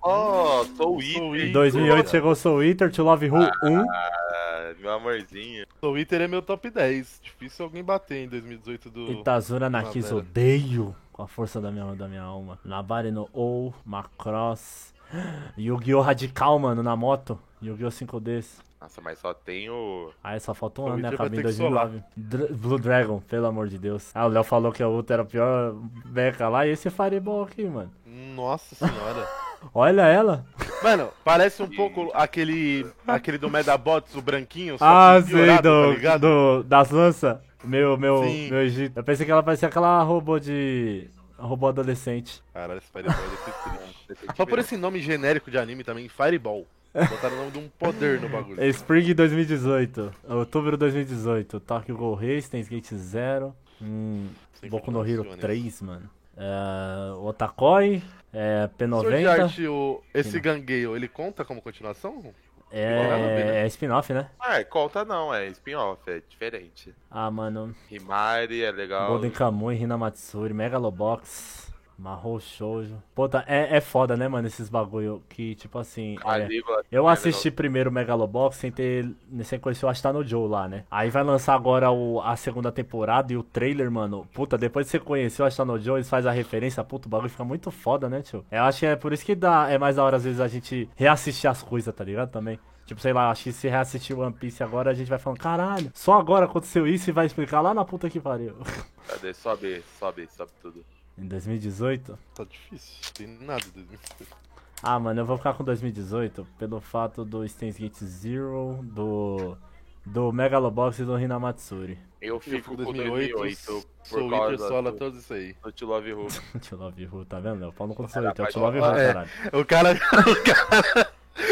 S2: Oh, sou
S3: Soul
S2: Wither.
S1: Em
S3: Eater.
S1: 2008 chegou Soul Eater, To Love Who 1.
S2: Ah, meu amorzinho.
S3: Soul Eater é meu top 10. Difícil alguém bater em 2018 do.
S1: Itazura Nakis,
S3: Primavera.
S1: odeio com a força da minha, da minha alma. Nabari no Ou, Macross. Yu-Gi-Oh! Radical, mano, na moto. Yu-Gi-Oh! 5Ds.
S2: Nossa, mas só tem o.
S1: Aí só faltou um
S3: Soul
S1: ano, né?
S3: Eater Então, vai
S1: Acabei em
S3: ter que solar.
S1: 2009. Dra- Blue Dragon, pelo amor de Deus. Ah, o Léo falou que a outra era a pior beca lá. E esse é Fireball aqui, mano.
S3: Nossa senhora.
S1: Olha ela.
S3: Mano, parece um pouco aquele. aquele do Medabots, o branquinho. Só
S1: Ah,
S3: que
S1: sei,
S3: piorado, tá
S1: do,
S3: ligado?
S1: do, das lanças. Meu, meu,
S3: Sim.
S1: meu Egito. Eu pensei que ela parecia aquela robô de. robô adolescente.
S3: Caralho, esse Fireball é triste. Só por esse nome genérico de anime também, Fireball. Botaram o nome de um poder no bagulho.
S1: Spring 2018. Outubro 2018. Tokyo Go Race, Tens Gate Zero. Hum,
S3: Sempre
S1: Boku no Hero
S3: funciona.
S1: 3, mano. É, Otakoi. É,
S3: Sword
S1: P90.
S3: Art, o, esse Gangueio, ele conta como continuação?
S1: É, é spin-off, né?
S2: Ah, é, conta não, é spin-off, é diferente.
S1: Ah, mano.
S2: Himari é legal.
S1: Golden Kamui, Hinamatsuri, Megalobox. Mahou Shoujo. Puta, é, é foda, né, mano? Esses bagulho que, tipo assim. é-
S2: Calígula,
S1: Eu
S2: é
S1: assisti primeiro o Megalobox sem ter. sem conhecer o Ashita no Joe lá, né? Aí vai lançar agora o- a segunda temporada e o trailer, mano. Puta, depois que você conheceu o Ashita no Joe, eles fazem a referência, puta, o bagulho fica muito foda, né, tio? Eu acho que é por isso que dá, é mais da hora, às vezes, a gente reassistir as coisas, tá ligado? Também. Tipo, sei lá, acho que se reassistir One Piece agora, a gente vai falando, caralho, só agora aconteceu isso e vai explicar lá na puta que pariu.
S2: legal. Cadê? Sobe, sobe, sobe tudo.
S1: em 2018.
S3: Tá difícil, não tem nada de 2018.
S1: Ah, mano, eu vou ficar com 2018 pelo fato do Steins Gate Zero, do. do Megalobox e do Hinamatsuri.
S2: Eu
S3: Eu
S2: fico
S3: fico
S2: com 2008,
S3: 2008
S2: por
S3: Soul Eater
S2: causa
S3: sola
S2: do,
S3: todos isso aí.
S2: do To Love Who.
S1: Te love you, tá vendo? Léo? O pau no conto é o
S2: Cara,
S1: Te love you,
S3: Ah, é.
S1: caralho.
S3: O cara, o cara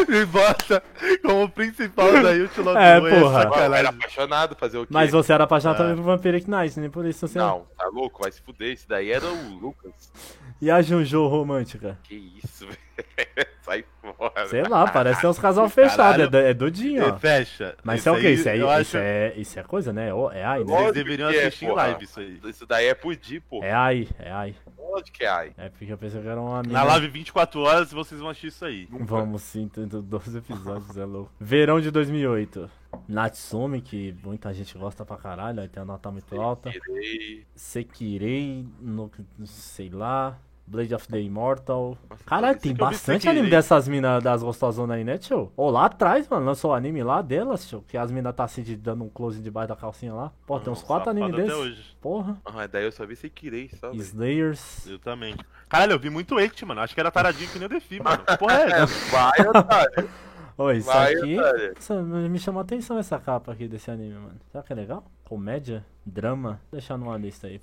S3: me bota como principal da Ultima
S1: É,
S3: Duel,
S1: porra.
S2: Ué, Eu era
S3: sacanagem.
S2: apaixonado fazer o quê?
S1: Mas você era apaixonado
S3: Ah.
S1: também por Vampiric Knight, nem por isso você.
S2: É. Não, tá louco? Vai se fuder. Esse daí era o Lucas.
S1: E a Junjo romântica?
S2: Que isso, velho. Sai fora.
S1: Sei lá, parece uns casal fechado, é, do- é dudinho,
S3: E
S1: ó.
S3: fecha.
S1: Mas isso é o quê? Isso, aí,
S3: eu
S1: isso,
S3: acho-
S1: é, isso é coisa, né? Ô, É ai, né?
S2: Lógico
S3: Vocês deveriam
S2: que é,
S3: assistir em
S2: porra.
S3: live isso aí.
S2: Isso daí é pudim, pô.
S1: É ai, é ai.
S2: Onde que é? Ai?
S1: É porque eu pensei que era uma
S4: Na
S1: mina.
S4: live 24 horas vocês vão assistir isso aí.
S1: Vamos sim, tendo 12 episódios, é louco. Verão de 2008. Natsumi, que muita gente gosta pra caralho, aí tem a nota muito alta.
S2: Irei.
S1: Sekirei, no, sei lá. Blade of the Immortal. Caralho, tem
S3: que eu vi
S1: bastante
S3: Sekirei.
S1: anime dessas minas das gostosonas aí, né, tio? Ou lá atrás, mano, lançou o anime lá delas, tio. Que as minas tá se de- dando um close debaixo da calcinha lá. Pô, tem uns quatro
S4: Safado
S1: animes
S4: até
S1: desses.
S4: hoje.
S1: Porra.
S2: Ah, daí eu só vi Sekirei, só. velho.
S1: Slayers.
S4: Eu também. Caralho, eu vi muito Eight, mano. Acho que era taradinho que nem o Defi, mano. Porra, é essa?
S2: Vai, otário.
S1: Ô, isso
S2: Vai,
S1: aqui.
S2: otário.
S1: Nossa, me chamou a atenção essa capa aqui desse anime, mano. Será que é legal? Comédia? Drama? Vou deixar numa lista aí,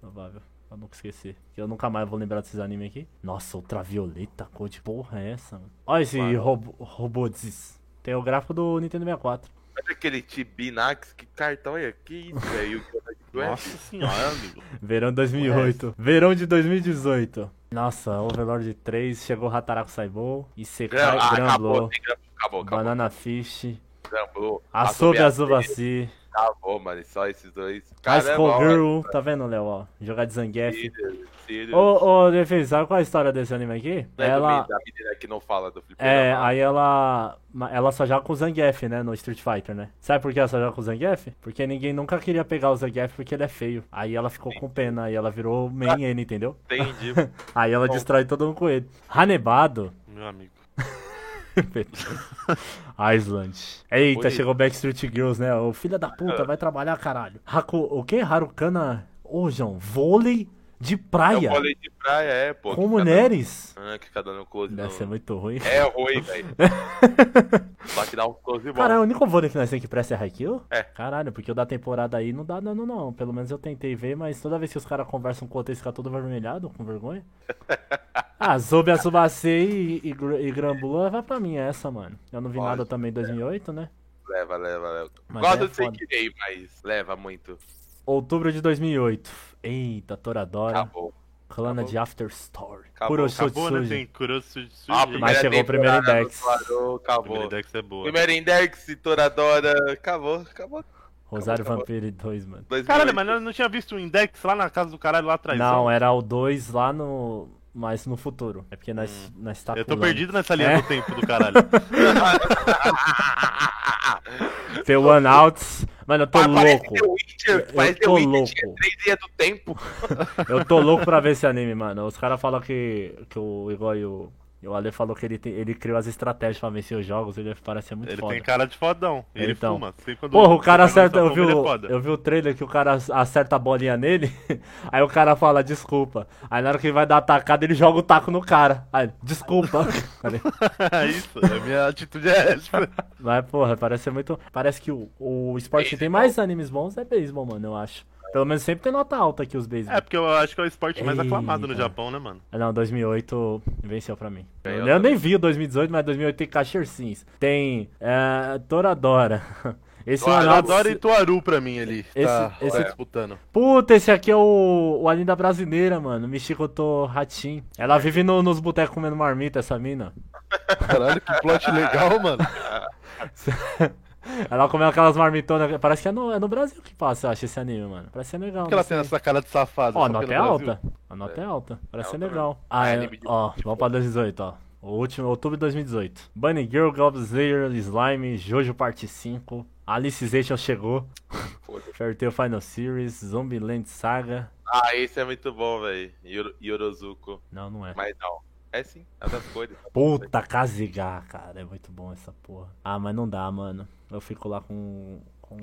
S1: provável. Pra nunca esquecer. Que eu nunca mais vou lembrar desses animes aqui. Nossa, ultravioleta, cor de porra é essa, mano? Olha esse
S2: Mano.
S1: robo, robôs. Tem o gráfico do Nintendo 64.
S2: Olha aquele Tibinax, que cartão é? Que é? isso, velho?
S4: Nossa senhora, amigo.
S1: Verão de 2008. Verão de 2018. Nossa, Overlord 3, chegou Hataraku Saibou. Isekai,
S2: Ah,
S1: Gran
S2: acabou,
S1: Blow,
S2: tem gramblou, acabou, acabou.
S1: Banana Fish,
S2: Gramblou.
S1: Asobi
S2: Assobi-
S1: Azubaci,
S2: Acabou, Tá mano, só esses dois.
S1: High School
S2: ó,
S1: Girl. Tá vendo, Léo? ó? Jogar de Zangief.
S2: Sirius, Sirius.
S1: Ô, ô, Defensa, sabe qual é a história desse anime aqui?
S2: Não é do
S1: Ela,
S2: meio da menina que não fala do
S1: É,
S2: fliperama.
S1: aí ela. ma- Ela só joga com o Zangief, né? No Street Fighter, né? Sabe por que ela só joga com o Zangief? Porque ninguém nunca queria pegar o Zangief porque ele é feio. Aí ela ficou com pena, aí ela virou main N, entendeu?
S2: Entendi.
S1: Aí ela destrói todo mundo com ele. Hanebado,
S4: Meu amigo.
S1: Island. Eita,
S2: Bonito. Ah.
S1: chegou Backstreet Girls, né? Ô filho da puta, vai trabalhar, caralho. Haku, o que? Harukana. Ô, João, vôlei de praia.
S2: Eu falei de praia, é, pô.
S1: com
S2: que fica
S1: mulheres.
S2: dando- Ah, que fica dando close.
S1: Deve
S2: no-
S1: ser muito ruim.
S2: É ruim, velho. Só que dá um close bom.
S1: Cara, o único vôlei que nós temos que presta é Haikyuu?
S2: É.
S1: Caralho, porque o da temporada aí não dá dano não. Pelo menos eu tentei ver, mas toda vez que os caras conversam com o outro, eles ficam todo vermelhado, com vergonha. ah, Zobe Asubase e, e, Gr- e Granblue vai pra mim essa, mano. Eu não vi
S2: Pode,
S1: nada também em 2008, né?
S2: Leva, leva, leva.
S1: Mas
S2: Gosto
S1: é
S2: de
S1: foda.
S2: Senkirei, mas leva muito.
S1: Outubro de 2008. Eita, Toradora.
S2: Acabou.
S1: Clana
S2: acabou.
S1: de After Story.
S2: Acabou,
S4: Acabou, né?
S1: Kuroshotsuji.
S4: Tem Kurosu de
S2: Ah,
S1: Mas é chegou o primeiro
S2: temporada
S1: index.
S2: do Claro, acabou.
S4: Primeiro Dex é boa.
S2: Primeiro index, Toradora. Acabou, acabou.
S1: Rosário
S2: Acabou,
S1: Vampiro 2, mano.
S2: 2008.
S4: Caralho, mas nós não tinha visto o Index lá na casa do caralho lá atrás.
S1: Não,
S2: um.
S4: é.
S1: era o 2 lá no... Mas no futuro. É porque nós,
S2: Hum.
S1: nós tá
S4: Eu tô
S1: pulando.
S4: perdido nessa linha
S1: É?
S4: do tempo do caralho.
S1: The One Outs. Mano, eu tô
S2: Mas parece
S1: louco.
S4: um-
S2: The Witcher,
S1: Eu-
S2: parece
S1: eu
S2: The
S1: tô
S2: Witcher, tinha
S1: louco.
S2: três dias do tempo.
S1: Eu tô louco pra ver esse anime, mano. Os caras falam que, que o Igor e o, e o Ale falou que ele, tem- ele criou as estratégias pra vencer os jogos. Ele parece ser muito
S4: Ele
S1: foda.
S4: tem cara de fodão. Ele
S1: Então.
S4: fuma. Sempre quando-
S1: Porra, o cara
S4: quando ele
S1: acerta.
S4: só
S1: Eu
S4: fuma,
S1: vi,
S4: ele é
S1: o,
S4: foda.
S1: eu vi o trailer que o cara acerta a bolinha nele. Aí o cara fala, desculpa. Aí na hora que ele vai dar a tacada, ele joga o taco no cara. Aí, desculpa. Aí,
S4: É Isso, a minha atitude é essa.
S1: Mas, porra, parece ser muito. Parece que o, o esporte que tem mais animes bons é beisebol, mano, eu acho. Pelo menos sempre tem nota alta aqui os beisebol.
S4: É, porque eu acho que é o esporte mais aclamado no
S1: Eita.
S4: Japão, né, mano?
S1: Ah, Não, 2008 venceu pra mim.
S2: É, eu
S1: eu
S2: também.
S1: nem vi o 2018, mas 2008 tem Cacher Sims. Tem é, Toradora. Esse
S2: Toradora
S1: One Outs-
S3: Adoro e Tuaru pra mim ali.
S1: Esse-
S3: tá
S1: esse-
S3: tá disputando.
S1: Puta, esse aqui é o, o anime da brasileira, mano. Michikoto Hatim.
S2: É.
S1: Ela vive no- nos botecos comendo marmita, essa mina.
S3: Caralho, que plot legal, mano.
S1: Ela comendo aquelas marmitonas. Parece que é no, é no Brasil que passa, eu acho, esse anime, mano. Parece é ser legal.
S3: Por que ela
S1: não
S3: tem
S1: sei.
S3: essa cara de safada?
S1: Ó, a
S3: Só
S1: nota
S3: pelo
S1: é
S3: Brasil?
S1: alta. A nota é alta. Parece ser
S2: alta
S1: legal. Ah, é,
S2: anime de-
S1: ó, vamos pra 2018, ó. O último, é outubro de 2018. Bunny Girl, Goblin Slayer, Slime, Jojo Parte 5, Alicization chegou,
S2: Foda-se.
S1: Fairy Tail Final Series, Zombieland Saga.
S2: Ah, esse é muito bom, velho. Yoro- Yorozuko.
S1: Não, não é.
S2: Mas não. É sim, é das cores.
S1: Puta, Kaziga, cara. É muito bom essa porra. Ah, mas não dá, mano. Eu fico lá com. com...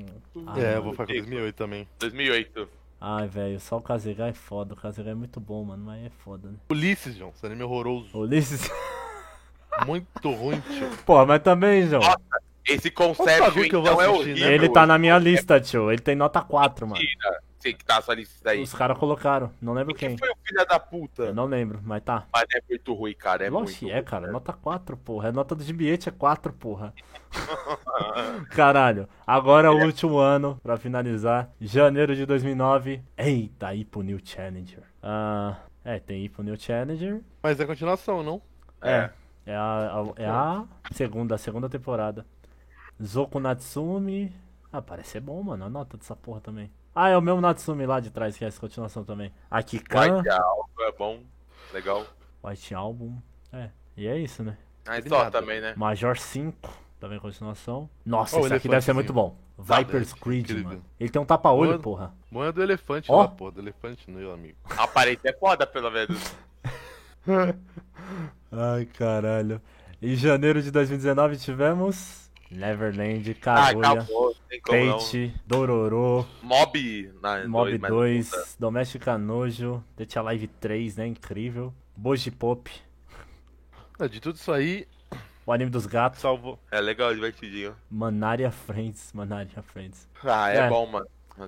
S1: Ah,
S3: É, eu
S1: mano.
S3: vou ficar com 2008 também.
S2: 2008.
S1: Ai, velho, só o Kaziga é foda. O Kaziga é muito bom, mano, mas é foda, né?
S3: Ulisses, João. Esse anime é horroroso.
S1: Ulisses.
S3: Muito ruim, tio.
S1: Porra, mas também, João.
S2: Esse
S3: Vamos
S2: conceito
S3: saber o que eu vou
S2: então é
S3: assistir,
S2: horrível.
S3: né,
S1: Ele tá na minha lista, tio. Ele tem nota 4, mano.
S2: Mentira. Sei que tá essa lista aí.
S1: Os caras colocaram. Não lembro
S2: Quem
S1: quem.
S2: foi o filho da
S1: Eu
S2: puta?
S1: não lembro, mas tá.
S2: Mas é muito ruim, cara. É
S1: Lógico
S2: muito
S1: é,
S2: ruim,
S1: cara. Nota 4, porra. A nota do Gibiete é 4, porra. Caralho. Agora é o último ano, pra finalizar. Janeiro de 2009. Eita, Ipo New Challenger. Ah, é, tem Ipo New Challenger.
S3: Mas é continuação, não?
S1: É. É a, a- é a segunda, a segunda temporada. Zoku Natsumi. Ah, parece ser bom, mano. A nota dessa porra também. Ah, é o mesmo Natsumi lá de trás, que é essa continuação também. Akikan,
S2: White Album é bom. Legal.
S1: White Album. É. E é isso, né?
S2: Mas
S3: Combinado.
S2: só também, né?
S1: Major 5, também continuação. Nossa,
S3: Ó, o
S1: esse aqui deve ser muito bom.
S3: Sabe,
S1: Viper's Creed,
S3: incrível.
S1: mano. Ele tem um tapa-olho,
S3: Mano.
S1: porra.
S3: Mano é do elefante
S1: Ó.
S3: lá, pô. Do elefante, meu amigo.
S2: A parede é foda, pelo menos.
S1: Ai, caralho. Em janeiro de 2019 tivemos Neverland,
S2: Ah,
S1: Kaguya,
S2: acabou. Não tem como não.
S1: Pate, Dororo,
S2: Mob. Na,
S1: Mob
S2: mas-
S1: 2, Domestica Nojo, The Tia Live 3, né? Incrível. Boji Pop,
S3: Ah, De tudo isso aí,
S1: o anime dos gatos,
S4: Salvou.
S2: É legal, divertidinho.
S1: Manaria Friends, Manaria Friends.
S2: Ah, é,
S1: É.
S2: bom, mano.
S1: Ah,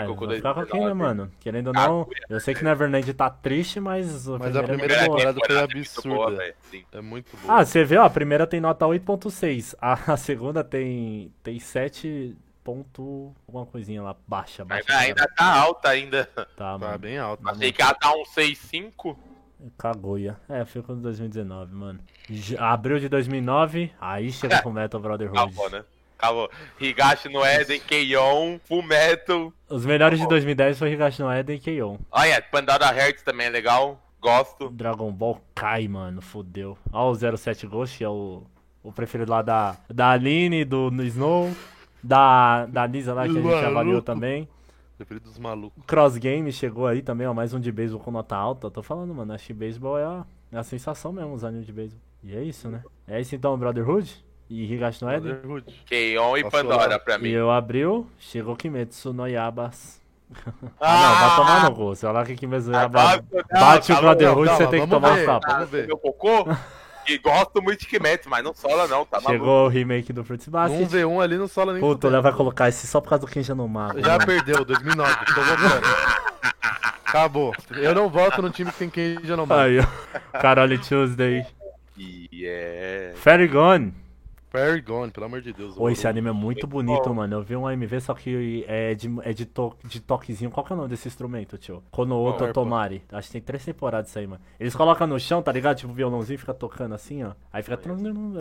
S2: Fico com
S1: vou
S2: o
S1: ficar com a Kenya,
S2: 2019.
S1: mano. Querendo ou não,
S2: Caguia,
S1: eu sei que Neverland tá triste, mas.
S3: Mas a primeira
S2: Primeira
S1: é boa.
S3: temporada foi
S2: temporada é muito boa,
S3: absurda.
S2: velho. Sim.
S3: É muito bom.
S1: Ah, você viu? A primeira tem nota 8.6, a, a segunda tem, tem 7. Ponto, alguma coisinha lá, baixa, baixa.
S2: Ainda, ainda tá alta ainda.
S1: pra- Tá,
S3: tá
S1: mano.
S3: bem alto.
S2: Achei que ela tá um 6,5.
S1: Cagoia. É, foi com 2019, mano. J- Abril de 2009, aí chega com Metal Brotherhood.
S2: Acabou, né? Acabou. Higashi no Eden, Keion, Full Metal.
S1: Os melhores de 2010 foi Higashi no Eden e K.O.
S2: Olha, Pandora Hearts também é legal. Gosto.
S1: Dragon Ball Kai, mano, fodeu. Ó, o 07 Ghost, é o, o preferido lá da, da Aline, do no Snow, da, da Lisa lá que a gente
S3: Maluco.
S1: avaliou também.
S3: Preferido dos malucos.
S1: Cross Game chegou aí também, ó, mais um de beisebol com nota alta. Tô falando, mano, acho que beisebol é a, é a sensação mesmo, os animes de beisebol. E é isso, né? É isso então, Brotherhood e Higashi no Eden.
S3: Brotherhood.
S2: Keion e
S3: Posso
S2: Pandora
S3: falar?
S2: pra
S1: E
S2: mim.
S1: eu abriu, chegou Kimetsu no Yabas. Ah, não, vai tomar no né, gol. Se falar que Kimetsu no Yabas bate o Brotherhood,
S3: calma,
S1: você tem que
S3: vamos
S1: tomar um o
S3: ver. Tá,
S1: tapa.
S2: Ah,
S3: Vamos ver.
S2: Meu cocô? e gosto muito de Kimetsu, mas não sola não, tá maluco?
S1: Chegou o remake do Fruits
S3: Um
S1: Basket.
S3: V1 ali não sola nem.
S1: Puta, o
S3: fudendo.
S1: Léo vai colocar esse só por causa do Kenja no Mago.
S3: é.
S1: né?
S3: Já perdeu, 2009. Tô voltando. então Acabou. Eu não voto no time que tem quem já não mata.
S1: Aí, ó. Carole Tuesday.
S2: E é...
S1: Fairy Gone.
S3: Fairy Gone, pelo amor de Deus.
S1: Ô, esse anime é muito bonito, mano. Eu vi um AMV, só que é de, é de, to- de toquezinho. Qual que é o nome desse instrumento, tio?
S3: Bom,
S1: Konooto
S3: harpa.
S1: Tomari. Acho que tem três temporadas isso aí, mano. Eles colocam no chão, tá ligado? Tipo, o violãozinho fica tocando assim, ó. Aí fica...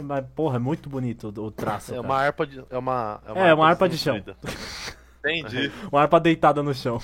S1: Mas, porra, é muito bonito o o traço,
S3: É
S1: cara.
S3: uma harpa de. É uma, assim,
S1: É, uma harpa de chão.
S3: desnutrida.
S2: Entendi.
S1: Uma harpa deitada no chão.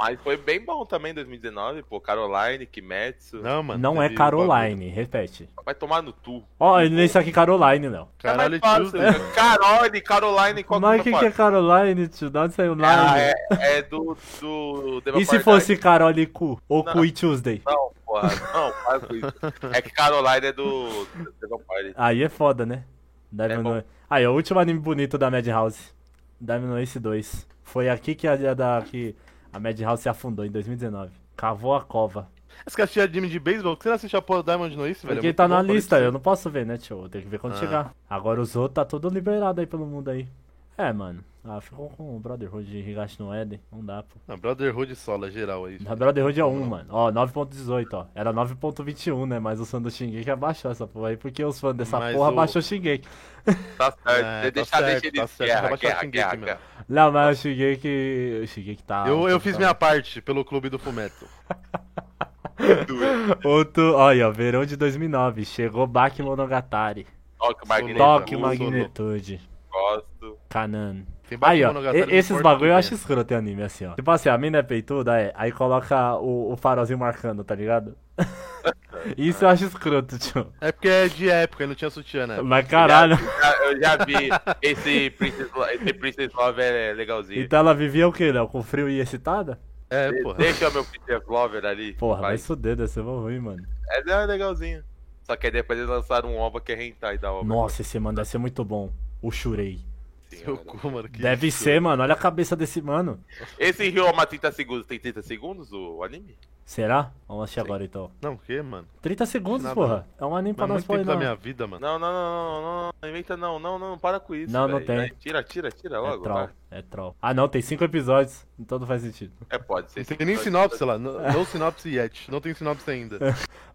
S2: Mas foi bem bom também 2019, pô. Caroline, Kimetsu.
S3: Não, mano.
S1: Não é
S3: teve o bagulho.
S1: Caroline, repete.
S2: Vai tomar no tu.
S1: Ó, ele nem isso aqui Caroline, Léo.
S3: Caralho,
S2: é mais fácil,
S3: Tuesday.
S2: né? Caroline, Caroline, qual
S1: Mas o
S2: que
S1: que, que é
S2: é?
S1: Caroline, tio? De onde saiu Line?
S2: Ah, é, é do, do The
S1: E se
S2: Vampire
S1: fosse Carole Cu ou
S2: Não.
S1: Cui Tuesday?
S2: Diaries. Não, porra, não, faz isso. É que Caroline é do do The Vampire.
S1: Aí é foda, né? Diamond
S2: É bom.
S1: No- Aí, o último anime bonito da Madhouse. Diamond Ace 2. Foi aqui que a, a da, que a Madhouse se afundou, em 2019. Cavou a cova.
S2: é
S3: Você quer assistir anime de beisebol? Por que você não assiste a porra do Diamond Noise, velho? É
S1: Porque
S3: muito
S1: tá
S3: bom
S1: na
S3: pra
S1: lista,
S3: isso.
S1: eu não posso ver, né, tio? Eu tenho que ver quando
S3: Ah.
S1: chegar. Agora os outros tá tudo liberado aí pelo mundo aí. É, mano. Ah, ficou com o Brotherhood de Higashi no Eden. Não dá, pô.
S3: Não, Brotherhood sola, geral aí.
S1: Na Brotherhood é 1, mano. Ó, 9.18, ó. Era 9.21, né? Mas o fã do Shingeki abaixou essa porra aí, porque os fãs dessa
S3: Mas
S1: porra
S3: o-
S1: abaixou o Shingeki.
S2: Tá certo.
S3: É,
S2: Deixa-
S3: tá
S2: deixa,
S3: certo,
S2: deixa ele
S3: tá
S2: tá
S3: certo.
S2: guerra,
S3: Vai baixar
S2: guerra,
S3: o
S2: guerra,
S3: Shingeki
S2: guerra.
S1: Não, mas o Shigeki. O Shigeki tá.
S3: Eu, eu
S1: tá-
S3: fiz minha parte pelo clube do Fumeto.
S1: Outro. Olha, ó, verão de 2009. Chegou Baki Monogatari.
S2: Toque, Magneto.
S1: Toque
S3: Solo.
S1: Magnitude.
S2: Gosto.
S1: Canan.
S3: Tem
S1: Aí, ó,
S3: Bakemonogatari,
S1: e-
S3: não
S1: esses
S3: importa né?
S1: bagulho eu
S3: quem
S1: acho escroto em anime, assim, ó. Tipo assim, a mina é peituda, é, aí coloca o, o farolzinho marcando, tá ligado? Isso eu acho escroto, tio.
S3: é. É porque é de época, ele não tinha sutiã, né?
S1: Mas caralho.
S2: Já- Eu já vi esse Princess, Lo- esse Princess Love é legalzinho.
S1: Então ela vivia o quê, Léo? Com frio e excitada?
S3: É,
S2: De-
S3: porra.
S2: Deixa o meu Princess Lover ali.
S1: Porra, vai
S2: vai.
S1: fuder, deve ser bom ruim, mano.
S2: É, é legalzinho. Só que aí depois eles lançaram um OVA que é Hentai da OVA.
S1: Nossa, esse mano deve ser muito bom. O Shurei.
S2: assim, né?
S3: Seu cu, mano. que
S1: Deve
S3: isso.
S1: ser, mano. Olha a cabeça desse mano.
S2: Esse Rio Ama 30 segundos tem 30 segundos o anime?
S1: Será? Vamos assistir agora, então.
S3: Não, o quê, mano?
S1: 30 segundos,
S3: Nada.
S1: porra. É um anime pra
S3: Mas
S1: nós
S3: muito
S1: pôr,
S3: tempo
S1: não.
S3: da minha vida, mano.
S2: Não, não, não, não, não, não, inventa não, não, não, para com isso.
S1: Não, não
S2: velho.
S1: tem.
S2: Tira, tira, tira
S1: É
S2: logo.
S1: troll.
S2: vai.
S1: É troll. Ah, não, tem 5 episódios. Então não faz sentido.
S2: É, pode ser.
S3: Não tem nem sinopse lá. Não, não sinopse yet. Não tem sinopse ainda.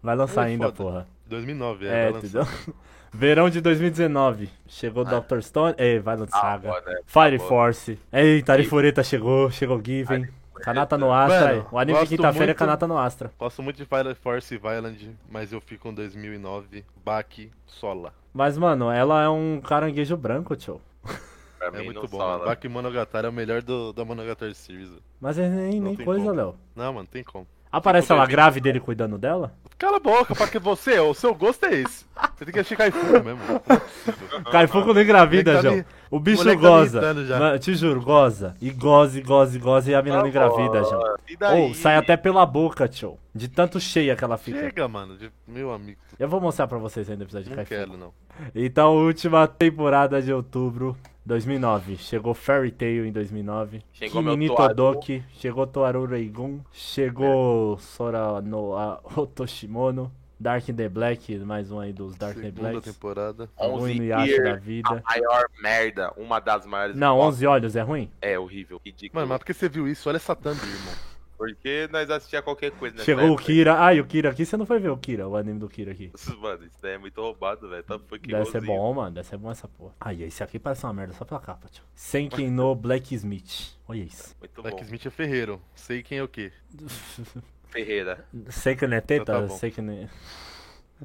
S1: Vai lançar
S3: É
S1: ainda,
S3: foda.
S1: porra.
S3: 2009, é.
S1: É,
S3: vai lançar. Ah.
S1: entendeu? Verão de 2019. Chegou Dr. Stone. É, vai lançar
S2: Ah,
S1: Saga.
S2: foda, é,
S1: Fire
S2: foda.
S1: Force. Eita, Arifureta chegou. Chegou Given. Kanata no Astra.
S3: Mano,
S1: o anime de
S3: gosto
S1: quinta-feira é
S3: muito-
S1: Kanata no Astra.
S3: Gosto muito de Final Force e Violent, mas eu fico com 2009. Baki, Sola.
S1: Mas, mano, ela é um caranguejo branco, tio.
S2: Pra
S3: É
S2: mim
S3: muito
S2: não
S3: bom, mano.
S2: sola.
S3: Baki Monogatari é o melhor do, da Monogatari Series. velho.
S1: Mas é nem,
S3: Não
S1: nem
S3: tem
S1: coisa,
S3: como.
S1: Léo.
S3: Não, mano, tem como.
S1: Aparece
S3: Tipo,
S1: ela
S3: bebê.
S1: grave dele cuidando dela?
S3: Cala a boca, pra que você, o seu gosto é esse. Você tem que assistir Caifuga mesmo. Não é possível.
S1: Caifuco não engravida,
S3: Moleque
S1: João.
S3: tá me-
S1: O bicho
S3: moleque tá
S1: goza.
S3: imitando já. Tá
S1: Mano, te juro, goza. E goza, e goza, e goza, e a menina
S2: Ah,
S1: engravida,
S2: pô,
S1: João.
S2: E
S1: Ou
S2: daí?
S1: sai até pela boca, tio. De tanto cheia que ela fica.
S3: Chega, mano, de- meu amigo.
S1: Eu vou mostrar pra vocês ainda o episódio de
S3: Não
S1: Caifuco.
S3: quero, não.
S1: Então, última temporada de outubro 2009. Chegou Fairy Tail em 2009.
S2: Chegou
S1: Kimi
S2: meu
S1: Todoki. Chegou Toaru Reigun. Chegou Sora no a- Otoshimono. Dark in the Black, mais um aí dos Dark in the
S3: Segunda
S1: Black.
S3: temporada.
S1: Algum
S2: 11
S1: Inuyasha da
S2: Year, a
S1: vida.
S2: maior merda, uma das maiores.
S1: Não,
S2: flop.
S1: 11 olhos é ruim?
S2: É horrível, ridículo.
S3: Mano, mas por que você viu isso? Olha essa thumb, irmão.
S2: Porque nós assistia qualquer coisa, né?
S1: Chegou o Kira. Ai, o Kira aqui, você não foi ver o Kira, o anime do Kira aqui.
S2: Mano, isso daí é muito roubado, velho. Tá foi que
S1: Deve ser
S2: igualzinho.
S1: bom, mano. Deve ser bom essa porra. Ai, esse aqui parece uma merda só pela capa, tio. Senkin no Blacksmith. Olha isso.
S2: Muito bom.
S3: Black Smith é ferreiro. Sei quem é o quê.
S2: Ferreira.
S1: Senkin é
S3: Então
S1: teta?
S3: tá bom.
S1: Senkin é...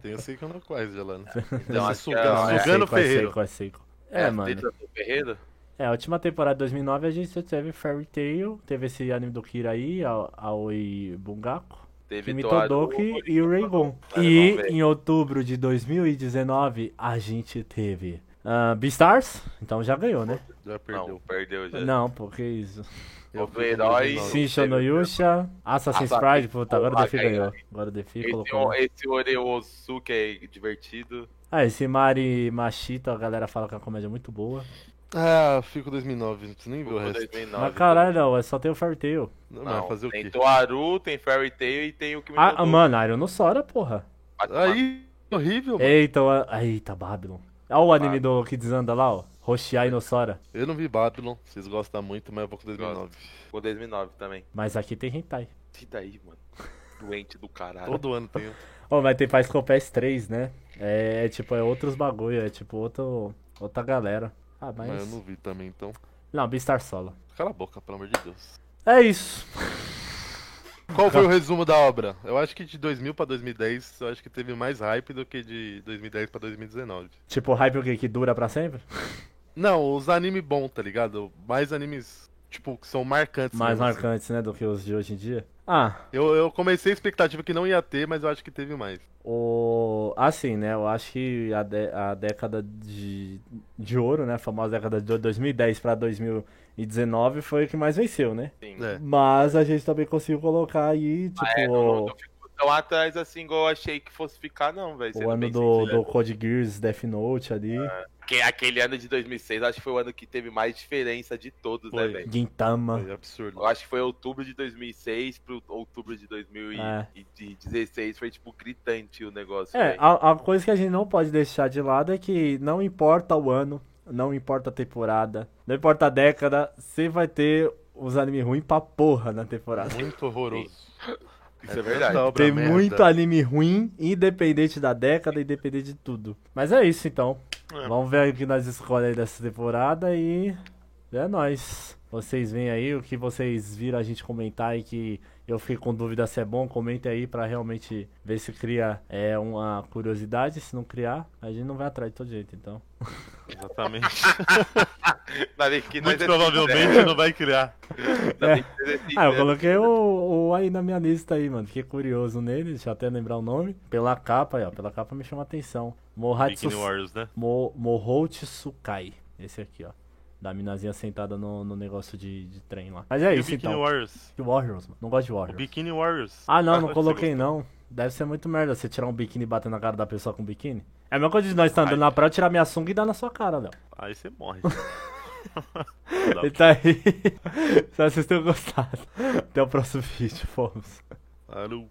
S3: Tem eu sei que eu não quase, Gelano.
S2: Então, acho que é-
S1: Não, é
S3: Sugano
S1: seco, é
S3: Ferreiro.
S1: seco, é seco. É, mano.
S2: dentro do Ferreira?
S1: É, a última temporada de 2009 a gente teve Fairy Tail, teve esse anime do Kira aí, a- Aoi Bungaku,
S2: Teve Toaru,
S1: Kimitodoki e o Raygon.
S2: Cara,
S1: E
S2: vamos ver.
S1: em outubro de 2019 a gente teve ah, Beastars, então já ganhou, né?
S3: Já
S2: Não,
S3: perdeu.
S2: perdeu já.
S1: Não, porque isso.
S3: Eu
S2: o herói-
S3: fui-
S1: Shinsho no Yusha, Assassin's
S2: Assassin's
S1: Creed, puta, agora o
S2: Creed,
S1: Defi
S2: ganhou.
S1: ganhou. Agora o Defi
S2: Esse,
S1: colocou.
S2: esse Oreosuke é divertido.
S1: Ah, esse Mari Machita, a galera fala que é uma comédia muito boa.
S3: Ah, fico 2009. Não preciso nem ver o
S2: Ficou
S3: resto.
S2: 2009.
S1: Mas caralho, não, é só tem o Fairy Tail.
S3: Não,
S2: Não,
S3: mas fazer o
S2: tem
S3: quê?
S2: Toaru, tem Fairy Tail e tem o que
S1: Ah, mano, Iron Sora, porra.
S3: Aí, horrível, mano.
S1: Eita, o- eita, Babylon. Olha o anime do que desanda lá, ó. Hoshiai no Sora.
S3: Eu não vi Babylon. Vocês gostam muito, mas eu vou com 2009.
S2: Ficou 2009 também.
S1: Mas aqui tem hentai.
S2: E daí, mano? Doente do caralho.
S3: Todo ano tem um.
S1: Ô, mas tem Paz com PS3, né? É, é tipo, é outros bagulho, é tipo outro, outra galera. Ah, mas.
S3: Mas eu não
S1: não...
S3: vi também, então.
S1: Beastar Solo.
S3: Cala a boca, pelo amor de Deus.
S1: É isso.
S3: Qual foi o resumo da obra? Eu acho que de 2000 pra 2010, eu acho que teve mais hype do que de 2010 pra 2019.
S1: Tipo, hype o quê? Que dura pra sempre?
S3: Não, os anime bom, tá ligado? Mais animes, tipo, que são marcantes.
S1: Mais
S3: mesmo, assim.
S1: marcantes, né? Do que os de hoje em dia. Ah,
S3: Eu, eu comecei a expectativa que não ia ter, mas eu acho que teve mais.
S1: o. Assim, né? Eu acho que a, dé- a década de... de ouro, né? A famosa década de ouro, 2010 pra 2019 foi o que mais venceu, né?
S2: Sim.
S3: É.
S1: Mas a gente também conseguiu colocar aí, tipo,
S2: Não, não ficou tão atrás assim, igual eu achei que fosse ficar, não, velho.
S1: o
S2: sendo
S1: ano
S2: bem
S1: do,
S2: sincero.
S1: do Code Gears, Death Note ali,
S2: Porque aquele ano de 2006, acho que foi o ano que teve mais diferença de todos,
S3: Foi.
S2: né, velho?
S1: Gintama.
S3: Foi absurdo.
S2: Eu acho que foi outubro de 2006 pro outubro de 2016. Foi, tipo, gritante o negócio.
S1: É,
S2: velho.
S1: a, a coisa que a gente não pode deixar de lado é que não importa o ano, não importa a temporada, não importa a década, você vai ter os anime ruim pra porra na temporada.
S3: Muito horroroso.
S2: Isso é
S3: tanta
S2: verdade.
S3: obra
S1: Tem
S3: merda.
S1: muito anime ruim, independente da década, independente de tudo. Mas é isso então. Vamos ver o que nós escolhemos aí dessa temporada e. É nóis. Vocês veem aí o que vocês viram a gente comentar e que eu fiquei com dúvida se é bom, comente aí pra realmente ver se cria é, uma curiosidade. Se não criar, a gente não vai atrás de todo jeito, então.
S4: Exatamente.
S2: Ainda bem que nós
S4: Muito
S2: é
S4: provavelmente não vai criar.
S2: sincero, ainda bem que nós é
S1: Ah, eu
S2: sincero.
S1: coloquei o, o aí na minha lista aí, mano. Fiquei curioso nele, deixa eu até lembrar o nome. Pela capa aí, ó. Pela capa me chama a atenção. Mohatsu
S4: Bikini Warriors, né?
S1: Mo, Mohout Sukai. Esse aqui, ó. Da minazinha sentada no, no negócio de, de trem lá. Mas é
S4: E o
S1: isso,
S4: Bikini
S1: então.
S4: Warriors?
S1: De Warriors, mano. Não gosto de
S4: O
S1: Warriors.
S4: Bikini Warriors.
S1: Ah, não,
S4: Você
S1: não coloquei
S4: gostou?
S1: não. Deve ser muito merda você tirar um biquíni e bater na cara da pessoa com biquíni. É a mesma coisa de nós estar andando na praia, eu tirar minha sunga e dar na sua cara, Léo.
S3: Tá
S4: Aí você morre.
S1: Então é Então, isso. Espero que vocês tenham gostado. Até o próximo vídeo, fomos.
S3: Alô.